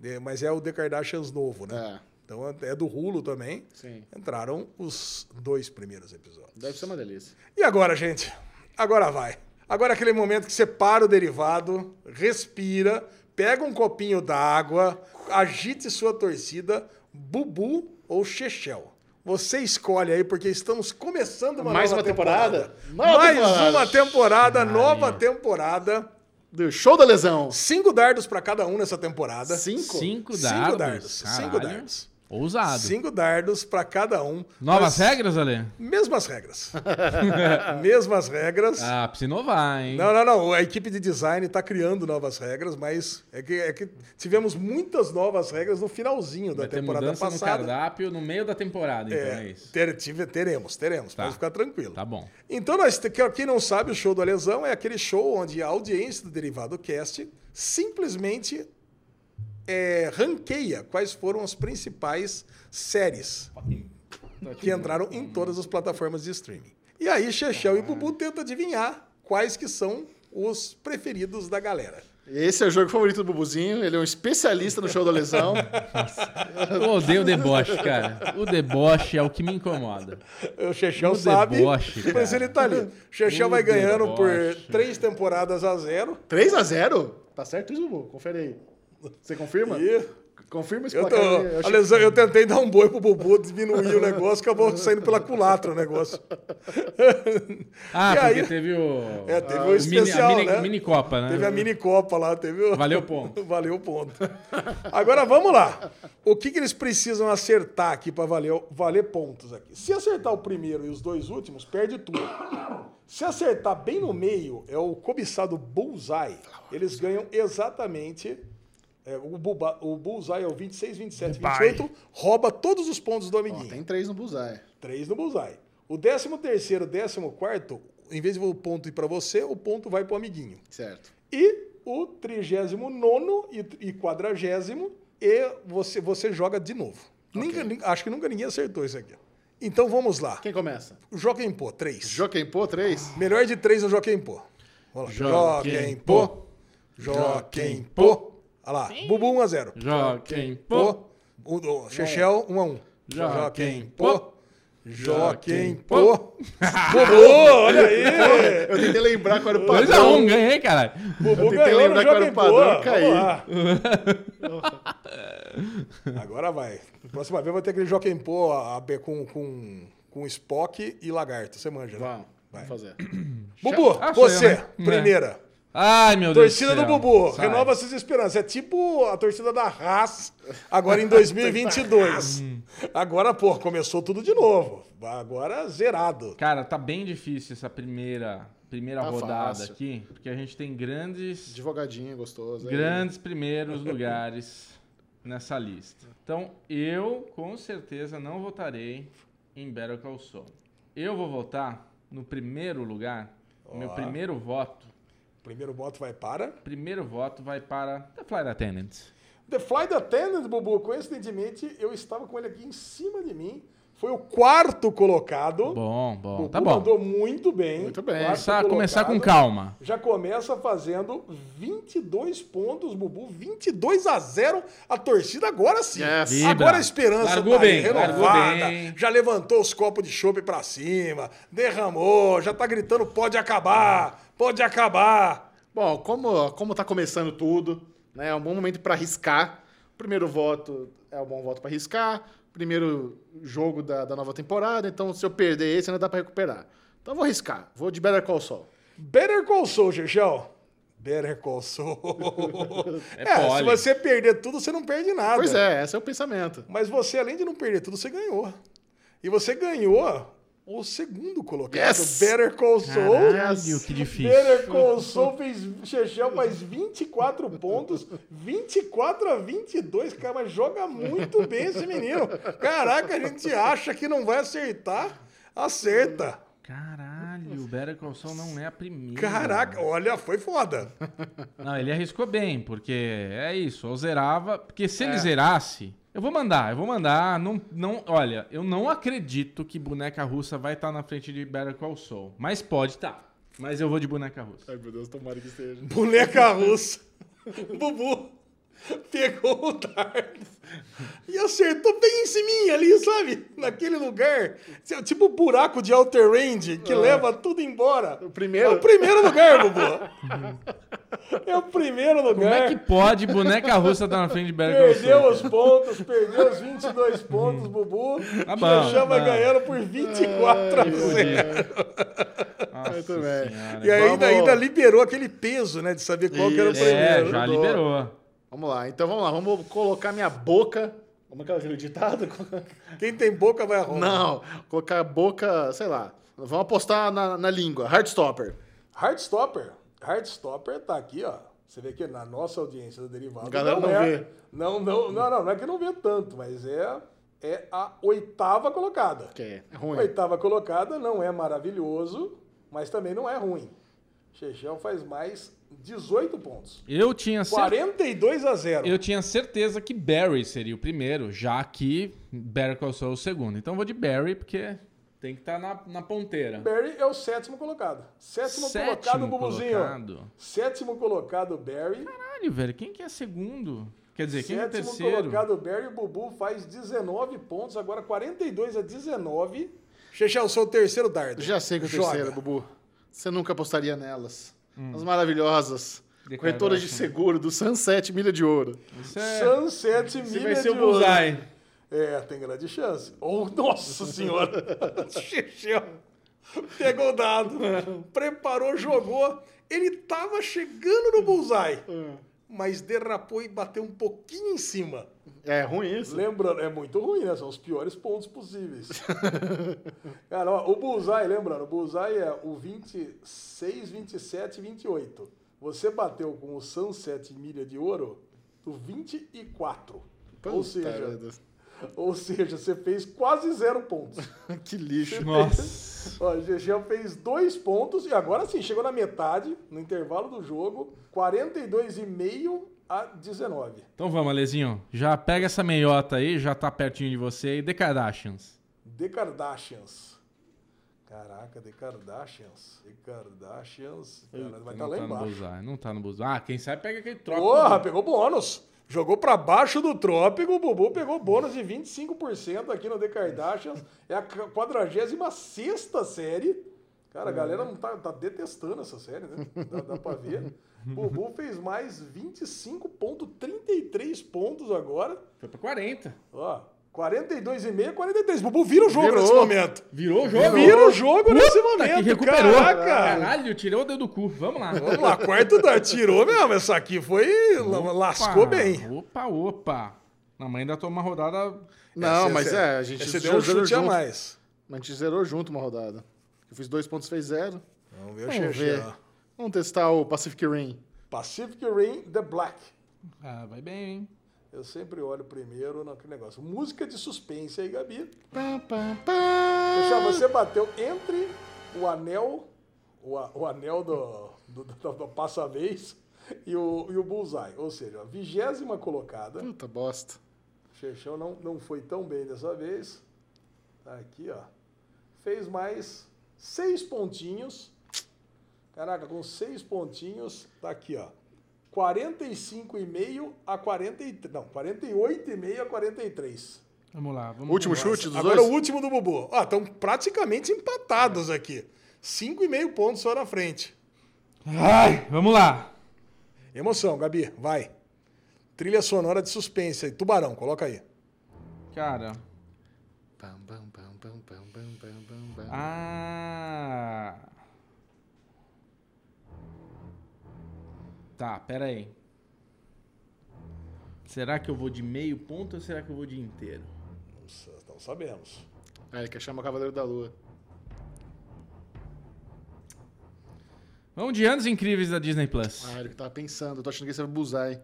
A: É, Mas é o The Kardashians novo,
D: É,
A: né? Então é do Hulu também.
D: sim.
A: Entraram os dois primeiros episódios.
D: Deve ser uma delícia.
A: E agora, gente? Agora vai. Agora é aquele momento que você para o derivado, respira, pega um copinho d'água, agite sua torcida, Bubu ou Chechel. Você escolhe aí, porque estamos começando uma
D: Mais
A: nova
D: uma temporada? Nova
A: Mais
D: temporada.
A: uma temporada, nova temporada.
D: Do show da lesão.
A: Cinco dardos para cada um nessa temporada.
D: Cinco?
C: Cinco
A: Cinco
C: dardos.
A: dardos.
C: caralho.
A: Cinco dardos.
C: Ousado.
A: Cinco dardos para cada um. Mas-
C: Novas regras, Ale?
A: Mesmas regras. mesmas regras.
C: Ah, precisa inovar, hein?
A: Não, não, não. A equipe de design está criando novas regras, mas é que, é que tivemos muitas novas regras no finalzinho da
C: Vai ter
A: temporada
C: mudança no
A: passada.
C: cardápio no meio da temporada, então é, isso.
A: Ter- tive- teremos, teremos.
C: Tá.
A: Pode ficar tranquilo.
C: Tá bom.
A: Então, nós, te- que- quem não sabe, o show do Alesão é aquele show onde a audiência do Derivado Cast simplesmente é, ranqueia quais foram as principais séries que entraram em todas as plataformas de streaming. E aí, Chechel e Bubu tentam adivinhar quais que são os preferidos da galera.
D: Esse é o jogo favorito do Bubuzinho. Ele é um especialista no show da lesão.
C: Eu odeio o deboche, cara. O deboche é o que me incomoda.
A: O Chechel
C: O
A: sabe,
C: deboche,
A: por isso
C: cara.
A: ele tá ali. Chechel
C: O
A: é vai ganhando
C: deboche.
A: por três temporadas a zero.
D: 3x0? Tá certo isso, Bubu? Confere aí. Você confirma?
A: E
D: Confirma esse
A: Eu, tô,
D: placar aí. Eu achei-
A: Alessandro, eu tentei dar um boi pro Bubu, diminuir o negócio, acabou saindo pela culatra o negócio.
C: Ah,
A: E
C: porque
A: aí-
C: teve o.
A: É, teve
C: ah,
A: o
C: mini-
A: especial,
C: a mini,
A: né?
C: mini Copa, né?
A: Teve a mini Copa lá, teve o...
C: Valeu o ponto.
A: Valeu o ponto. Agora vamos lá. O que, que eles precisam acertar aqui para valer, valer pontos aqui? Se acertar o primeiro e os dois últimos, perde tudo. Se acertar bem no meio, é o cobiçado Bullseye. Eles ganham exatamente. é, o, buba, o Bullseye é o 26, 27, 28. Rouba todos os pontos do
D: Ó,
A: amiguinho.
D: tem 3 no Bullseye.
A: Três no Bullseye. O décimo terceiro, décimo quarto, em vez de o ponto ir para você, o ponto vai para o amiguinho.
D: Certo.
A: E o 39 e, e quadragésimo, e você, você joga de novo. Ninguém- nin- acho que nunca ninguém acertou isso aqui. Então vamos lá.
D: Quem começa?
A: Joquem Pô, 3.
D: Joaquim Pô, 3?
A: Melhor de 3 no Joquem Pô. Vamos lá. Joquem Pô. Joquem Pô. Olha lá. Bubu 1 a 0.
C: Joaquim
A: Pô.
C: Pô.
A: Um, um, Chechel 1 a 1.
C: Joquem
A: Pô. Joquem
C: Joquem
A: Pô. Bubu, olha aí.
D: Eu tentei lembrar qual era o
C: 2x1,
D: padrão.
C: ganhei, cara.
A: Bubu
D: tentei
A: ganhou no
D: lembrar qual era o
A: Joquem Pô.
D: padrão, caí.
A: Vamos lá. Agora vai. Próxima vez vai ter aquele Joaquim Pô a, a, com, com, com Spock e Lagarto. Você manja, né?
D: Vamos, vamos fazer.
A: Bubu,
C: Ah, sou
A: você,
C: eu, né?
A: primeira.
C: Ai, meu Deus.
A: Torcida do
C: céu.
A: Bubu,
C: Sai.
A: renova suas esperanças. É tipo a torcida da Haas agora em 2022. agora, pô, começou tudo de novo. Agora zerado.
C: Cara, tá bem difícil essa primeira, primeira
D: Tá
C: rodada
D: fácil.
C: aqui, porque a gente tem grandes,
D: Advogadinho gostoso. aí.
C: grandes primeiros lugares nessa lista. Então, eu com certeza não votarei em Better Call Saul. Eu vou votar no primeiro lugar, meu primeiro voto.
A: Primeiro voto vai para.
C: Primeiro voto vai para The Flight Attendants.
A: The Flight Attendant, Bubu, coincidentemente, eu estava com ele aqui em cima de mim. Foi o quarto colocado.
C: Bom, bom,
A: Bubu
C: tá bom.
A: mandou muito bem.
D: Muito bem.
A: Quarto
C: Começar, começar com
A: colocado.
C: calma.
A: Já começa fazendo 22 pontos, Bubu. 22 a 0. A torcida agora sim.
D: Yes.
C: Vibra.
A: Agora a esperança
C: Largou
A: tá aí,
C: bem, largou
A: renovada.
C: bem.
A: Já levantou os copos de chope pra cima, derramou, já tá gritando pode acabar, pode acabar.
D: Bom, como, como tá começando tudo, né? É um bom momento para arriscar. Primeiro voto é um bom voto para arriscar. Primeiro jogo da, da nova temporada. Então, se eu perder esse, ainda dá para recuperar. Então, eu vou arriscar. Vou de Better Call Saul.
A: Better Call Saul, Gergel. Better Call Saul.
C: É
A: se
C: pole.
A: você perder tudo, você não perde nada.
D: Pois é, esse é o pensamento.
A: Mas você, além de não perder tudo, você ganhou. E você ganhou o segundo colocado,
D: Yes!
A: Better Call Saul.
C: Caralho, que
A: Better
C: difícil.
A: Call Saul fez Chechel mais 24 pontos, 24 a 22, cara, mas joga muito bem esse menino. Caraca, a gente acha que não vai acertar, acerta.
C: Caralho, Better Call Saul não é a primeira.
A: Caraca, olha, foi foda.
C: Não, ele arriscou bem, porque é isso, eu zerava. Porque se ele zerasse, eu vou mandar, eu vou mandar. Não, não, olha, eu não acredito que boneca russa vai estar na frente de Better Call Saul. Mas pode estar. Mas eu vou de boneca russa.
D: Ai, meu Deus, tomara que seja.
A: Boneca russa. Bubu pegou o dardo e acertou bem em cima ali, sabe? Naquele lugar. Tipo o buraco de Outer Range que leva tudo embora.
D: Ah. O primeiro?
A: É o primeiro lugar, Bubu. É o primeiro lugar.
C: Como é que pode boneca russa estar na frente de Better Call Saul?
A: Perdeu os pontos, perdeu os 22 pontos, Bubu.
C: Tá bom,
A: Chechão vai
C: tá bom.
A: ganhando por 24 a 0.
C: Nossa
D: Muito bem.
C: senhora.
A: E ainda,
D: Vamos.
A: ainda liberou aquele peso, né? De saber qual que era o
D: Isso.
A: primeiro.
C: É, já
D: Liberou.
C: liberou.
D: Vamos lá, então vamos lá. Vamos colocar minha boca Como é que é aquele ditado?
A: Quem tem boca vai a Roma.
D: Não, colocar a boca, sei lá. Vamos apostar na, na língua. Heartstopper.
A: Heartstopper. Heartstopper tá aqui, ó. Você vê que na nossa audiência do Derivado...
D: A galera não
A: é-
D: vê.
A: Não, não, não, não, não é que não vê tanto, mas é, é a oitava colocada.
D: Que é ruim.
A: Oitava colocada não é maravilhoso, mas também não é ruim. Chechel faz mais 18 pontos.
C: Eu tinha, cer...
A: 42 a 0.
C: eu tinha certeza que Barry seria o primeiro, já que Better Call Saul é o segundo. Então eu vou de Barry, porque tem que estar na, na ponteira.
A: Barry é o sétimo colocado. Sétimo,
C: Sétimo
A: colocado, Bubuzinho.
C: colocado.
A: Sétimo colocado, Barry.
C: Caralho, velho, quem que é segundo? Quer dizer, quem é
A: sétimo
C: terceiro?
A: colocado, Barry. O Bubu faz 19 pontos. Agora 42 a 19. Chechel, sou o terceiro dardo.
D: Já sei que é o
A: Joga.
D: terceiro, Bubu. Você nunca apostaria nelas. As maravilhosas.
C: The
D: Corretoras Hum. de
C: Kardashian.
D: seguro do Sunset Milha de Ouro.
C: Isso é-
A: Sunset Milha
C: Esse vai
A: de
C: ser o
A: Ouro.
C: Bullseye.
A: É, tem grande chance. Ou, nossa senhora! Chechel pegou o dado,
C: É.
A: preparou, jogou. Ele tava chegando no bullseye,
C: É.
A: mas derrapou e bateu um pouquinho em cima.
D: É ruim isso?
A: Lembrando, é muito ruim, né? São os piores pontos possíveis. Cara, ó, o bullseye, lembrando, o bullseye é o 26, 27 e 28. Você bateu com o Sunset Milha de Ouro do 24. Ou
D: Puta
A: seja,
D: merda.
A: ou seja, você fez quase zero pontos.
D: que lixo.
C: Nossa.
A: Ó, o Gegel fez dois pontos e agora sim, chegou na metade, no intervalo do jogo, 42,5 a 19.
C: Então vamos, Alezinho. Já pega essa meiota aí, já tá pertinho de você. E The Kardashians.
A: The Kardashians. Caraca, The Kardashians. The Kardashians. Cara, vai estar
C: não
A: lá
C: tá no
A: embaixo.
C: Bullseye, não tá no Bullseye. Ah, quem sabe pega aquele troco.
A: Porra, pegou bônus. Jogou pra baixo do trópico, o Bubu pegou bônus de 25% aqui no The Kardashians. É a 46 série. Cara, a galera não tá, tá detestando essa série, né? Dá, dá pra ver. Bubu fez mais 25,33 pontos agora.
C: Foi pra 40.
A: Ó, 42,5, 43. Bubu vira o jogo nesse
D: Virou.
A: momento.
C: Virou o jogo.
A: Vira é o jogo nesse
C: Puta
A: momento.
C: que recuperou.
A: Caraca!
C: Caralho, tirou o dedo do cu. Vamos lá.
A: Vamos lá, quarto da tirou mesmo. Essa aqui foi. Lascou
C: Opa,
A: bem.
C: Opa, opa. Na mãe ainda toma uma rodada.
D: Não,
A: Essa-
D: mas
A: essa-
D: é, a gente
A: essa deu
D: zerou
A: um chute a
D: junto.
A: mais.
D: Mas A gente zerou junto uma rodada. Eu fiz dois pontos, fez zero.
A: Vamos ver o
D: Vamos
A: Xexé.
D: ver. Vamos testar o Pacific Rim.
A: Pacific Rim The Black.
C: Ah, vai bem, hein?
A: Eu sempre olho primeiro naquele negócio. Música de suspense aí, Gabi.
D: Pá, pá, pá.
A: Deixar você bateu entre o anel, o, a- o anel do, do, do, do passa-vez e o, e o bullseye. Ou seja, a vigésima colocada.
D: Puta bosta.
A: Xexão não, não foi tão bem dessa vez. Tá aqui, ó. Fez mais seis pontinhos. Caraca, com seis pontinhos, tá aqui, ó. 45,5 a 43. Não, 48,5 a 43.
C: Vamos lá. Vamos
D: Último
C: lá.
D: chute dos
A: Agora
D: dois?
A: o último do Bubu. Ó, estão praticamente empatados aqui. 5,5 pontos só na frente.
C: Ai, vamos lá.
A: Emoção, Gabi, vai. Trilha sonora de suspense aí. Tubarão, coloca aí.
C: Cara.
D: Pam, pam, pam, pam, pam, pam, pam, pam, pam.
C: Ah. Tá, pera aí. Será que eu vou de meio ponto ou será que eu vou de inteiro?
A: Nossa, não sabemos.
D: Ah, ele quer chamar o Cavaleiro da Lua.
C: Vamos de anos incríveis da Disney Plus.
D: Ah, ele que tava pensando. Eu tô achando que esse é o Bullseye.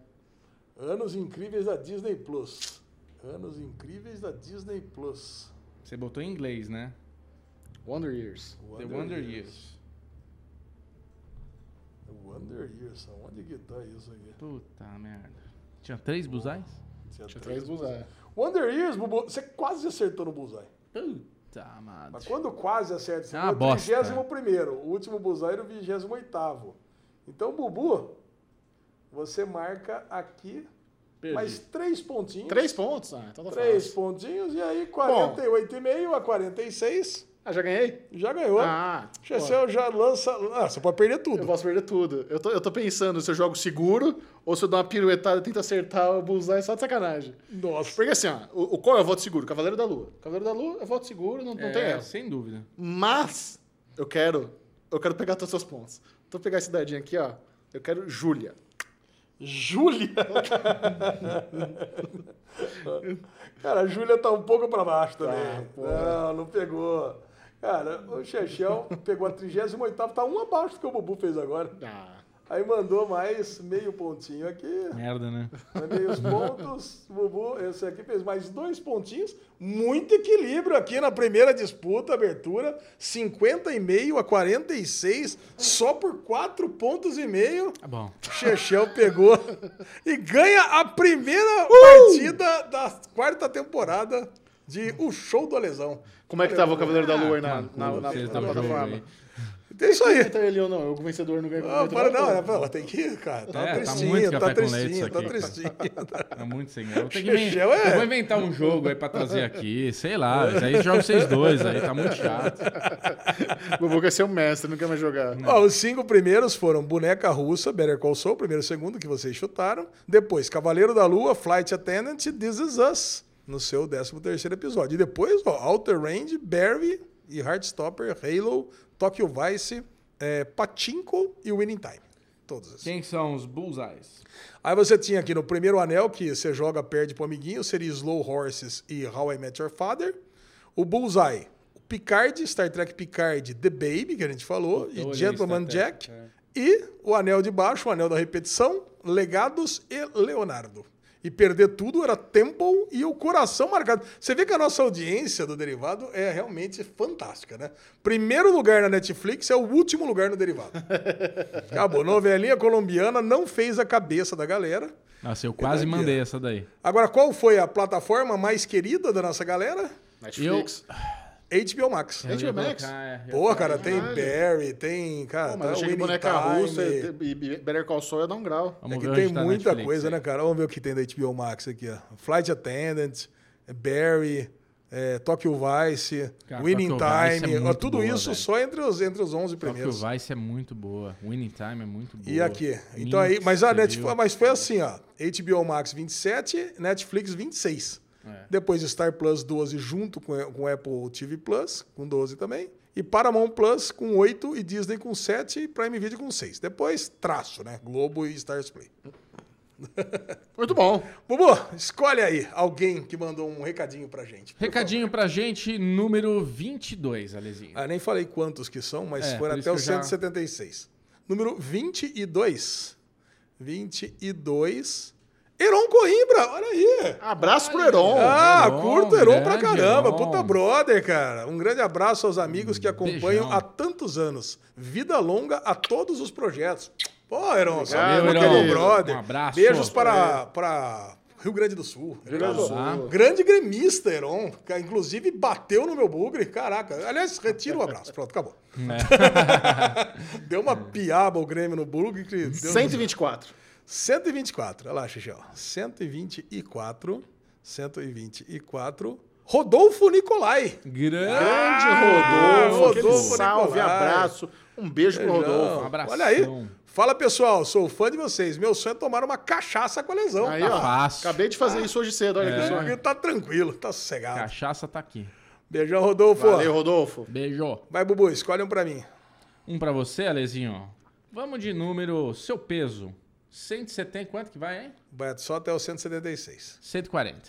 A: Anos incríveis da Disney Plus. Anos incríveis da Disney Plus.
C: Você botou em inglês, né?
D: Wonder Years.
C: The Wonder Years.
A: The Wonder Years. Onde que tá isso aqui?
C: Puta merda. Tinha três busais?
A: Tinha
D: Tinha três
A: três.
D: Bullseye.
A: Wonder Years, Bubu, você quase acertou no Bullseye.
C: Puta amado.
A: Mas quando quase acerta, você
C: Ah,
A: foi o
C: bosta.
A: 31 o último Bullseye era o 28 Então, Bubu, você marca aqui
C: Perdi.
A: mais três pontinhos.
D: Três pontos? Ah, então tá
A: Três
D: fácil.
A: pontinhos, e aí 48,5 a 46,
D: Ah, já ganhei?
A: já ganhou.
D: Ah, pô,
A: Chessel já lança. Ah, você pode perder tudo.
D: eu posso perder tudo. Eu tô, eu tô pensando se eu jogo seguro ou se eu dou uma piruetada e tento acertar o Bullseye só de sacanagem.
A: Nossa.
D: Porque assim, ó, o, o qual é o voto seguro? Cavaleiro da Lua. Cavaleiro da Lua é voto seguro, não, não tem
C: É,
D: essa.
C: sem dúvida.
D: Mas eu quero. Eu quero pegar todos os seus pontos. Então vou pegar esse dadinho aqui, ó. Eu quero Júlia.
A: Júlia? Cara, a Júlia tá um pouco pra baixo também. não, não pegou. Cara, o Chechel pegou a 38ª, tá um abaixo do que o Bubu fez agora.
D: Ah,
A: Aí mandou mais meio pontinho aqui.
C: Merda, né?
A: Mandei os pontos. Bubu, esse aqui fez mais dois pontinhos. Muito equilíbrio aqui na primeira disputa, abertura. 50,5 a 46, só por 4 pontos e meio.
C: Tá bom.
A: Chechel pegou e ganha a primeira partida da quarta temporada de O Show do Lesão.
D: como é que tava o Cavaleiro da Lua aí na,
A: Tá
C: Mano,
D: na, na, na,
C: vocês tão jogando
D: plataforma?
C: aí.
A: Tem é isso aí.
D: Então ele ou não, o vencedor não ganha
A: Ah,
D: com
A: para não, é, pô, tem que ir, cara. Tá
C: É, tá
A: tristinho,
C: muito
A: tá,
C: café com leite
A: tristinho,
C: isso
A: tá
C: aqui, cara.
A: tristinho.
C: Tá muito sem graça. Eu, tenho que
A: Chechel
C: inven-
A: é-
C: eu vou inventar um jogo aí pra trazer aqui, sei lá. mas Aí joga vocês dois, aí tá muito chato.
D: O Vovô quer ser o mestre, não quer mais jogar.
A: Ó, os cinco primeiros foram Boneca Russa, Better Call Saul, primeiro e segundo, que vocês chutaram. Depois, Cavaleiro da Lua, Flight Attendant e This Is Us, no seu 13 terceiro episódio. E depois, ó, Outer Range, Barry e Heartstopper, Halo, Tokyo Vice, é, Pachinko e Winning Time. Todos esses.
C: Quem são os Bullseyes?
A: Aí você tinha aqui no primeiro anel, que você joga, perde pro amiguinho, seria Slow Horses e How I Met Your Father. O Bullseye, o Picard, Star Trek Picard, The Baby, que a gente falou,
C: olhei
A: e Gentleman
C: Star Trek, é.
A: Jack. E o anel de baixo, o anel da repetição, Legados e Leonardo. E perder tudo era Temple e o coração marcado. Você vê que a nossa audiência do Derivado é realmente fantástica, né? Primeiro lugar na Netflix é o último lugar no Derivado. Acabou. Novelinha colombiana não fez a cabeça da galera.
C: Nossa, eu quase
A: daqui,
C: mandei essa daí.
A: Agora, qual foi a plataforma mais querida da nossa galera?
D: Netflix.
A: HBO Max.
D: Eu ia Max?
C: é,
A: Pô, cara, tem
D: Caralho.
A: Barry, tem, cara,
D: É Mas eu
A: tá
D: achei que
A: Winning
D: boneca
A: Time.
D: russa e, e e Better Call Saul ia dar um grau.
A: É que
C: tá
A: tem muita coisa, né, cara? Vamos ver o que tem da HBO Max aqui, ó. Flight Attendant, Barry, é, Tokyo Vice,
C: Cara,
A: Winning
C: Tokyo Vice
A: Time,
C: é
A: ó,
C: muito
A: tudo
C: boa,
A: isso
C: velho.
A: só entre os, entre os 11
C: Tokyo
A: primeiros.
C: Vice é muito boa. Winning Time é muito boa.
A: E aqui. Então aí,
C: Minx,
A: mas, a
C: você
A: Netflix,
C: viu?
A: mas foi assim, ó. HBO Max 27, Netflix 26.
C: É.
A: Depois Star Plus 12 junto com, com Apple TV Plus, com 12 também. E Paramount Plus com 8 e Disney com 7 e Prime Video com 6. Depois, traço, né? Globo e Stars Play.
D: Muito bom.
A: Bubu, escolhe aí alguém que mandou um recadinho pra gente. por
C: Recadinho pra gente, número 22, Alezinho.
A: favor. Ah, nem falei quantos que são, mas
C: É,
A: foram até
C: por isso
A: o
C: que eu já-
A: 176. Número 22. 22. Heron Coimbra, olha aí.
D: Abraço pro Heron.
A: Ah,
C: Oh, Heron,
A: curto o Heron pra
C: grande
A: caramba.
C: Heron. Hum,
A: Puta brother, cara. Um grande abraço aos amigos que acompanham
C: beijão.
A: há tantos anos. Vida longa a todos os projetos. Pô, Heron,
D: Valeu,
A: sabe?
D: Heron.
A: Meu brother.
C: Um abraço.
A: Beijos para, para Rio Grande do Sul. Rio
D: Grande do Sul.
A: Grande gremista, Heron. que Inclusive, bateu no meu bugre. Caraca. Aliás, retira o abraço. Pronto, acabou. Deu uma piaba o Grêmio no bugre. que deu-
D: 124.
A: 124. Olha lá, Xixel. 124. 124. Rodolfo Nicolai.
C: Grande.
D: Grande
A: Ah,
D: Rodolfo. aquele
A: Rodolfo
D: salve,
A: Nicolai.
D: abraço. Um beijo pro
A: Beijão.
D: Rodolfo.
C: abração.
A: Olha aí. Fala, pessoal. Sou fã de vocês. Meu sonho é tomar uma cachaça com a lesão.
D: Aí,
A: tá,
D: ó. É.
C: fácil.
D: Acabei de fazer isso hoje cedo, olha que
A: tranquilo,
D: sonho.
A: tá tranquilo, tá sossegado.
C: Cachaça tá aqui.
A: Beijão, Rodolfo.
D: Valeu, Rodolfo.
C: Beijo.
A: Vai, Bubu, escolhe um pra mim.
C: Um pra você, Alezinho. Vamos de número, seu peso. 170, quanto que vai, hein?
A: Vai só até o 176.
C: 140.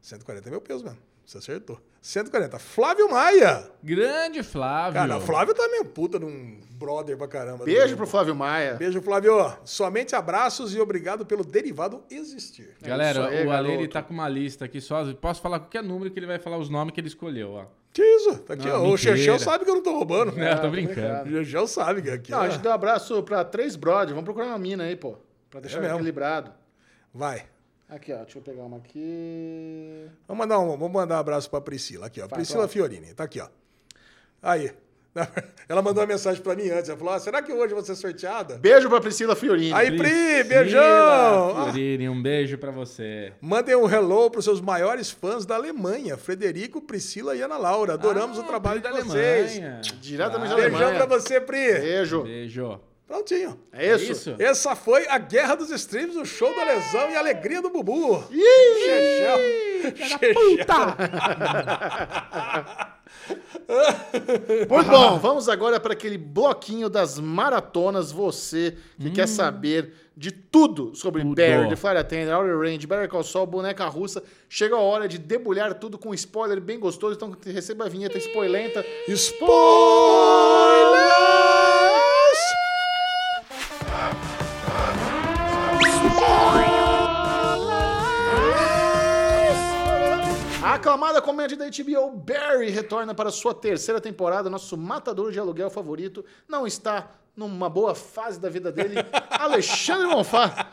A: 140 é meu peso mesmo. Você acertou. 140. Flávio Maia.
C: Grande Flávio.
A: Cara, Flávio tá meio puta de um brother pra caramba.
D: Beijo pro Flávio Maia.
A: Beijo, Flávio. Somente abraços e obrigado pelo derivado existir.
C: Galera,
D: É isso aí,
C: o Ale ele
D: garoto.
C: tá com uma lista aqui só. Posso falar qualquer número que ele vai falar os nomes que ele escolheu, ó.
A: Que isso? Tá aqui,
C: Ah,
A: ó. o
C: mentira.
A: Chechel sabe que eu não tô
D: É,
A: roubando.
C: Não, tô brincando.
A: O Chechel sabe que aqui.
D: Não,
A: ó.
D: a gente deu um abraço pra três brothers. Vamos procurar uma mina aí, pô. Pra deixar
A: mesmo.
D: equilibrado.
A: Vai.
D: Aqui, ó. Deixa eu pegar uma aqui.
A: Vamos mandar um, vamos mandar um abraço pra Priscila aqui, ó. Priscila
D: pronto.
A: Fiorini, tá aqui, ó. Aí. Ela mandou uma mensagem pra mim antes. Ela falou: ah, será que hoje eu vou ser sorteada?
D: Beijo pra Priscila Fiorini.
A: Aí, Pri, beijão! Ah,
C: Fiorine, um beijo pra você.
A: Mandem um hello para os seus maiores fãs da Alemanha, Frederico, Priscila e Ana Laura. Adoramos
C: Ah,
A: o trabalho
C: Pri
A: de vocês.
C: Alemanha. Ah,
D: Diretamente da
A: Beijão
D: Alemanha.
A: pra você, Pri.
D: Beijo.
C: Beijo.
A: Prontinho.
D: É isso?
C: isso?
A: Essa foi a Guerra dos Streams, o show da lesão e a alegria do Bubu. Chechel.
D: Muito bom, vamos agora para aquele bloquinho das maratonas. Você que quer saber de tudo sobre
C: Hum. Tudo.
D: Barry, The Fire Attendant, Outer Range, Better Call Saul, Boneca Russa. Chegou a hora de debulhar tudo com spoiler bem gostoso. Então receba a vinheta spoilenta.
A: Spoilers!
D: A aclamada comédia da HBO Barry retorna para sua terceira temporada. Nosso matador de aluguel favorito não está numa boa fase da vida dele. Alexandre Monfá,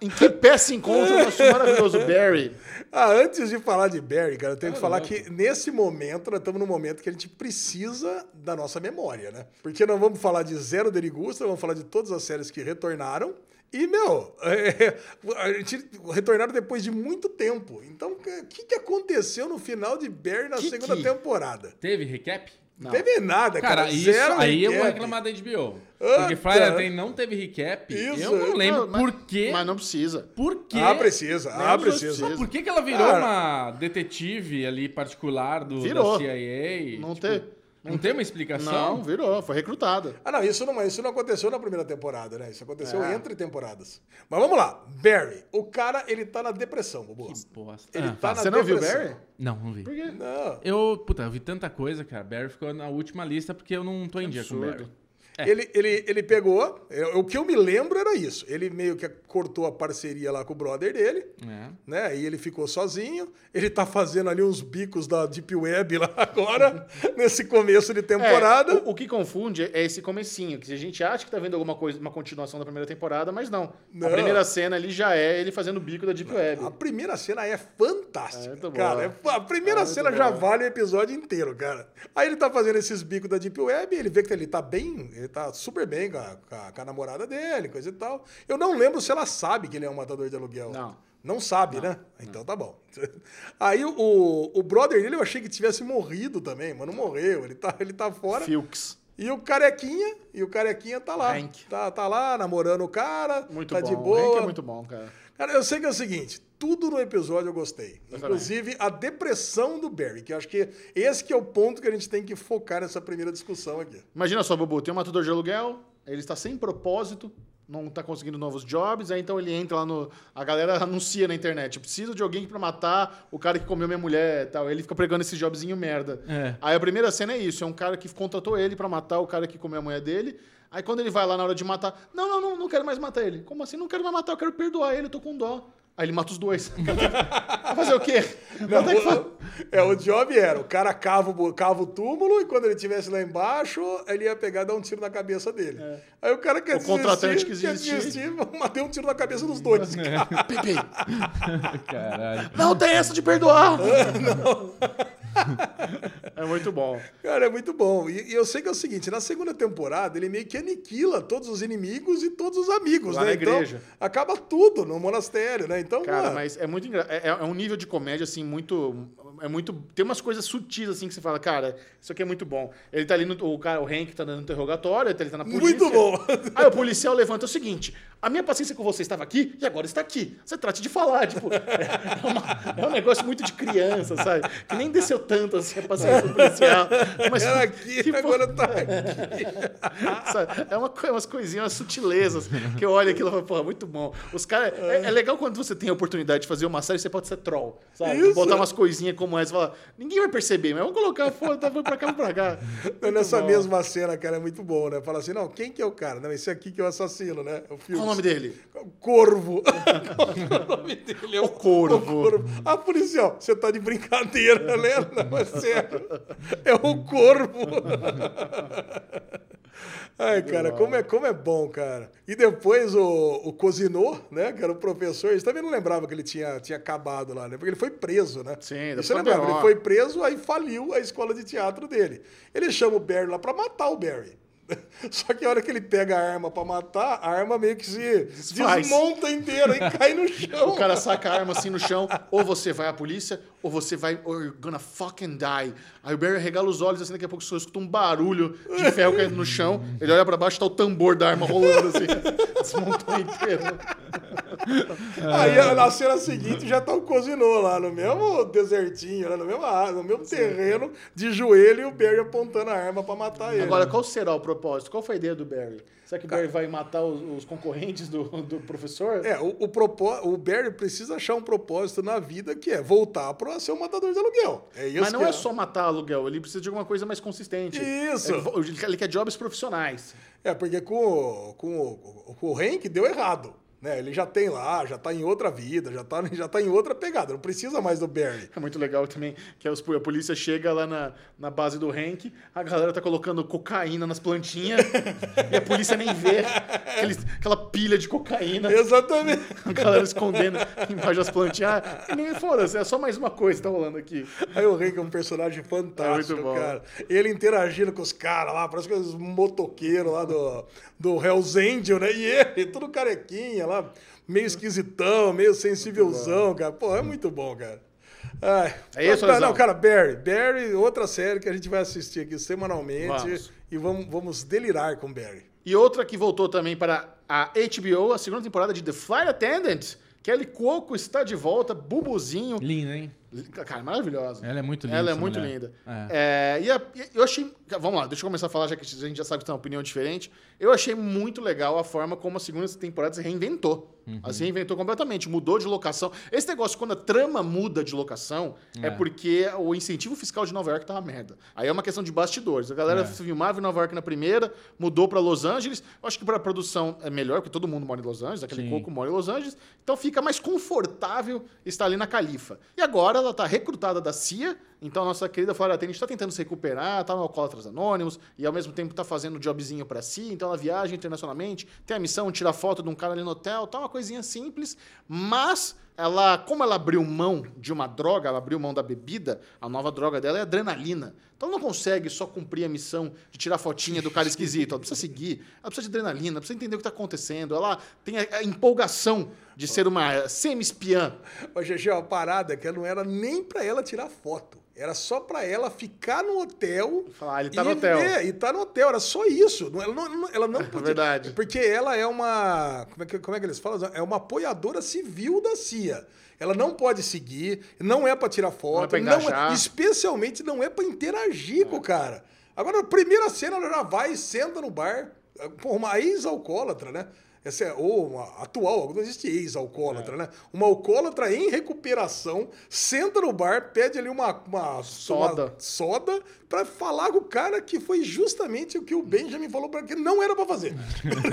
D: em que pé se encontra o nosso maravilhoso Barry?
A: Ah, antes de falar de Barry, cara, eu tenho que falar que nesse momento, nós estamos num momento que a gente precisa da nossa memória, né? Porque nós vamos falar de Zero Derigusta, vamos falar de todas as séries que retornaram. E, meu, é, a gente retornaram depois de muito tempo. Então, o que, que aconteceu no final de Barry na
D: Que
A: segunda
D: que?
A: temporada?
C: Teve recap?
A: Não teve nada, É cara.
C: Cara, isso
A: Zero
C: aí é eu vou
A: recap.
C: reclamar da HBO.
A: Ah,
C: Porque
A: tá.
C: Fire Attendant não teve recap.
A: Isso,
C: Eu não lembro
D: mas-
C: por quê.
D: Mas não precisa.
C: Por quê?
A: Ah, precisa.
D: Nem
A: Ah,
D: os dois
A: precisa.
D: precisam.
C: Por que, que ela virou
A: Cara.
C: uma detetive ali particular do,
D: Virou.
C: da CIA?
D: Não
C: Tipo,
D: tem.
C: Não tem uma explicação?
D: Não, virou, foi recrutada.
A: Ah, não, isso não, isso não aconteceu na primeira temporada, né? Isso aconteceu
D: É.
A: entre temporadas. Mas vamos lá. Barry. O cara, ele tá na depressão, Bubu.
C: Que bosta.
A: Ele
C: Ah,
A: tá na
D: Você não viu
A: depressão.
D: Barry?
C: Não, não vi.
D: Por quê?
A: Não.
C: Eu, puta, eu vi tanta coisa, cara. Barry ficou na última lista porque eu não tô em dia com
D: Absurdo.
C: Barry.
D: É.
A: Ele, ele, ele pegou. eu- o que eu me lembro era isso. Ele meio que cortou a parceria lá com o brother dele.
C: É.
A: Né? E ele ficou sozinho. Ele tá fazendo ali uns bicos da Deep Web lá agora, nesse começo de temporada.
D: É, o, o que confunde é esse comecinho, que a gente acha que tá vendo alguma coisa, uma continuação da primeira temporada, mas não.
A: Não.
D: A primeira cena ali já é ele fazendo o bico da Deep Web.
A: A primeira cena é fantástica,
D: É, muito
A: cara.
D: boa.
A: É fa- a primeira
D: É, muito
A: cena já
D: boa.
A: vale o episódio inteiro, cara. Aí ele tá fazendo esses bicos da Deep Web, ele vê que ele tá bem, ele tá super bem com a, com a- com a namorada dele, coisa e tal. Eu não lembro se ela sabe que ele é um matador de aluguel.
D: Não.
A: Não sabe, né? Então tá bom. Aí o, o brother dele eu achei que tivesse morrido também, mas não morreu. Ele tá, ele tá fora.
D: Filks.
A: E o carequinha, e o carequinha tá lá.
D: Hank.
A: Tá, tá lá, namorando o cara,
D: Muito
A: tá
D: bom.
A: de
D: O Hank
A: boa.
D: é muito bom, cara.
A: Cara, eu sei que é o seguinte, tudo no episódio eu gostei.
D: Eu
A: Inclusive a depressão do Barry, que eu acho que esse que é o ponto que a gente tem que focar nessa primeira discussão aqui.
D: Imagina só, Bubu, tem um matador de aluguel, ele está sem propósito, não tá conseguindo novos jobs, aí então ele entra lá no. A galera anuncia na internet: eu preciso de alguém pra matar o cara que comeu minha mulher e tal. Ele fica pregando esse jobzinho merda.
C: É.
D: Aí a primeira cena é isso: é um cara que contratou ele pra matar o cara que comeu a mulher dele. Aí quando ele vai lá na hora de matar, não, não, não, não quero mais matar ele. Como assim? Não quero mais matar, eu quero perdoar ele, eu tô com dó. Aí ele mata os dois. Vai fazer o quê?
A: Não,
D: Vai ter que fa-
A: o, é, o job era, o cara cava, o bu- cava o túmulo e quando ele estivesse lá embaixo, ele ia pegar e dar um tiro na cabeça dele. Aí o cara
D: É.
A: quer
D: O contratante quis desistir.
A: desistir, matei um tiro na cabeça dos dois. cara.
C: Caralho.
D: Não tem essa de perdoar! É muito bom.
A: Cara, é muito bom. E, e eu sei que é o seguinte, na segunda temporada ele meio que aniquila todos os inimigos e todos os amigos,
D: Lá
A: né?
D: na igreja.
A: Então, acaba tudo no monastério, né? Então,
D: Cara,
A: mano,
D: mas é muito engra... é, é um nível de comédia, assim, muito. É muito. Tem umas coisas sutis assim que você fala, cara, isso aqui é muito bom. Ele tá ali no. O, cara, o Hank tá dando interrogatório, ele tá na polícia.
A: Muito bom.
D: Aí o policial levanta é o seguinte: a minha paciência com você estava aqui e agora está aqui. Você trate de falar, tipo. É, uma- é um negócio muito de criança, sabe? Que nem desceu tanto assim a paciência do policial. Mas
A: Era é aqui,
D: que bom.
A: agora tá aqui.
D: Sabe? É uma, coi- umas coisinhas, umas sutilezas que eu olho aquilo e falo, porra, muito bom. Os caras. É, é legal quando você tem a oportunidade de fazer uma série, você pode ser troll. Sabe?
A: Isso.
D: Botar umas coisinhas como essa e falar, ninguém vai perceber, mas vamos colocar, foda, tá, vamos pra cá, vamos pra cá. Muito
A: Nessa
D: bom.
A: mesma cena, cara, é muito bom, né? Fala assim, não, quem que é o cara? Não, esse aqui que é o assassino, né? O filme.
D: Qual o nome dele?
A: Corvo. Qual o nome dele? É o
D: Corvo.
A: Ah, policial, você tá de brincadeira, né? Não, é sério. É o Corvo. Ai, cara, como é, como é bom, cara. E depois o, o Cosinô, né, que era o professor, eu também não lembrava que ele tinha, tinha acabado lá, né? Porque ele foi preso, né?
D: Sim, depois
A: Isso eu
D: foi
A: lembrava,
D: menor.
A: ele foi preso, aí faliu a escola de teatro dele. Ele chama o Barry lá pra matar o Barry. Só que a hora que ele pega a arma pra matar, a arma meio que se
D: Desfaz.
A: desmonta inteira e cai no chão.
D: O cara saca a arma assim no chão, ou você vai à polícia, ou você vai, or you're gonna fucking die. Aí o Barry regala os olhos assim, daqui a pouco você escuta um barulho de ferro caindo no chão, ele olha pra baixo, tá o tambor da arma rolando assim, desmontou inteiro.
A: Aí a- na cena seguinte já tá o Cozinô lá no mesmo desertinho, lá no mesmo, ar- no mesmo terreno, de joelho e o Barry apontando a arma pra matar ele.
D: Agora, qual será o propósito? Qual foi a ideia do Barry? Será que o Barry vai matar os, os concorrentes do, do professor?
A: É, o, o, propó- o Barry precisa achar um propósito na vida que é voltar pra ser um matador de aluguel. É isso
D: Mas não
A: que
D: é só matar aluguel, ele precisa de alguma coisa mais consistente.
A: Isso.
D: É, vo- ele quer- ele quer jobs profissionais.
A: É, porque com, o- com, o- com o Hank deu errado. Né? Ele já tem lá, já tá em outra vida, já tá, já tá em outra pegada. Não precisa mais do Barry.
D: É muito legal também que os- a polícia chega lá na, na base do Hank, a galera tá colocando cocaína nas plantinhas e a polícia nem vê Aqueles- aquela pilha de cocaína,
A: Exatamente.
D: a galera escondendo embaixo das plantinhas. Ah, nem foda-se, é só mais uma coisa que tá rolando aqui.
A: Aí o Hank é um personagem fantástico,
D: É muito bom.
A: cara. Ele interagindo com os caras lá, parece que é os motoqueiros lá do, do Hell's Angel, né? E ele, tudo carequinha lá, meio esquisitão, meio sensibilzão, cara. Pô, é muito bom, cara. Ai.
D: É isso,
A: não,
D: Lesão?
A: não, cara, Barry. Barry, outra série que a gente vai assistir aqui semanalmente
D: Vamos.
A: e vamos, vamos delirar com Barry.
D: E outra que voltou também para a HBO, a segunda temporada de The Flight Attendant. Kelly Cuoco está de volta, bubuzinho.
C: Linda, hein?
D: Cara, maravilhosa.
C: Ela é muito linda,
D: Ela é
C: essa
D: muito
C: mulher.
D: linda. É, e a- e eu achei. Vamos lá, deixa eu começar a falar, já que a gente já sabe que tem uma opinião diferente. Eu achei muito legal a forma como a segunda temporada se reinventou.
C: Uhum.
D: Ela se reinventou completamente, mudou de locação. Esse negócio, quando a trama muda de locação, é,
C: É.
D: porque o incentivo fiscal de Nova York tá uma merda. Aí é uma questão de bastidores. A galera
C: É.
D: se filmava em Nova York na primeira, mudou pra Los Angeles. Eu acho que pra produção é melhor, porque todo mundo mora em Los Angeles, aquele
C: Sim.
D: coco mora em Los Angeles, então fica mais confortável estar ali na Califa. E agora ela está recrutada da CIA, então a nossa querida Flora Tênis está tentando se recuperar, está no Alcoólatras Anônimos, e ao mesmo tempo está fazendo um jobzinho para si, então ela viaja internacionalmente, tem a missão, tira foto de um cara ali no hotel, tá uma coisinha simples, mas ela, como ela abriu mão de uma droga, ela abriu mão da bebida, a nova droga dela é adrenalina. Então ela não consegue só cumprir a missão de tirar fotinha do cara esquisito. Ela precisa seguir, ela precisa de adrenalina, ela precisa entender o que está acontecendo. Ela tem a, a empolgação de ser uma semi-espiã.
A: Mas, Gegê, a parada é que não era nem pra ela tirar foto. Era só pra ela ficar no hotel.
D: Falar, "Ah, ele tá
A: e
D: no hotel." É
A: ver, e tá no hotel, era só isso. Não- Ela não, não- ela não podia.
D: verdade.
A: Porque ela é uma. Como é, que, como é que eles falam? É uma apoiadora civil da CIA. Ela não pode seguir, não é pra tirar
D: Não é
A: foto,
D: pra engajar.
A: especialmente não é pra interagir com o cara. Agora, a primeira cena, ela já vai, senta no bar. Pô, uma ex-alcoólatra, né? Essa é, ou uma atual, não existe ex-alcoólatra, né? Uma alcoólatra em recuperação, senta no bar, pede ali uma, uma
D: Soda.
A: uma soda pra falar com o cara que foi justamente o que o Benjamin falou pra que não era pra fazer.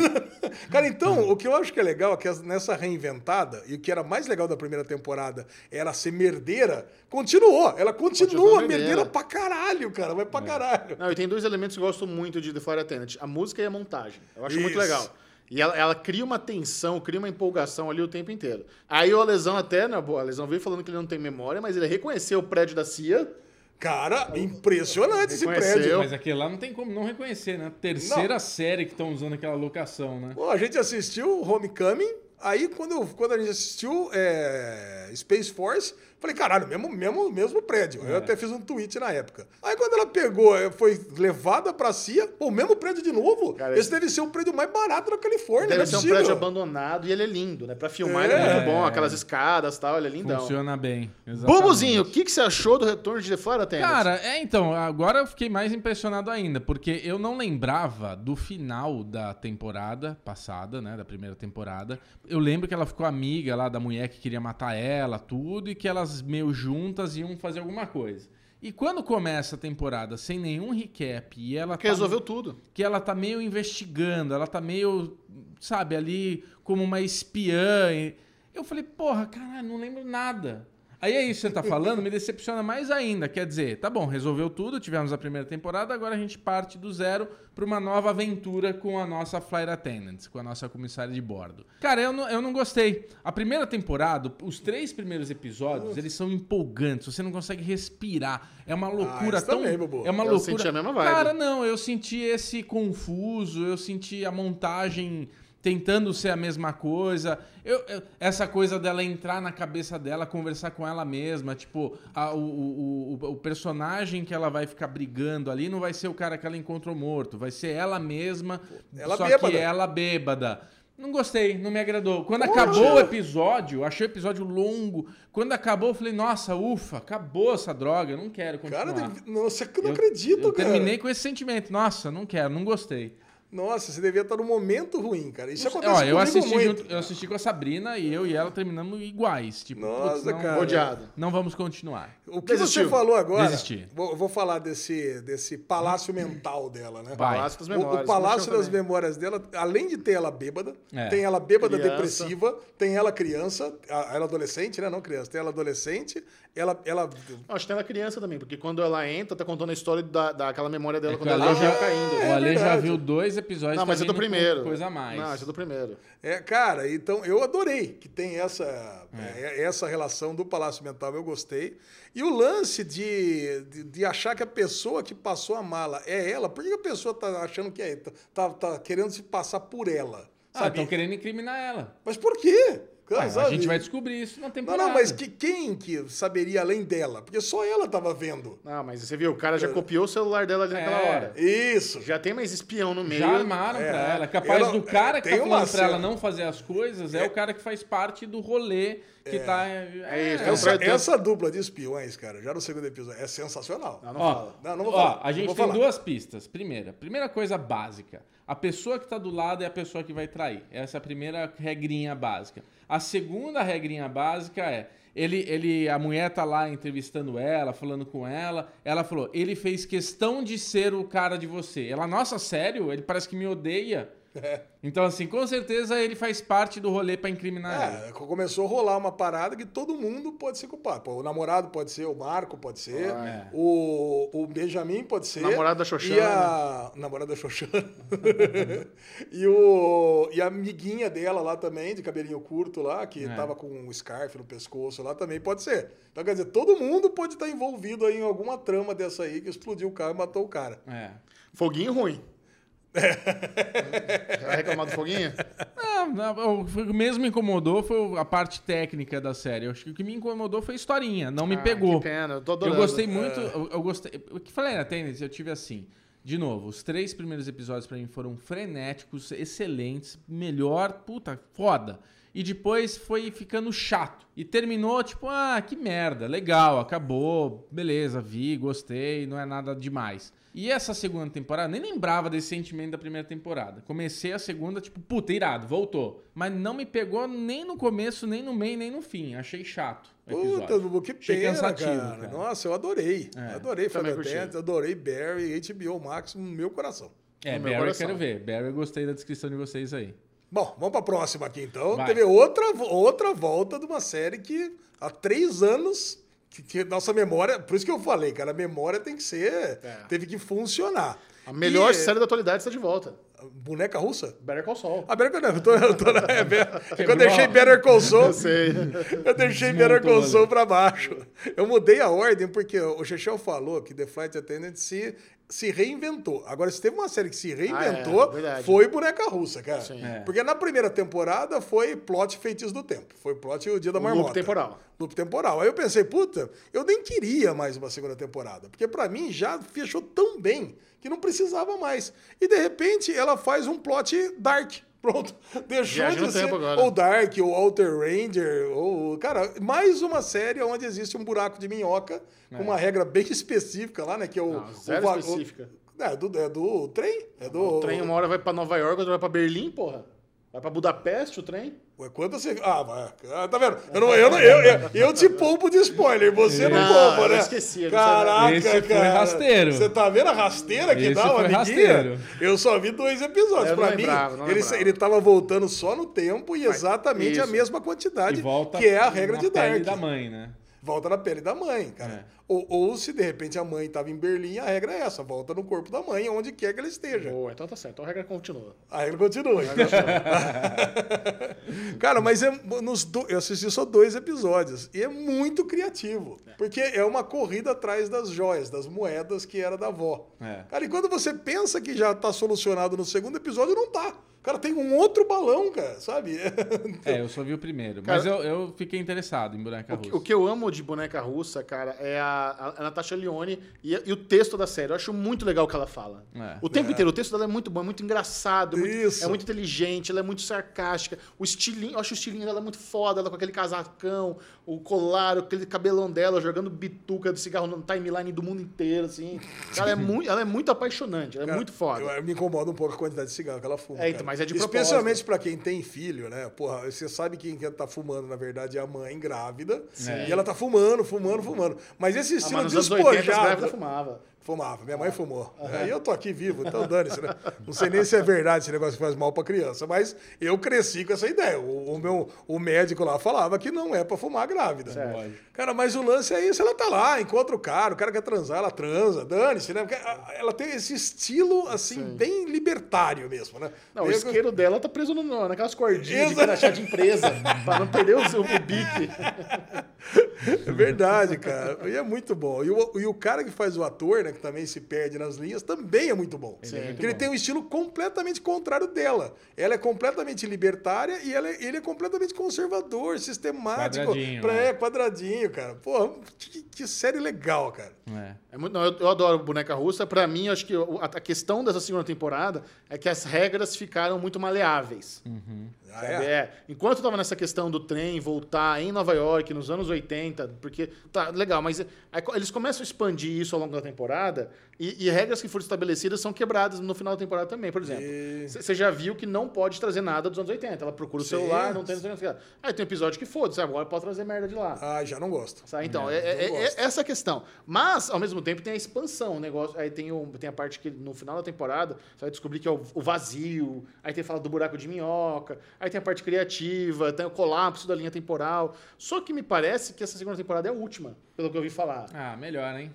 A: cara, então, o que eu acho que é legal é que as- nessa reinventada, e o que era mais legal da primeira temporada era ser merdeira, continuou. Ela continua,
D: Continua
A: merdeira.
D: merdeira
A: pra caralho, cara. Vai pra caralho.
D: Não, e tem dois elementos que eu gosto muito de The Fire Attendant: a música e a montagem. Eu acho muito
A: Isso.
D: legal. E ela, ela cria uma tensão, cria uma empolgação ali o tempo inteiro. Aí o Alesão até, né? O Alesão veio falando que ele não tem memória, mas ele reconheceu o prédio da CIA.
A: Cara, impressionante esse
D: Reconheceu.
A: prédio.
C: Mas aquele lá não tem como não reconhecer, né? Terceira série que estão usando aquela locação, né?
A: Bom, a gente assistiu Homecoming, aí quando, eu- quando a gente assistiu é, Space Force, falei, caralho, mesmo, mesmo, mesmo prédio. Eu até fiz um tweet na época. Aí quando ela pegou, é, foi levada pra CIA, pô, o mesmo prédio de novo?
D: Cara,
A: esse deve ser o prédio mais barato da Califórnia, não
D: Deve
A: é
D: ser um
A: possível.
D: prédio abandonado e ele é lindo, né? Pra filmar ele
A: É.
D: é muito bom, aquelas escadas e tal, ele é lindão.
C: Funciona bem. exatamente.
D: Bubuzinho, o que, que você achou do retorno de The Flora Attendant?
C: Cara, é então, agora eu fiquei mais impressionado ainda, porque eu não lembrava do final da temporada passada, né? Da primeira temporada. Eu lembro que ela ficou amiga lá da mulher que queria matar ela, tudo, e que elas meio juntas iam fazer alguma coisa. E quando começa a temporada sem nenhum recap e ela tá
D: que resolveu tudo.
C: que ela tá meio investigando, ela tá meio, sabe, ali como uma espiã. E Eu falei, porra, caralho, não lembro nada. Aí é isso que você tá falando, me decepciona mais ainda. Quer dizer, tá bom, resolveu tudo, tivemos a primeira temporada, agora a gente parte do zero pra uma nova aventura com a nossa Flight Attendant, com a nossa comissária de bordo. Cara, eu não, eu não gostei. A primeira temporada, os três primeiros episódios, eles são empolgantes, você não consegue respirar. É uma loucura
A: isso
C: tão.
A: também, Bubu.
C: É uma
D: Eu
C: loucura.
D: senti a mesma vibe.
C: Cara, não, eu senti esse confuso, eu senti a montagem tentando ser a mesma coisa. Eu, eu- essa coisa dela entrar na cabeça dela, conversar com ela mesma, tipo, a- o, o, o- o personagem que ela vai ficar brigando ali não vai ser o cara que ela encontrou morto, vai ser ela mesma,
A: Ela
C: só que
A: bêbada.
C: ela bêbada. Não gostei, não me agradou. Quando acabou
A: assim?
C: o episódio, eu achei o episódio longo. Quando acabou, eu falei, nossa, ufa, acabou essa droga, eu não quero continuar.
A: Cara, deve- nossa, que eu não
C: Eu-
A: acredito,
C: eu
A: cara.
C: terminei com esse sentimento. Nossa, não quero, não gostei.
A: Nossa, você devia estar num momento ruim, cara. Isso acontece
C: Ó, eu
A: comigo
C: assisti,
A: muito.
C: junto- eu assisti com a Sabrina e eu e ela terminamos iguais. Tipo,
A: Nossa,
C: putz, não,
A: cara.
D: Odiado.
C: Não vamos continuar.
A: O que
D: Desistiu.
A: você falou agora?
C: Desisti.
A: Vou, vou falar desse, desse palácio mental dela, né?
C: Vai.
D: Palácio das
A: O-
D: Memórias.
A: o Palácio
D: como
A: das
D: chama
A: Memórias dela, além de ter ela bêbada,
C: É.
A: tem ela bêbada
D: Criança.
A: depressiva, tem ela criança, a- ela adolescente, né? Não criança, tem ela adolescente, ela. ela
D: também. Acho que tem ela criança também, porque quando ela entra, tá contando a história da, daquela memória dela
C: É que
D: quando
C: o
D: ela
C: Ale
D: já tá
C: já-
D: caindo.
C: o Ale já
A: É verdade.
C: viu dois episódios.
D: Não, mas é
C: também
D: do primeiro.
C: Coisa a mais.
D: Não, esse é do primeiro.
A: é, cara, então eu adorei que tem essa, é, essa relação do Palácio Mental, eu gostei. E o lance de, de, de achar que a pessoa que passou a mala é ela, por que a pessoa tá achando que é? Tá, tá querendo se passar por ela?
C: Ah,
A: Sabe?
C: estão querendo incriminar ela.
A: Mas por quê? Cara,
C: Ah, a
A: sabe?
C: gente vai descobrir isso na
A: Não,
C: temporada.
A: não, mas que, quem que saberia além dela? Porque só ela tava vendo.
D: Ah, mas você viu, o cara já copiou o celular dela ali naquela
C: É.
D: hora.
A: Isso.
D: Já tem mais espião no meio.
C: Já armaram
A: É,
C: pra ela. Capaz
A: ela-
C: do cara que
A: tem
C: tá
A: uma
C: falando pra ela
A: cena.
C: não fazer as coisas é, o cara que faz parte do rolê que tá. É,
D: isso, é o
A: Essa,
D: Fred-
A: essa dupla de espiões, cara, já no segundo episódio, é sensacional.
D: Ah, não
C: Ó,
D: fala.
A: Não, não vou
C: ó,
A: falar,
C: a
A: não
C: gente
A: vou
C: tem
A: falar.
C: duas pistas. Primeira, primeira coisa básica. A pessoa que tá do lado é a pessoa que vai trair. Essa é a primeira regrinha básica. A segunda regrinha básica é ele, ele, a mulher tá lá entrevistando ela, falando com ela. Ela falou: ele fez questão de ser o cara de você. Ela, nossa, sério? Ele parece que me odeia.
A: É.
C: Então, assim, com certeza ele faz parte do rolê pra incriminar ela.
A: É, começou a rolar uma parada que todo mundo pode ser culpado. Pô, o namorado pode ser, o Marco pode ser,
C: Ah, é.
A: o, o Benjamin pode ser.
D: Namorado da Xoxana.
A: E a... Namorado da Xoxana. e, o, e a amiguinha dela lá também, de cabelinho curto lá, que tava com um scarf no pescoço lá, também pode ser. Então, quer dizer, todo mundo pode estar envolvido aí em alguma trama dessa aí que explodiu o carro e matou o cara.
C: É.
D: Foguinho ruim. Vai reclamar do foguinho?
C: Não, não, É, o que mesmo me incomodou foi a parte técnica da série. Eu acho que o que me incomodou foi a historinha, não me
D: Ah,
C: pegou.
D: que pena, eu tô
C: eu
D: adorando.
C: gostei muito, eu, eu gostei. O que falei na Tênis, eu tive assim. De novo, os três primeiros episódios pra mim foram frenéticos, excelentes, melhor, puta, foda. E depois foi ficando chato. E terminou tipo, ah, que merda, legal, acabou, beleza, vi, gostei, não é nada demais. E essa segunda temporada, nem lembrava desse sentimento da primeira temporada. Comecei a segunda, tipo, puta, irado, voltou. Mas não me pegou nem no começo, nem no meio, nem no fim. Achei chato. o
A: Puta,
C: episódio.
A: Bubu, que
C: Achei
A: pena, cara.
C: cansativo, cara.
A: Nossa, eu adorei. Adorei
D: É, também
A: Fábio
D: curti.
A: Dentes, adorei Barry, HBO Max no meu coração.
C: É,
D: No meu
C: Barry eu
D: coração.
C: quero ver. Barry, eu gostei da descrição de vocês aí.
A: Bom, vamos pra próxima aqui então.
C: Vai.
A: Teve outra, vo- outra volta de uma série que há três anos. Que, que nossa memória, por isso que eu falei, cara, a memória tem que ser.
D: É.
A: Teve que funcionar.
D: A melhor
A: E-
D: série da atualidade está de volta.
A: Boneca russa?
D: Better Call Saul.
A: Ah, Better Call Saul. Eu tô- Eu, tô na- é, é que eu
C: Quebrou.
A: deixei Better Call Saul.
D: Eu sei.
A: Eu deixei Better Call
C: né?
A: Saul pra baixo. Eu mudei a ordem porque o Chechel falou que The Flight Attendant se, se reinventou. Agora, se teve uma série que se
D: Ah,
A: reinventou,
D: é, verdade.
A: foi Boneca Russa, cara.
D: Sim.
C: É.
A: Porque na primeira temporada foi plot Feitiço do Tempo. Foi plot O Dia da Marmota.
D: loop temporal.
A: Loop temporal. Aí eu pensei, puta, eu nem queria mais uma segunda temporada. Porque pra mim já fechou tão bem que não precisava mais. E de repente ela faz um plot dark. Pronto. Deixou
D: Viagem no
A: de ser
D: tempo agora.
A: ou Dark, ou Alter Ranger, ou. Cara, mais uma série onde existe um buraco de minhoca, com uma regra bem específica lá, né? Que é o.
D: É. Não, zero
A: o va- o-
D: específica.
A: Não, é, do, é do trem? É do.
D: O trem uma hora vai pra Nova York, outra vai pra Berlim, porra. Vai pra Budapeste o trem.
A: Ué, quando você. Ah, vai. Ah, tá vendo? Eu, não, eu, não- eu, eu, eu te poupo de spoiler, você não,
D: Não,
A: poupa,
D: eu
A: né?
D: esqueci, eu não
A: Caraca,
D: sabia.
C: Esse foi
A: cara.
C: rasteiro.
A: Você tá vendo a rasteira que
C: Esse
A: dá, o
C: foi
A: amiguinha?
C: rasteiro.
A: Eu só vi dois episódios.
D: Eu não
A: pra mim,
D: lembrava, não
A: ele,
D: lembrava.
A: ele tava voltando só no tempo e exatamente a
D: isso.
A: mesma
C: E
A: quantidade,
C: volta
A: que é a regra
C: na
A: de
C: pele
A: Dark.
C: da mãe, É. né?
A: volta na pele da mãe, cara. Ou, ou se de repente a mãe estava em Berlim, a regra é essa: volta no corpo da mãe, onde quer que ela esteja.
D: Boa, então tá certo. Então a regra continua.
A: A regra continua. Cara, mas é nos do- eu assisti só dois episódios e é muito criativo. Porque é uma corrida atrás das joias, das moedas que era da avó.
C: É.
A: Cara, e quando você pensa que já tá solucionado no segundo episódio, não tá. Cara, tem um outro balão, cara, sabe?
C: É, eu só vi o primeiro. mas eu, eu fiquei interessado em Boneca
D: O que,
C: Russa.
D: o que eu amo de boneca russa, cara, é a, a Natasha Leone e, e o texto da série. Eu acho muito legal o que ela fala.
C: É.
D: O tempo inteiro, o texto dela é muito bom, é muito engraçado, é muito,
A: Isso.
D: é muito inteligente, ela é muito sarcástica. O estilinho, eu acho o estilinho dela muito foda, ela com aquele casacão, o colar, aquele cabelão dela, jogando bituca de cigarro no timeline do mundo inteiro, assim. Cara, é muito, ela é muito apaixonante, ela é muito foda.
A: Eu- me incomoda um pouco a quantidade de cigarro que ela fuma.
D: É, então,
A: cara.
D: mas é de
A: Especialmente pra quem tem filho, né? Porra, você sabe quem que tá fumando, na verdade, é a mãe grávida. E ela tá fumando, fumando, fumando. Mas esse
D: Ah,
A: estilo
D: mas nos anos 80, as grávidas
A: um despojado.
D: fumava.
A: Fumava, minha mãe fumou. Aí eu tô aqui vivo, então dane-se, né? Não sei nem se é verdade esse negócio que faz mal pra criança, mas eu cresci com essa ideia. O, o meu, o médico lá falava que não é pra fumar grávida. Cara, mas o lance é isso, ela tá lá, encontra o cara, o cara quer transar, ela transa, dane-se, né? Porque a- ela tem esse estilo, assim, bem libertário mesmo, né?
D: Não, o
A: Meio-
D: isqueiro dela tá preso no, naquelas cordinhas de
A: Exato.
D: crachá de empresa, pra não perder o, o bique.
A: É verdade, cara. E é muito bom. E o, e o cara que faz o ator, né, que também se perde nas linhas, também é muito bom.
D: Sim.
A: Porque ele tem um estilo completamente contrário dela. Ela é completamente libertária e ela é- ele é completamente conservador, sistemático.
C: Quadradinho,
A: pra,
C: né?
A: É, quadradinho, cara. Pô, que, que série legal, cara.
C: É.
D: É muito, não, eu, eu adoro boneca russa. Pra mim, eu acho que o- a, a questão dessa segunda temporada é que as regras ficaram muito maleáveis.
A: Ah,
D: sabe?
A: é?
D: É, enquanto eu tava nessa questão do trem voltar em Nova York nos anos 80, porque tá legal, mas aí co- eles começam a expandir isso ao longo da temporada e, e regras que foram estabelecidas são quebradas no final da temporada também. Por exemplo, você já viu que não pode trazer nada dos anos 80. Ela procura o
A: Sim.
D: celular, não tem. não sei o que. Aí tem um episódio que foda-se, agora pode trazer merda de lá.
A: Ah, já não gosto.
D: Sabe? Então, é, é-
A: não
D: é-
A: gosto.
D: é essa a questão. Mas, ao mesmo tempo, tem a expansão, o negócio. Aí tem, o- tem a parte que no final da temporada você vai descobrir que é o, o vazio, aí tem fala do buraco de minhoca, aí tem a parte criativa, tem o colapso da linha temporal. Só que me parece que essa segunda temporada é a última, pelo que eu ouvi falar.
C: Ah, melhor, hein?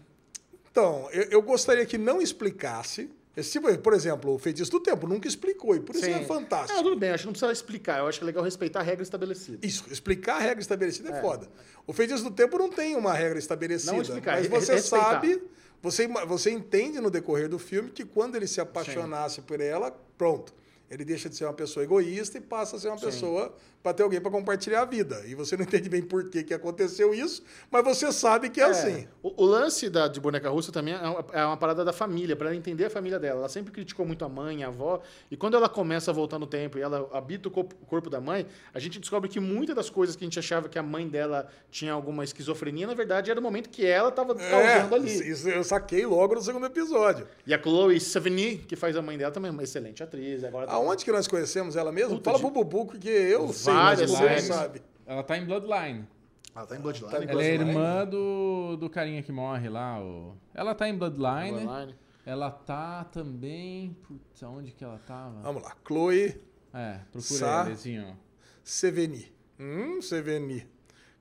A: Então, eu, eu gostaria que não explicasse. Esse tipo, por exemplo, o Feitiço do Tempo nunca explicou, e por isso
D: Sim.
A: é fantástico.
D: Ah, tudo bem, acho que não precisa explicar. Eu acho que é legal respeitar a regra estabelecida.
A: Isso, explicar a regra estabelecida é, foda. O feitiço do tempo não tem uma regra estabelecida.
D: Não explicar,
A: mas
D: é-
A: você
D: é respeitar.
A: sabe, você, ima- você entende no decorrer do filme que quando ele se apaixonasse por ela, pronto. Ele deixa de ser uma pessoa egoísta e passa a ser uma pessoa para ter alguém para compartilhar a vida. E você não entende bem por que, que aconteceu isso, mas você sabe que é, assim.
D: O, o lance da, de boneca russa também é uma, é uma parada da família, pra ela entender a família dela. Ela sempre criticou muito a mãe, a avó, e quando ela começa a voltar no tempo e ela habita o corpo, o corpo da mãe, a gente descobre que muitas das coisas que a gente achava que a mãe dela tinha alguma esquizofrenia, na verdade era o momento que ela estava causando
A: É, isso-
D: Tá ali.
A: isso eu saquei logo no segundo episódio.
D: E a Chloe Sevigny, que faz a mãe dela, também é uma excelente atriz. Agora tá-
A: Aonde que nós conhecemos ela mesmo?
D: Puta
A: Fala
D: de-
A: pro Bubu, porque eu sei, mas
D: Várias
A: você não
D: lives.
A: sabe.
C: Ela tá em Bloodline.
D: Ela tá em Bloodline.
A: Tá em
C: Ela é
A: Bloodline.
C: irmã do, do carinha que morre lá. O... Ela tá em Bloodline.
A: né?
D: Bloodline.
C: Ela tá também. Putz, onde que ela tava?
A: Vamos lá, Chloe
C: É, procura
A: Sa-
C: ele, assim, ó.
A: Seveni. Hum, Seveni.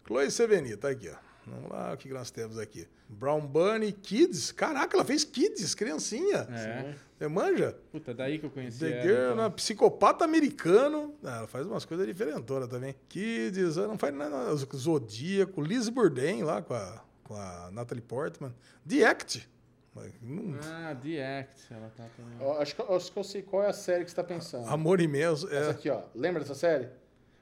A: Chloe Seveni, tá aqui, ó. Vamos lá, o que que nós temos aqui? Brown Bunny Kids. Caraca, ela fez Kids, criancinha.
C: É.
A: Você manja?
C: Puta, daí que eu conheci
A: The
C: ela.
A: Girl,
C: então.
A: uma psicopata americano. Ah, ela faz umas coisas diferentonas também. Kids, ela não faz nada. Zodíaco, Liz Bourdain lá com a, com a Natalie Portman. The Act. Hum. Mas não-
D: Hum.
C: Ah, The Act. Ela tá também.
D: Ó, acho, que, acho que eu sei qual é a série que você tá pensando.
A: Amor imenso.
D: Essa
A: É,
D: aqui, ó. Lembra dessa série?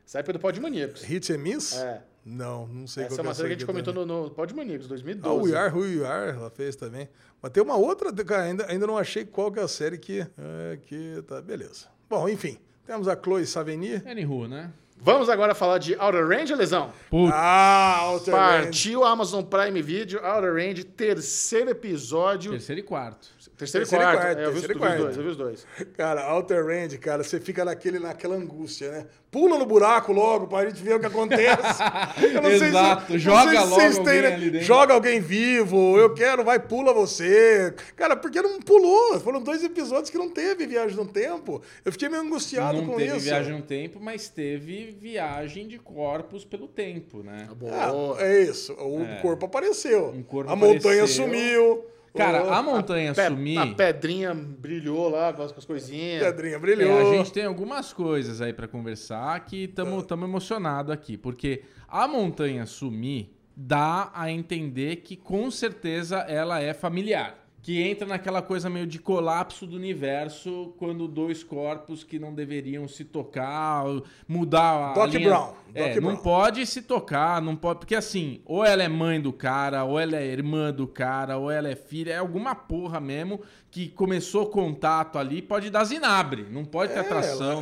D: Essa é época do Pó de Maníacos.
A: Hit and Miss?
D: É.
A: Não, não sei qual
D: Essa é uma
A: essa
D: série que a gente
A: aqui
D: comentou
A: também.
D: no, no Pod Maníacos,
A: né? Ah, o
D: 2012.
A: We Are Who You Are, ela fez também. Mas tem uma outra, cara, ainda, ainda não achei qual que é a série que, é, que tá, beleza. Bom, enfim, temos a Chloe Saveni.
C: Anywho, né?
D: Vamos agora falar de Outer Range, lesão?
C: Putz.
A: Ah, Alter Range.
D: Partiu Amazon Prime Video, Outer Range, terceiro episódio.
C: Terceiro e quarto.
D: Terceiro, e
A: terceiro e
D: quarto.
A: quarto,
D: É, eu vi os-
A: terceiro
D: eu vi
A: e
D: os
A: quarto.
D: dois, eu vi os dois.
A: Cara, Alter Range, cara, você fica naquele, naquela angústia, né? Pula no buraco logo pra gente ver o que acontece. Eu não sei se-
C: Exato,
A: não
C: joga
A: sei se
C: logo
A: vocês têm,
C: alguém
A: né?
C: ali dentro.
A: Joga alguém vivo, eu quero, vai, pula você. Cara, porque não pulou? Foram dois episódios que não teve Viagem no Tempo. Eu fiquei meio angustiado
C: não
A: com
C: teve
A: isso.
C: viagem no tempo, mas teve viagem de corpos pelo tempo, né?
D: Tá
A: Ah,
D: boa.
A: é isso. O corpo apareceu.
C: Um corpo
A: a montanha
C: apareceu.
A: sumiu. o-
C: Cara, a
A: é,
C: montanha
D: Pe-
C: sumir.
D: A pedrinha brilhou lá com as, com as coisinhas.
A: Pedrinha
C: É,
A: brilhou.
C: a gente tem algumas coisas aí pra conversar que estamos emocionados aqui, porque a montanha sumir dá a entender que com certeza ela é familiar. Que entra naquela coisa meio de colapso do universo quando dois corpos que não deveriam se tocar, mudar a.
A: Doc
C: linha...
A: Brown,
C: É,
A: Doc
C: não
A: Brown.
C: pode se tocar, não pode. Porque assim, ou ela é mãe do cara, ou ela é irmã do cara, ou ela é filha, é alguma porra mesmo que começou contato ali, pode dar zinabre. Não pode ter
A: É,
C: atração.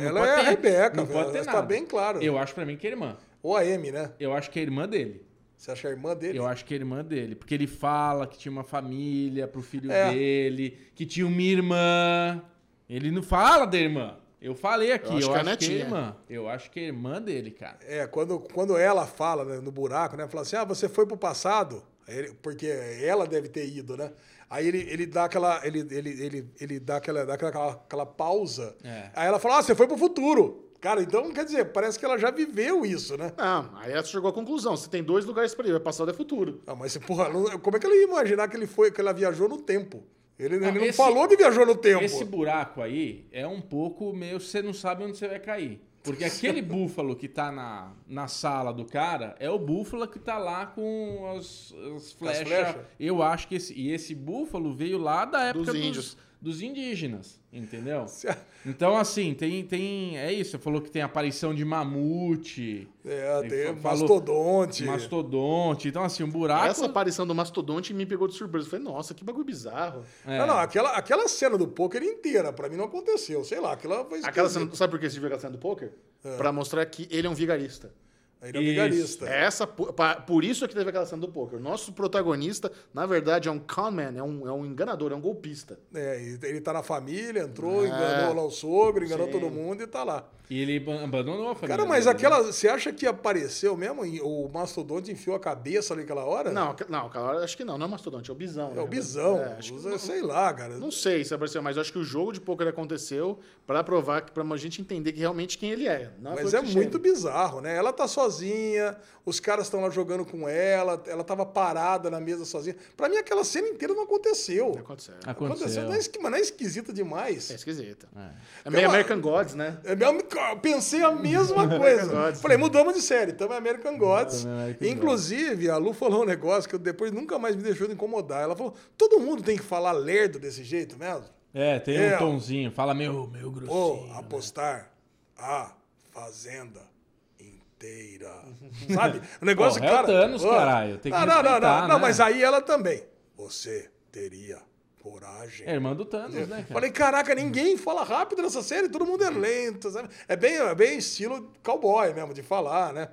A: ela-
C: não
A: ela
C: pode
A: é a
C: ter,
A: Rebeca,
C: não
A: velho,
C: pode ter
A: isso
C: nada.
A: tá bem claro.
C: Eu acho pra mim que é irmã.
A: Ou a M, né?
C: Eu acho que é irmã dele.
A: Você acha a irmã dele?
C: Eu acho que é irmã dele. Porque ele fala que tinha uma família pro filho
A: É.
C: dele, que tinha uma irmã. Ele não fala da irmã. Eu falei aqui, eu acho, que, é
D: netinha.
C: irmã. Eu acho que é irmã dele, cara.
A: É, quando, quando ela fala né, no buraco, né? Fala assim: ah, você foi pro passado, Aí ele- porque ela deve ter ido, né? Aí ele, ele dá aquela. Ele, ele, ele, ele dá aquela, dá aquela, aquela, aquela pausa.
C: É.
A: Aí ela fala: ah, você foi pro futuro. Cara, então quer dizer, parece que ela já viveu isso, né?
D: Não, aí ela chegou à conclusão. Você tem dois lugares pra ir, é passado e é futuro.
A: Ah, mas porra, não- como é que ela ia imaginar que ele foi, que ela viajou no tempo? Ele ele não,
C: Não, esse-
A: falou que viajou no tempo.
C: Esse buraco aí é um pouco meio você não sabe onde você vai cair. Porque aquele búfalo que tá na, na sala do cara é o búfalo que tá lá com as, as flechas.
A: flechas?
C: Eu acho que esse. E esse búfalo veio lá da época dos,
D: índios.
C: dos indígenas, entendeu?
A: Se a-
C: Então, assim, tem, tem. É isso, você falou que tem aparição de mamute.
A: É,
C: Ele
A: tem
C: falou-
A: mastodonte.
C: Mastodonte. Então, assim, um
A: Tá
C: buraco.
D: Essa aparição do mastodonte me pegou de surpresa. Eu falei, nossa, que bagulho bizarro.
C: É.
A: Não, não, aquela, aquela cena do poker inteira, pra mim não aconteceu. Sei lá, aquela foi.
D: Aquela cena, sabe por que esse aquela cena do poker? Pra mostrar que ele é um vigarista.
A: Ele é um
C: Isso.
A: vigarista.
D: É essa, por, pa- por isso é que teve aquela cena do poker. O nosso protagonista, na verdade, é um con man, é um, é um enganador, é um golpista.
A: É, e ele tá na família, entrou,
D: É.
A: enganou lá o sogro, enganou todo mundo e tá lá.
C: E ele ab- abandonou a família.
A: Cara, mas
C: dele, né?
A: aquela. Você acha que apareceu mesmo? e O mastodonte enfiou a cabeça ali aquela hora?
D: Não, aqu- não, cara, acho que não, não é mastodonte, é o bisão.
A: É
D: né?
A: o bisão.
D: É, acho que
A: usa- sei lá, cara.
D: Não sei se apareceu, mas eu acho que o jogo de poker aconteceu pra provar, que, pra gente entender que realmente quem ele é. Não
A: Mas
D: flor
A: é
D: que se cheire.
A: muito bizarro, né? Ela tá sozinha, os caras estão lá jogando com ela, ela tava parada na mesa sozinha. Pra mim, aquela cena inteira não aconteceu.
D: É, Aconteceu.
C: Aconteceu.
A: não é, esqui- mas não é esquisita demais.
D: É esquisito. É,
A: Eu-
D: meio American Gods, né?
A: É, Eu pensei a mesma coisa.
D: Gods.
A: Falei, mudamos de série, então é American Gods.
C: Também é American
A: Inclusive, a Lu falou um negócio que eu depois nunca mais me deixou de incomodar. Ela falou: todo mundo tem que falar lerdo desse jeito mesmo?
C: É, tem
A: É.
C: um tonzinho. Fala meu, meu grossinho.
A: Vou apostar a fazenda inteira. Sabe? O negócio,
C: Porra, é o
A: cara.
C: Thanos,
A: ó,
C: caralho, tem que
A: não, não, não, não,
C: respeitar,
A: não,
C: né?
A: mas aí ela também. Você teria coragem.
C: É irmã do Thanos, né, cara?
A: Falei, caraca, ninguém fala rápido nessa série, todo mundo é
C: Uhum.
A: lento, sabe? É bem, é bem estilo cowboy mesmo, de falar, né?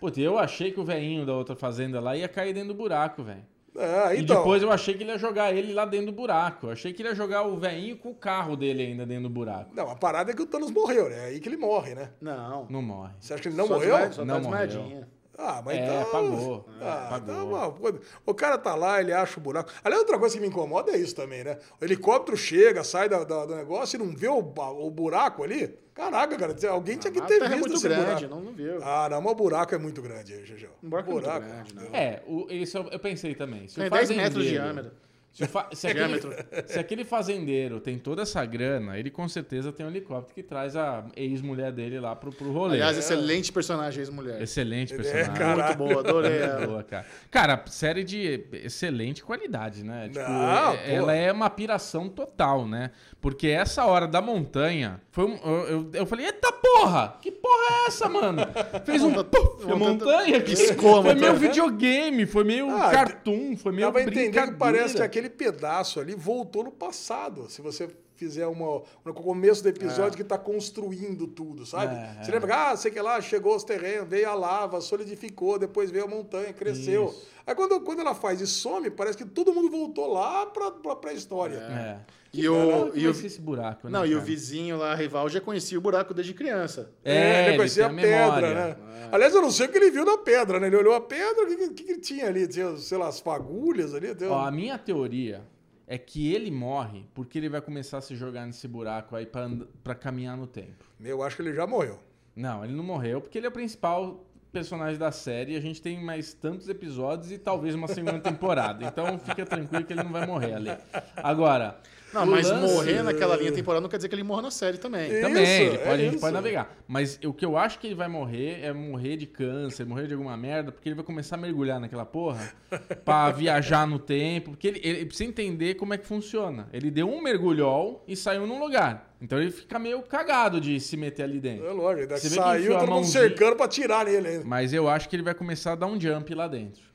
C: Puta, eu achei que o velhinho da outra fazenda lá ia cair dentro do buraco, velho.
A: É,
C: E
A: então,
C: depois eu achei que ele ia jogar ele lá dentro do buraco. Eu achei que ele ia jogar o velhinho com o carro dele ainda dentro do buraco.
A: Não, a parada é que o Thanos morreu, né? É aí que ele morre, né?
D: Não.
C: Não morre.
A: Você acha que ele não
D: Só
A: morreu?
D: desma- Só
C: Não
D: tá
C: morreu.
D: desmaiadinha.
A: Ah, mas
C: É,
A: então.
C: apagou.
A: Ah,
C: É, apagou.
A: tá bom. Pô, O cara tá lá, ele acha o buraco. Aliás, outra coisa que me incomoda é isso também, né? O helicóptero chega, sai da- da- do negócio e não vê o, ba- o buraco ali. Caraca, cara, alguém tinha que
D: A
A: ter
D: terra é
A: visto
D: muito
A: esse
D: grande,
A: buraco.
D: não, não viu.
A: Ah, não, mas o buraco é muito grande, Gegel.
D: Um buraco é muito grande, né?
C: É, o, isso eu, eu pensei também. Se o
D: Tem 10 É, metros de
C: fazendeiro-
D: diâmetro. É
C: Se, o fa- se aquele,
D: Diâmetro.
C: se aquele fazendeiro tem toda essa grana, ele com certeza tem um helicóptero que traz a ex-mulher dele lá pro, pro rolê.
D: Aliás, é- excelente personagem, ex-mulher.
C: Excelente
A: É,
C: personagem.
A: cara.
D: Muito boa, adorei
C: Muito
D: ela.
C: boa, cara. Cara, série de excelente qualidade, né? Tipo,
A: Não,
C: é-
A: pô.
C: ela é uma piração total, né? Porque essa hora da montanha foi um. Eu, eu, eu falei, eita porra! Que porra é essa, mano? Fez um.
D: Monta-
C: puff, a
D: monta-
C: montanha
D: Piscou a montanha.
C: Foi meio videogame, foi meio
A: Ah,
C: cartoon, foi meio.
A: Dá pra entender que
C: brincadeira.
A: parece que aquele pedaço ali voltou no passado. Se você fizer uma, no começo do episódio que tá construindo tudo, sabe?
C: É,
A: você
C: é.
A: lembra, ah, sei que lá, chegou os terrenos, veio a lava, solidificou, depois veio a montanha, cresceu. Aí quando, quando ela faz e some, parece que todo mundo voltou lá pra, pra, pra história.
C: É.
D: E o,
C: Como
D: e o,
C: vai ser esse buraco, né?
D: não, e o
C: cara?
D: vizinho lá, rival, já conhecia o buraco desde criança.
C: É, ele
A: conhecia
C: tem a memória. É.
A: né? Aliás, eu não sei o que ele viu na pedra, né? Ele olhou a pedra, o que, que, que tinha ali? um- Tinha, sei lá, as fagulhas ali? Tinha...
C: Ó, a minha teoria é que ele morre porque ele vai começar a se jogar nesse buraco aí pra and- pra caminhar no tempo.
A: Eu acho que ele já morreu.
C: Não, ele não morreu porque ele é o principal personagem da série. e A gente tem mais tantos episódios e talvez uma segunda temporada. Então fica tranquilo que ele não vai morrer ali. Agora.
D: Não,
C: o
D: mas
C: lance-
D: morrer naquela linha temporal não quer dizer que ele morra na série também.
A: É.
C: Também,
A: Isso,
C: ele pode-
A: é
C: a gente
A: isso.
C: pode navegar. Mas o que eu acho que ele vai morrer é morrer de câncer, morrer de alguma merda, porque ele vai começar a mergulhar naquela porra pra viajar no tempo. Porque ele, ele precisa entender como é que funciona. Ele deu um mergulhol e saiu num lugar. Então ele fica meio cagado de se meter ali dentro.
A: É lógico,
C: Se
A: ele
C: bem que enfiou
A: saiu
C: a
A: todo mundo
C: mãozinha-
A: cercando pra tirar nele ainda.
C: Mas eu acho que ele vai começar a dar um jump lá dentro.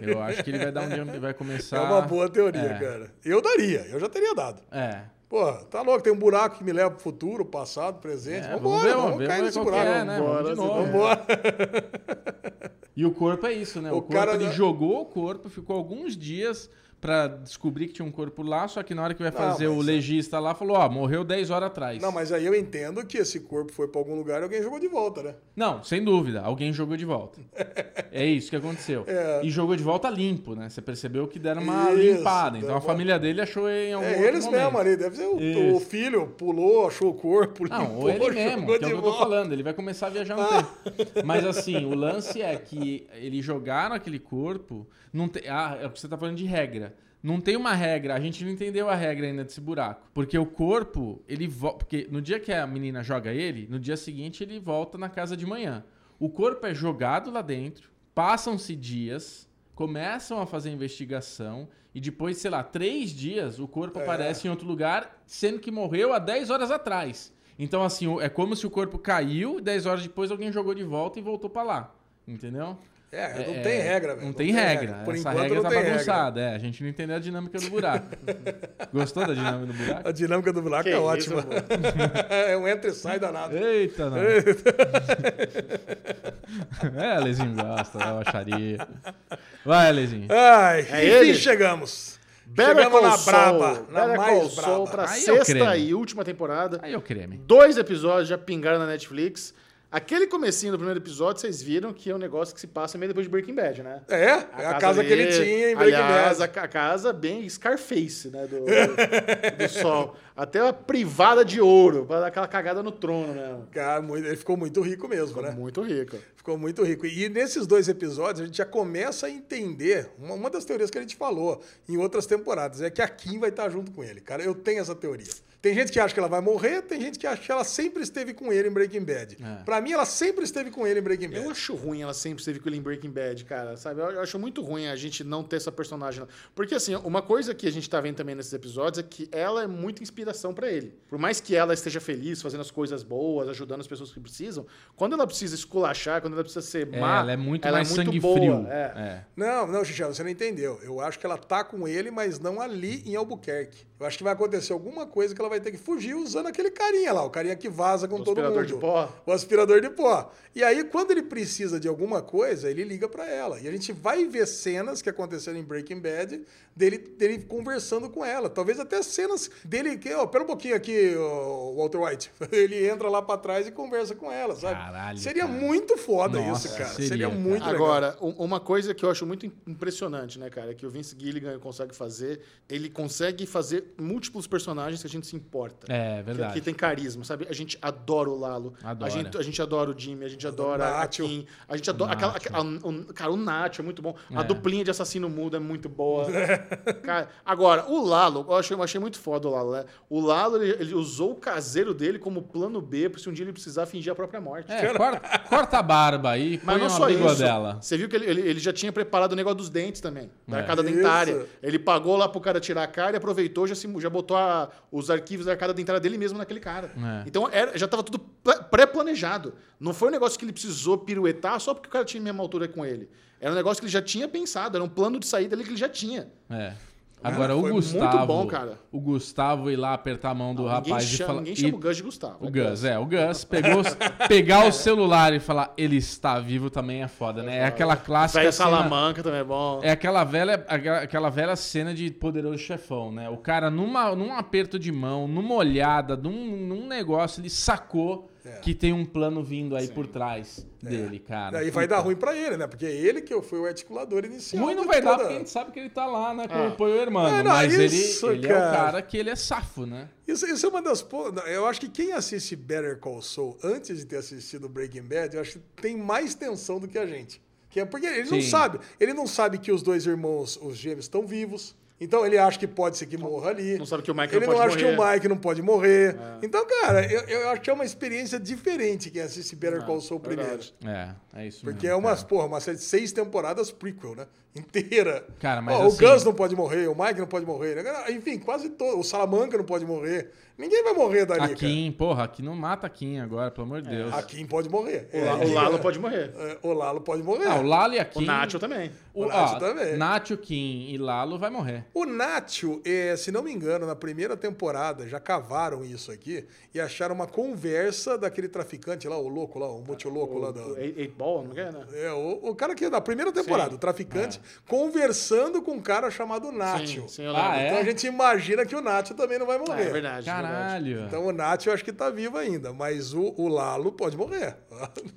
C: Eu acho que ele vai dar um jump e vai começar.
A: É uma boa teoria,
C: É.
A: cara. Eu daria, eu já teria dado.
C: É.
A: Pô, tá louco, tem um buraco que me leva pro futuro, passado, presente.
C: É, vamos
A: vambora,
C: ver,
A: vamos,
C: vamos ver,
A: cair
C: vamos ver
A: nesse
C: qual que
A: buraco.
C: é, né? É. Vamos de
D: Vambora,
C: novo.
D: vambora.
A: Vambora.
C: E o corpo é isso, né? O,
A: O
C: corpo,
A: cara
C: ele
A: já-
C: jogou o corpo, ficou alguns dias pra descobrir que tinha um corpo lá, só que na hora que vai
A: Não,
C: fazer o
A: mas- é
C: legista lá, falou, ó, morreu 10 horas atrás.
A: Não, mas aí eu entendo que esse corpo foi pra algum lugar e alguém jogou de volta, né?
C: Não, sem dúvida, alguém jogou de volta. é isso que aconteceu.
A: É.
C: E jogou de volta limpo, né? Você percebeu que deram uma
A: Isso,
C: limpada, então
A: deram
C: a
A: uma-
C: família dele achou em algum
A: É
C: outro
A: eles
C: momento.
A: mesmo ali, deve ser o,
C: Isso.
A: o filho pulou, achou o corpo, limpou,
C: Não, ou ele mesmo, que
A: jogou
C: é o que
A: de
C: eu tô
A: volta. Ah.
C: falando, ele vai começar a viajar no tempo. Mas assim, o lance é que eles jogaram aquele corpo. Não tem, ah, é o que você tá falando de regra. Não tem uma regra, a gente não entendeu a regra ainda desse buraco. Porque o corpo, ele volta. Porque no dia que a menina joga ele, no dia seguinte ele volta na casa de manhã. O corpo é jogado lá dentro, passam-se dias, começam a fazer investigação, e depois, sei lá, três dias, o corpo
A: É.
C: aparece em outro lugar, sendo que morreu há 10 horas atrás. Então, assim, o- é como se o corpo caiu, e 10 horas depois alguém jogou de volta e voltou pra lá. Entendeu?
A: É, não
C: É,
A: tem regra, velho.
C: Não tem regra.
A: Por
C: Essa
A: enquanto
C: regra
A: não
C: tá
A: tem regra.
C: bagunçada. É, a gente não entendeu a dinâmica do buraco. Gostou da dinâmica do
A: A
C: buraco?
A: dinâmica do buraco
D: Que
A: é
D: isso,
A: ótima.
D: amor.
A: é um entra e sai danado.
C: Eita, não. é, Lezinho gosta da baixaria. Vai, Lezinho.
D: É
A: Ai, enfim,
D: ele?
A: chegamos.
D: Better
A: chegamos
D: Call
A: na
D: Saul.
A: braba, na
D: Better Call
A: mais
D: Saul
A: braba.
D: pra
C: Aí eu creio. né?
D: sexta e última temporada.
C: Aí é o creme.
D: Dois episódios já pingaram na Netflix. Aquele comecinho do primeiro episódio, vocês viram que é um negócio que se passa meio depois de Breaking Bad, né?
A: É, é a, casa que ele
D: dele-
A: tinha em Breaking
D: aliás,
A: Bad.
D: a ca- casa bem Scarface, né? Do, do- do sol. Até uma privada de ouro, pra dar aquela cagada no trono, né?
A: Cara, muito- ele ficou muito rico mesmo, né?
D: Muito rico.
A: Ficou muito rico. E nesses dois episódios, a gente já começa a entender uma, uma das teorias que a gente falou em outras temporadas, é que a Kim vai estar junto com ele. Cara, eu tenho essa teoria. Tem gente que acha que ela vai morrer, tem gente que acha que ela sempre esteve com ele em Breaking Bad.
C: É.
A: Pra mim, ela sempre esteve com ele em Breaking Bad.
D: Eu acho ruim ela sempre esteve com ele em Breaking Bad, cara, sabe? Eu eu acho muito ruim a gente não ter essa personagem. lá. Porque, assim, uma coisa que a gente tá vendo também nesses episódios é que ela é muita inspiração pra ele. Por mais que ela esteja feliz, fazendo as coisas boas, ajudando as pessoas que precisam, quando ela precisa esculachar, quando ela precisa ser
C: É,
D: má,
C: ela é muito mais sangue
D: boa,
C: frio.
D: é.
C: É.
A: Não, não, Xixi, você não entendeu. Eu acho que ela tá com ele, mas não ali em Albuquerque. Eu acho que vai acontecer alguma coisa que ela vai ter que fugir usando aquele carinha lá, o carinha que vaza com
D: Do
A: todo
D: aspirador
A: mundo.
D: de pó.
A: O aspirador de pó. E aí, quando ele precisa de alguma coisa, ele liga pra ela. E a gente vai ver cenas que aconteceram em Breaking Bad dele, dele conversando com ela. Talvez até cenas dele que, ó, pera um pouquinho aqui, ó, Walter White. Ele entra lá pra trás e conversa com ela, sabe?
C: Caralho,
A: Seria
C: cara.
A: muito foda
C: Nossa,
A: isso, cara.
C: seria,
A: Seria,
C: cara.
A: muito legal.
D: Agora, um- uma coisa que eu acho muito im- impressionante, né, cara, que o Vince Gilligan consegue fazer, ele consegue fazer múltiplos personagens que a gente se importa.
C: É,
D: Que-
C: verdade.
D: Que, tem carisma, sabe? A gente adora o Lalo. A
C: Adora.
D: gente, a gente adora o Jimmy, a gente adora a
A: Nacho.
D: Kim. A gente adora. Aquela, aquela- o- cara, o Nacho é muito bom. A
C: É.
D: duplinha de assassino mudo é muito boa. Cara, agora, o Lalo, eu achei, eu achei muito foda o Lalo, né? O Lalo, ele, ele usou o caseiro dele como plano B pra se um dia ele precisar fingir a própria morte.
C: É, corta, corta a barba aí, põe
D: Mas não
C: uma
D: só isso.
C: bigodela.
D: Você viu que ele, ele, ele já tinha preparado o negócio dos dentes também, da
C: É.
D: arcada
A: Isso.
D: dentária. Ele pagou lá pro cara tirar a cara e aproveitou, já, se, já botou a- os arquivos da arcada dentária dele mesmo naquele cara.
C: É.
D: Então era- já tava tudo pla- pré-planejado. Não foi um negócio que ele precisou piruetar só porque o cara tinha a mesma altura com ele. Era um negócio que ele já tinha pensado, era um plano de saída ali que ele já tinha.
C: É. Agora,
D: foi muito
C: o Gustavo.
D: bom, cara.
C: O Gustavo ir lá apertar a mão do
D: ninguém
C: rapaz
D: chama,
C: e falar.
D: ninguém
C: e-
D: chama o Gus de Gustavo.
C: o
D: É
C: Gus, é, o Gus pegou, pegar o celular e falar, ele está vivo também é foda, né? É aquela clássica.
D: Velho
C: cena-
D: Salamanca também é bom.
C: É aquela velha, aquela- aquela velha cena de poderoso chefão, né? O cara, numa, num aperto de mão, numa olhada, num, num negócio, ele sacou
A: É.
C: que tem um plano vindo aí por trás dele, cara.
A: Aí É. vai dar ruim pra ele, né? Porque é ele que foi o articulador inicial.
C: Ruim não
A: de
C: vai dar,
A: toda-
C: porque a gente sabe que ele tá lá, né? Com o apoio irmão.
A: É, não,
C: mas
A: isso,
C: ele, ele é o
A: cara.
C: cara que ele é safo, né?
A: Isso, isso é uma das. po- Eu acho que quem assiste Better Call Saul antes de ter assistido Breaking Bad, eu acho que tem mais tensão do que a gente. Que é porque ele não
C: Sim.
A: sabe. Ele não sabe que os dois irmãos, os gêmeos, estão vivos. Então ele acha que pode ser que morra ali.
D: Não sabe que o Mike
A: ele
D: não pode
A: acha que o
D: morrer.
A: Mike não pode morrer. Então, cara, eu, eu acho que é uma experiência diferente quem assiste Better Call Saul
D: verdade.
A: primeiro.
C: É, é isso
A: Porque é
C: mesmo,
A: uma,
C: cara.
A: porra, uma série de seis temporadas prequel, né? Inteira.
C: Cara, mas
A: Ó,
C: assim-
A: O Gus não pode morrer, o Mike não pode morrer. né? Enfim, quase todo. O Salamanca não pode morrer. Ninguém vai morrer dali,
C: A Kim, porra, aqui não mata a Kim agora,
D: É.
C: pelo amor de Deus.
A: cara. A Kim pode morrer.
D: O, La- o Lalo pode morrer.
A: pode... O Lalo pode morrer.
C: Ah, o Lalo e a
D: O
C: Kim.
D: Nacho também.
C: O,
A: é. O Nacho também.
C: Nacho, Kim e Lalo vai morrer.
A: O Nacho, eh, se não me engano, na primeira temporada já cavaram isso aqui e acharam uma conversa daquele traficante lá, o louco lá, o multilouco lá da.
D: Ah, O Eight Eight Ball, não é, né?
A: É, o, o cara que é da primeira temporada, o traficante,
C: é.
A: conversando com um cara chamado Nacho.
D: Sim, sim, eu lembro.
C: Ah, é?
A: Então a gente imagina que o Nacho também não vai
D: É
A: morrer.
D: verdade. verdade.
C: Caralho.
A: Então o Nacho eu acho que tá vivo ainda, mas o, o Lalo pode morrer.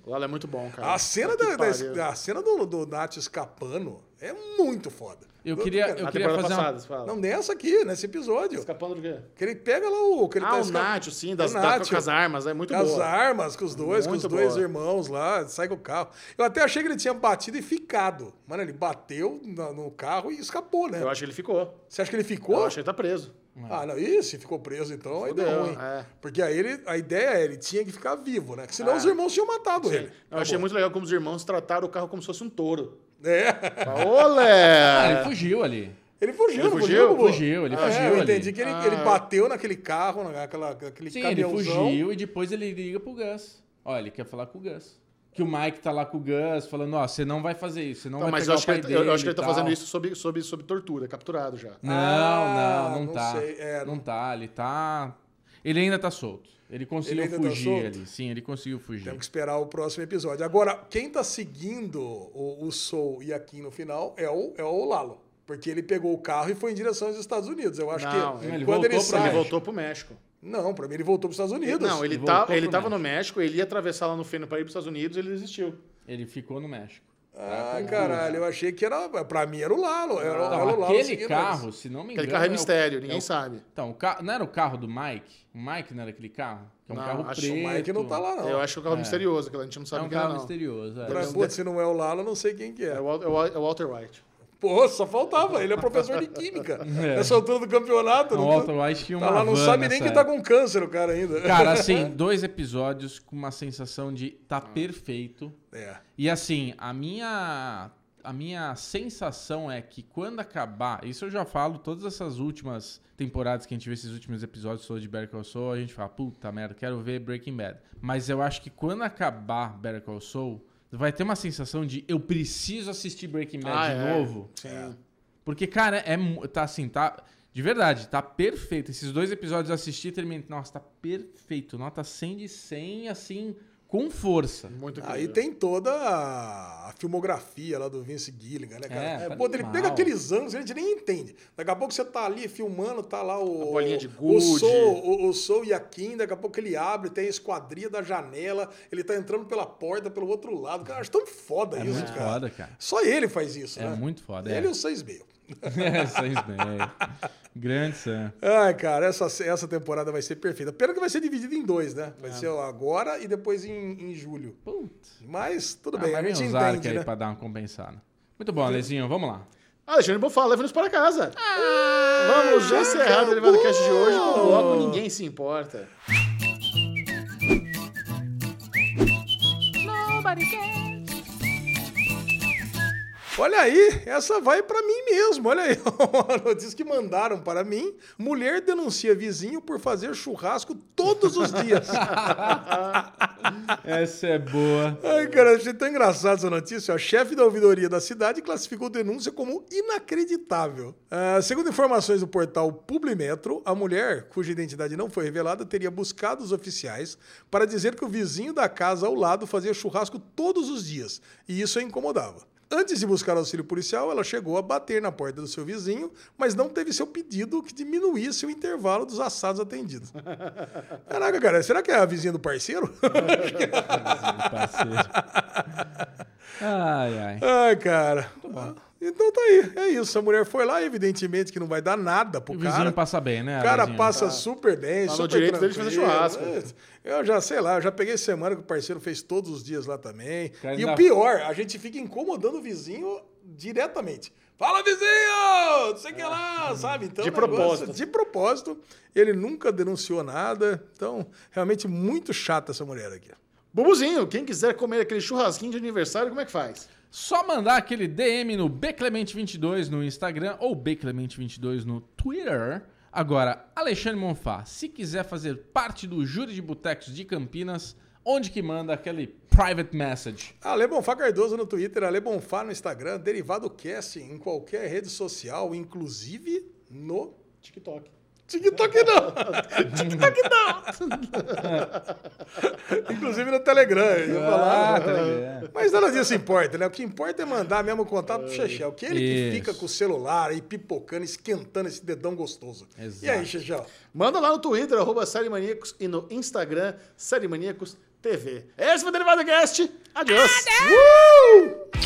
D: O Lalo é muito bom, cara.
A: A cena,
D: Puta
A: da,
D: que
A: da-
D: pariu.
A: a cena do, do Nacho escapando é muito foda.
C: eu
A: Do-
C: queria,
A: do cara-
C: eu
D: Na
C: queria
D: temporada
C: fazer
D: passada,
C: uma...
D: você fala.
A: Não, nessa aqui, nesse episódio.
D: Tá Escapando do quê?
A: Que ele pega lá o... Que ele
D: Ah,
A: tá
D: o
A: escapando.
D: Nacho, sim, das,
A: O
D: da-
A: Nacho.
D: com as armas, é muito
A: Com as
D: boa.
A: armas, com os dois, com os
D: Muito
A: dois
D: boa.
A: irmãos lá, sai com o carro. Eu até achei que ele tinha batido e ficado. Mano, ele bateu na- no carro e escapou, né?
D: Eu acho que ele ficou.
A: Você acha que ele ficou?
D: Eu acho que ele tá preso.
A: Ah, não, e se ficou preso então, aí deu
D: Fudeu,
A: ruim.
D: é.
A: Porque aí ele, a ideia é, ele tinha que ficar vivo, né? Senão
D: É.
A: os irmãos tinham matado
D: Sim.
A: ele.
D: Eu achei muito legal como os irmãos trataram o carro como se fosse um touro.
A: É.
C: Ah, ele
D: Olé!
C: fugiu ali.
A: Ele fugiu,
D: Ele
A: não
D: fugiu?
A: Bubu?
C: Fugiu, ele
A: É,
C: fugiu
A: Eu
C: ali.
A: entendi que ele,
D: Ah,
A: ele
D: eu-
A: bateu naquele carro, naquela, naquele
C: Sim, ele
A: caminhãozão.
C: fugiu e depois ele liga pro Gus. Ó, ele quer falar com o Gus. Que o Mike tá lá com o Gus, falando, ó, você não vai fazer isso, você não
D: Não,
C: vai
D: Então, mas
C: pegar
D: eu acho,
C: o
D: que
C: pai
D: ele,
C: dele
D: eu acho que
C: e
D: ele tá
C: tal."
D: fazendo isso sob, sob, sob tortura, capturado já.
C: Não,
A: Ah,
C: não, não,
A: não
C: tá.
A: sei, é,
C: não
A: não-
C: tá, ele tá... Ele ainda tá solto. Ele conseguiu
A: ainda tá
C: fugir
A: solto? um
C: ali. Sim, ele conseguiu fugir.
A: Temos que esperar o próximo episódio. Agora, quem tá seguindo o, o Soul e a Kim no final é o, é o Lalo. Porque ele pegou o carro e foi em direção aos Estados Unidos. Eu acho
D: Não,
A: que quando
C: ele voltou
A: ele
C: pra-
A: sai.
D: Ele voltou pro México.
A: Não, pra mim ele voltou para os Estados Unidos.
D: Não, ele,
C: Ele
D: tá,
C: voltou
D: ele
C: pro
D: tava no México, ele ia atravessar lá no feno pra ir pros Estados Unidos ele desistiu.
C: Ele ficou no México.
A: Ah, caralho, eu achei que era. Pra mim era o Lalo. Era,
C: Então,
A: era o Lalo
C: aquele
A: seguindo
C: carro, se não me engano...
D: Aquele carro é
C: o-
D: mistério, ninguém
C: o-
D: sabe.
C: Então, o ca... não era o carro do Mike? O Mike não era aquele carro? Que é um
D: Não,
C: carro
D: acho que
A: eles.
C: preto.
A: O Mike não tá lá, não.
D: Eu acho que é um carro misterioso, que a gente não
C: É
D: sabe
C: um
D: quem é,
C: carro
D: não.
C: misterioso. é.
A: Pra, putz, se não é o Lalo, eu não sei quem que
D: É
A: é.
D: o, Wal- é o Wal- é o Walter White.
A: Pô, só faltava. Ele é professor de química. Nessa altura do campeonato.
C: É. Não, o
A: tá-
C: Walter White tinha uma
A: tá lá, não
C: van
A: sabe nem
C: nessa
A: que tá
C: época.
A: com câncer o cara ainda.
C: Cara, assim, dois episódios com uma sensação de
D: Ah.
C: tá perfeito.
A: É.
C: E assim, a minha a minha sensação é que quando acabar, isso eu já falo, todas essas últimas temporadas que a gente vê, esses últimos episódios todos de Better Call Saul, a gente fala, puta merda, quero ver Breaking Bad. Mas eu acho que quando acabar Better Call Saul, vai ter uma sensação de eu preciso assistir Breaking Bad
D: Ah,
C: de
D: é.
C: novo.
D: Sim.
C: Porque, cara, é, mu- tá assim, tá. De verdade, tá perfeito. Esses dois episódios eu assisti e terminei. Nossa, tá perfeito. Nota 100 de 100, assim, com força.
D: Muito
A: Aí
D: incrível.
A: tem toda a a filmografia lá do Vince Gilligan, né, cara?
C: É,
A: É,
C: tá
A: pô, ele
C: animal.
A: pega aqueles anos que a gente nem entende. Daqui a pouco você tá ali filmando, tá lá o.
D: A bolinha de
A: O
D: gude.
A: Sol, o, o Sol e a Kim, daqui a pouco ele abre, tem a esquadria da janela, ele tá entrando pela porta, pelo outro lado. Cara, eu acho tão foda
C: É
A: isso,
C: muito
A: cara.
C: foda, cara.
A: Só ele faz isso,
C: É
A: né?
C: muito foda.
A: Ele
C: é.
A: e o 6 meio.
C: É, Sans Bay. Grande Sam.
A: Ai, cara, essa, essa temporada vai ser perfeita. Pena que vai ser dividida em dois, né?
C: É.
A: Vai ser agora e depois em, em julho.
C: Putz.
A: Mas tudo
C: Ah,
A: bem, a
C: mas
A: gente
C: nem usaram que
A: entende,
C: aí
A: né?
C: pra dar uma compensada. Muito bom, Alezinho, vamos lá.
D: Alexandre Ah, Bonfá, leva-nos para casa.
A: Ah!
D: Vamos encerrar o Derivado Cast de hoje com o bloco Ninguém Se Importa.
B: Nobody cares.
A: Olha aí, essa vai pra mim mesmo. Olha aí, uma notícia que mandaram para mim. Mulher denuncia vizinho por fazer churrasco todos os dias.
C: Essa é boa.
A: Ai, cara, achei tão engraçado essa notícia. A chefe da ouvidoria da cidade classificou a denúncia como inacreditável. Ah, segundo informações do portal Publimetro, a mulher, cuja identidade não foi revelada, teria buscado os oficiais para dizer que o vizinho da casa ao lado fazia churrasco todos os dias. E isso a incomodava. Antes de buscar auxílio policial, ela chegou a bater na porta do seu vizinho, mas não teve seu pedido que diminuísse o intervalo dos assados atendidos. Caraca, cara, será que é a vizinha do parceiro?
C: Parceiro. Ai, ai.
A: Ai, cara. Então tá aí, é isso. A mulher foi lá, evidentemente que não vai dar nada pro
C: O
A: cara.
C: vizinho passa bem, né?
A: O cara
C: Lezinho?
A: passa super bem,
D: Tá no
A: super
D: direito dele de fazer
A: tranquilo. É,
D: churrasco.
A: Eu já, sei lá, eu já peguei semana que o parceiro fez todos os dias lá também.
C: Cara,
A: e
C: ainda-
A: o pior, a gente fica incomodando o vizinho diretamente. Fala, vizinho! Não sei o que
C: Ah.
A: lá, sabe? Então,
D: De
A: o negócio-
D: propósito.
A: De propósito. Ele nunca denunciou nada. Então, realmente muito chata essa mulher aqui.
D: Bubuzinho, quem quiser comer aquele churrasquinho de aniversário, como é que faz?
C: Só mandar aquele DM no Bclemente22 no Instagram ou Bclemente22 no Twitter. Agora, Alexandre Monfá, se quiser fazer parte do Júri de Botecos de Campinas, onde que manda aquele private message?
A: Ale Bonfá Cardoso no Twitter, Ale Bonfá no Instagram, Derivado Cast em qualquer rede social, inclusive no
D: TikTok.
A: TikTok não! TikTok não! Inclusive no Telegram, eu ia
C: Ah.
A: falar.
C: tá
A: Mas nada disso importa, né? O que importa é mandar mesmo o contato pro Chechel, que ele
C: É. Isso.
A: que fica com o celular aí pipocando, esquentando esse dedão gostoso.
C: Exato.
A: E aí, Chechel?
D: Manda lá no Twitter, arroba Série Maníacos, e no É Instagram, Série Maníacos TV. Esse foi o Derivado Cast. Adiós.
A: Uh!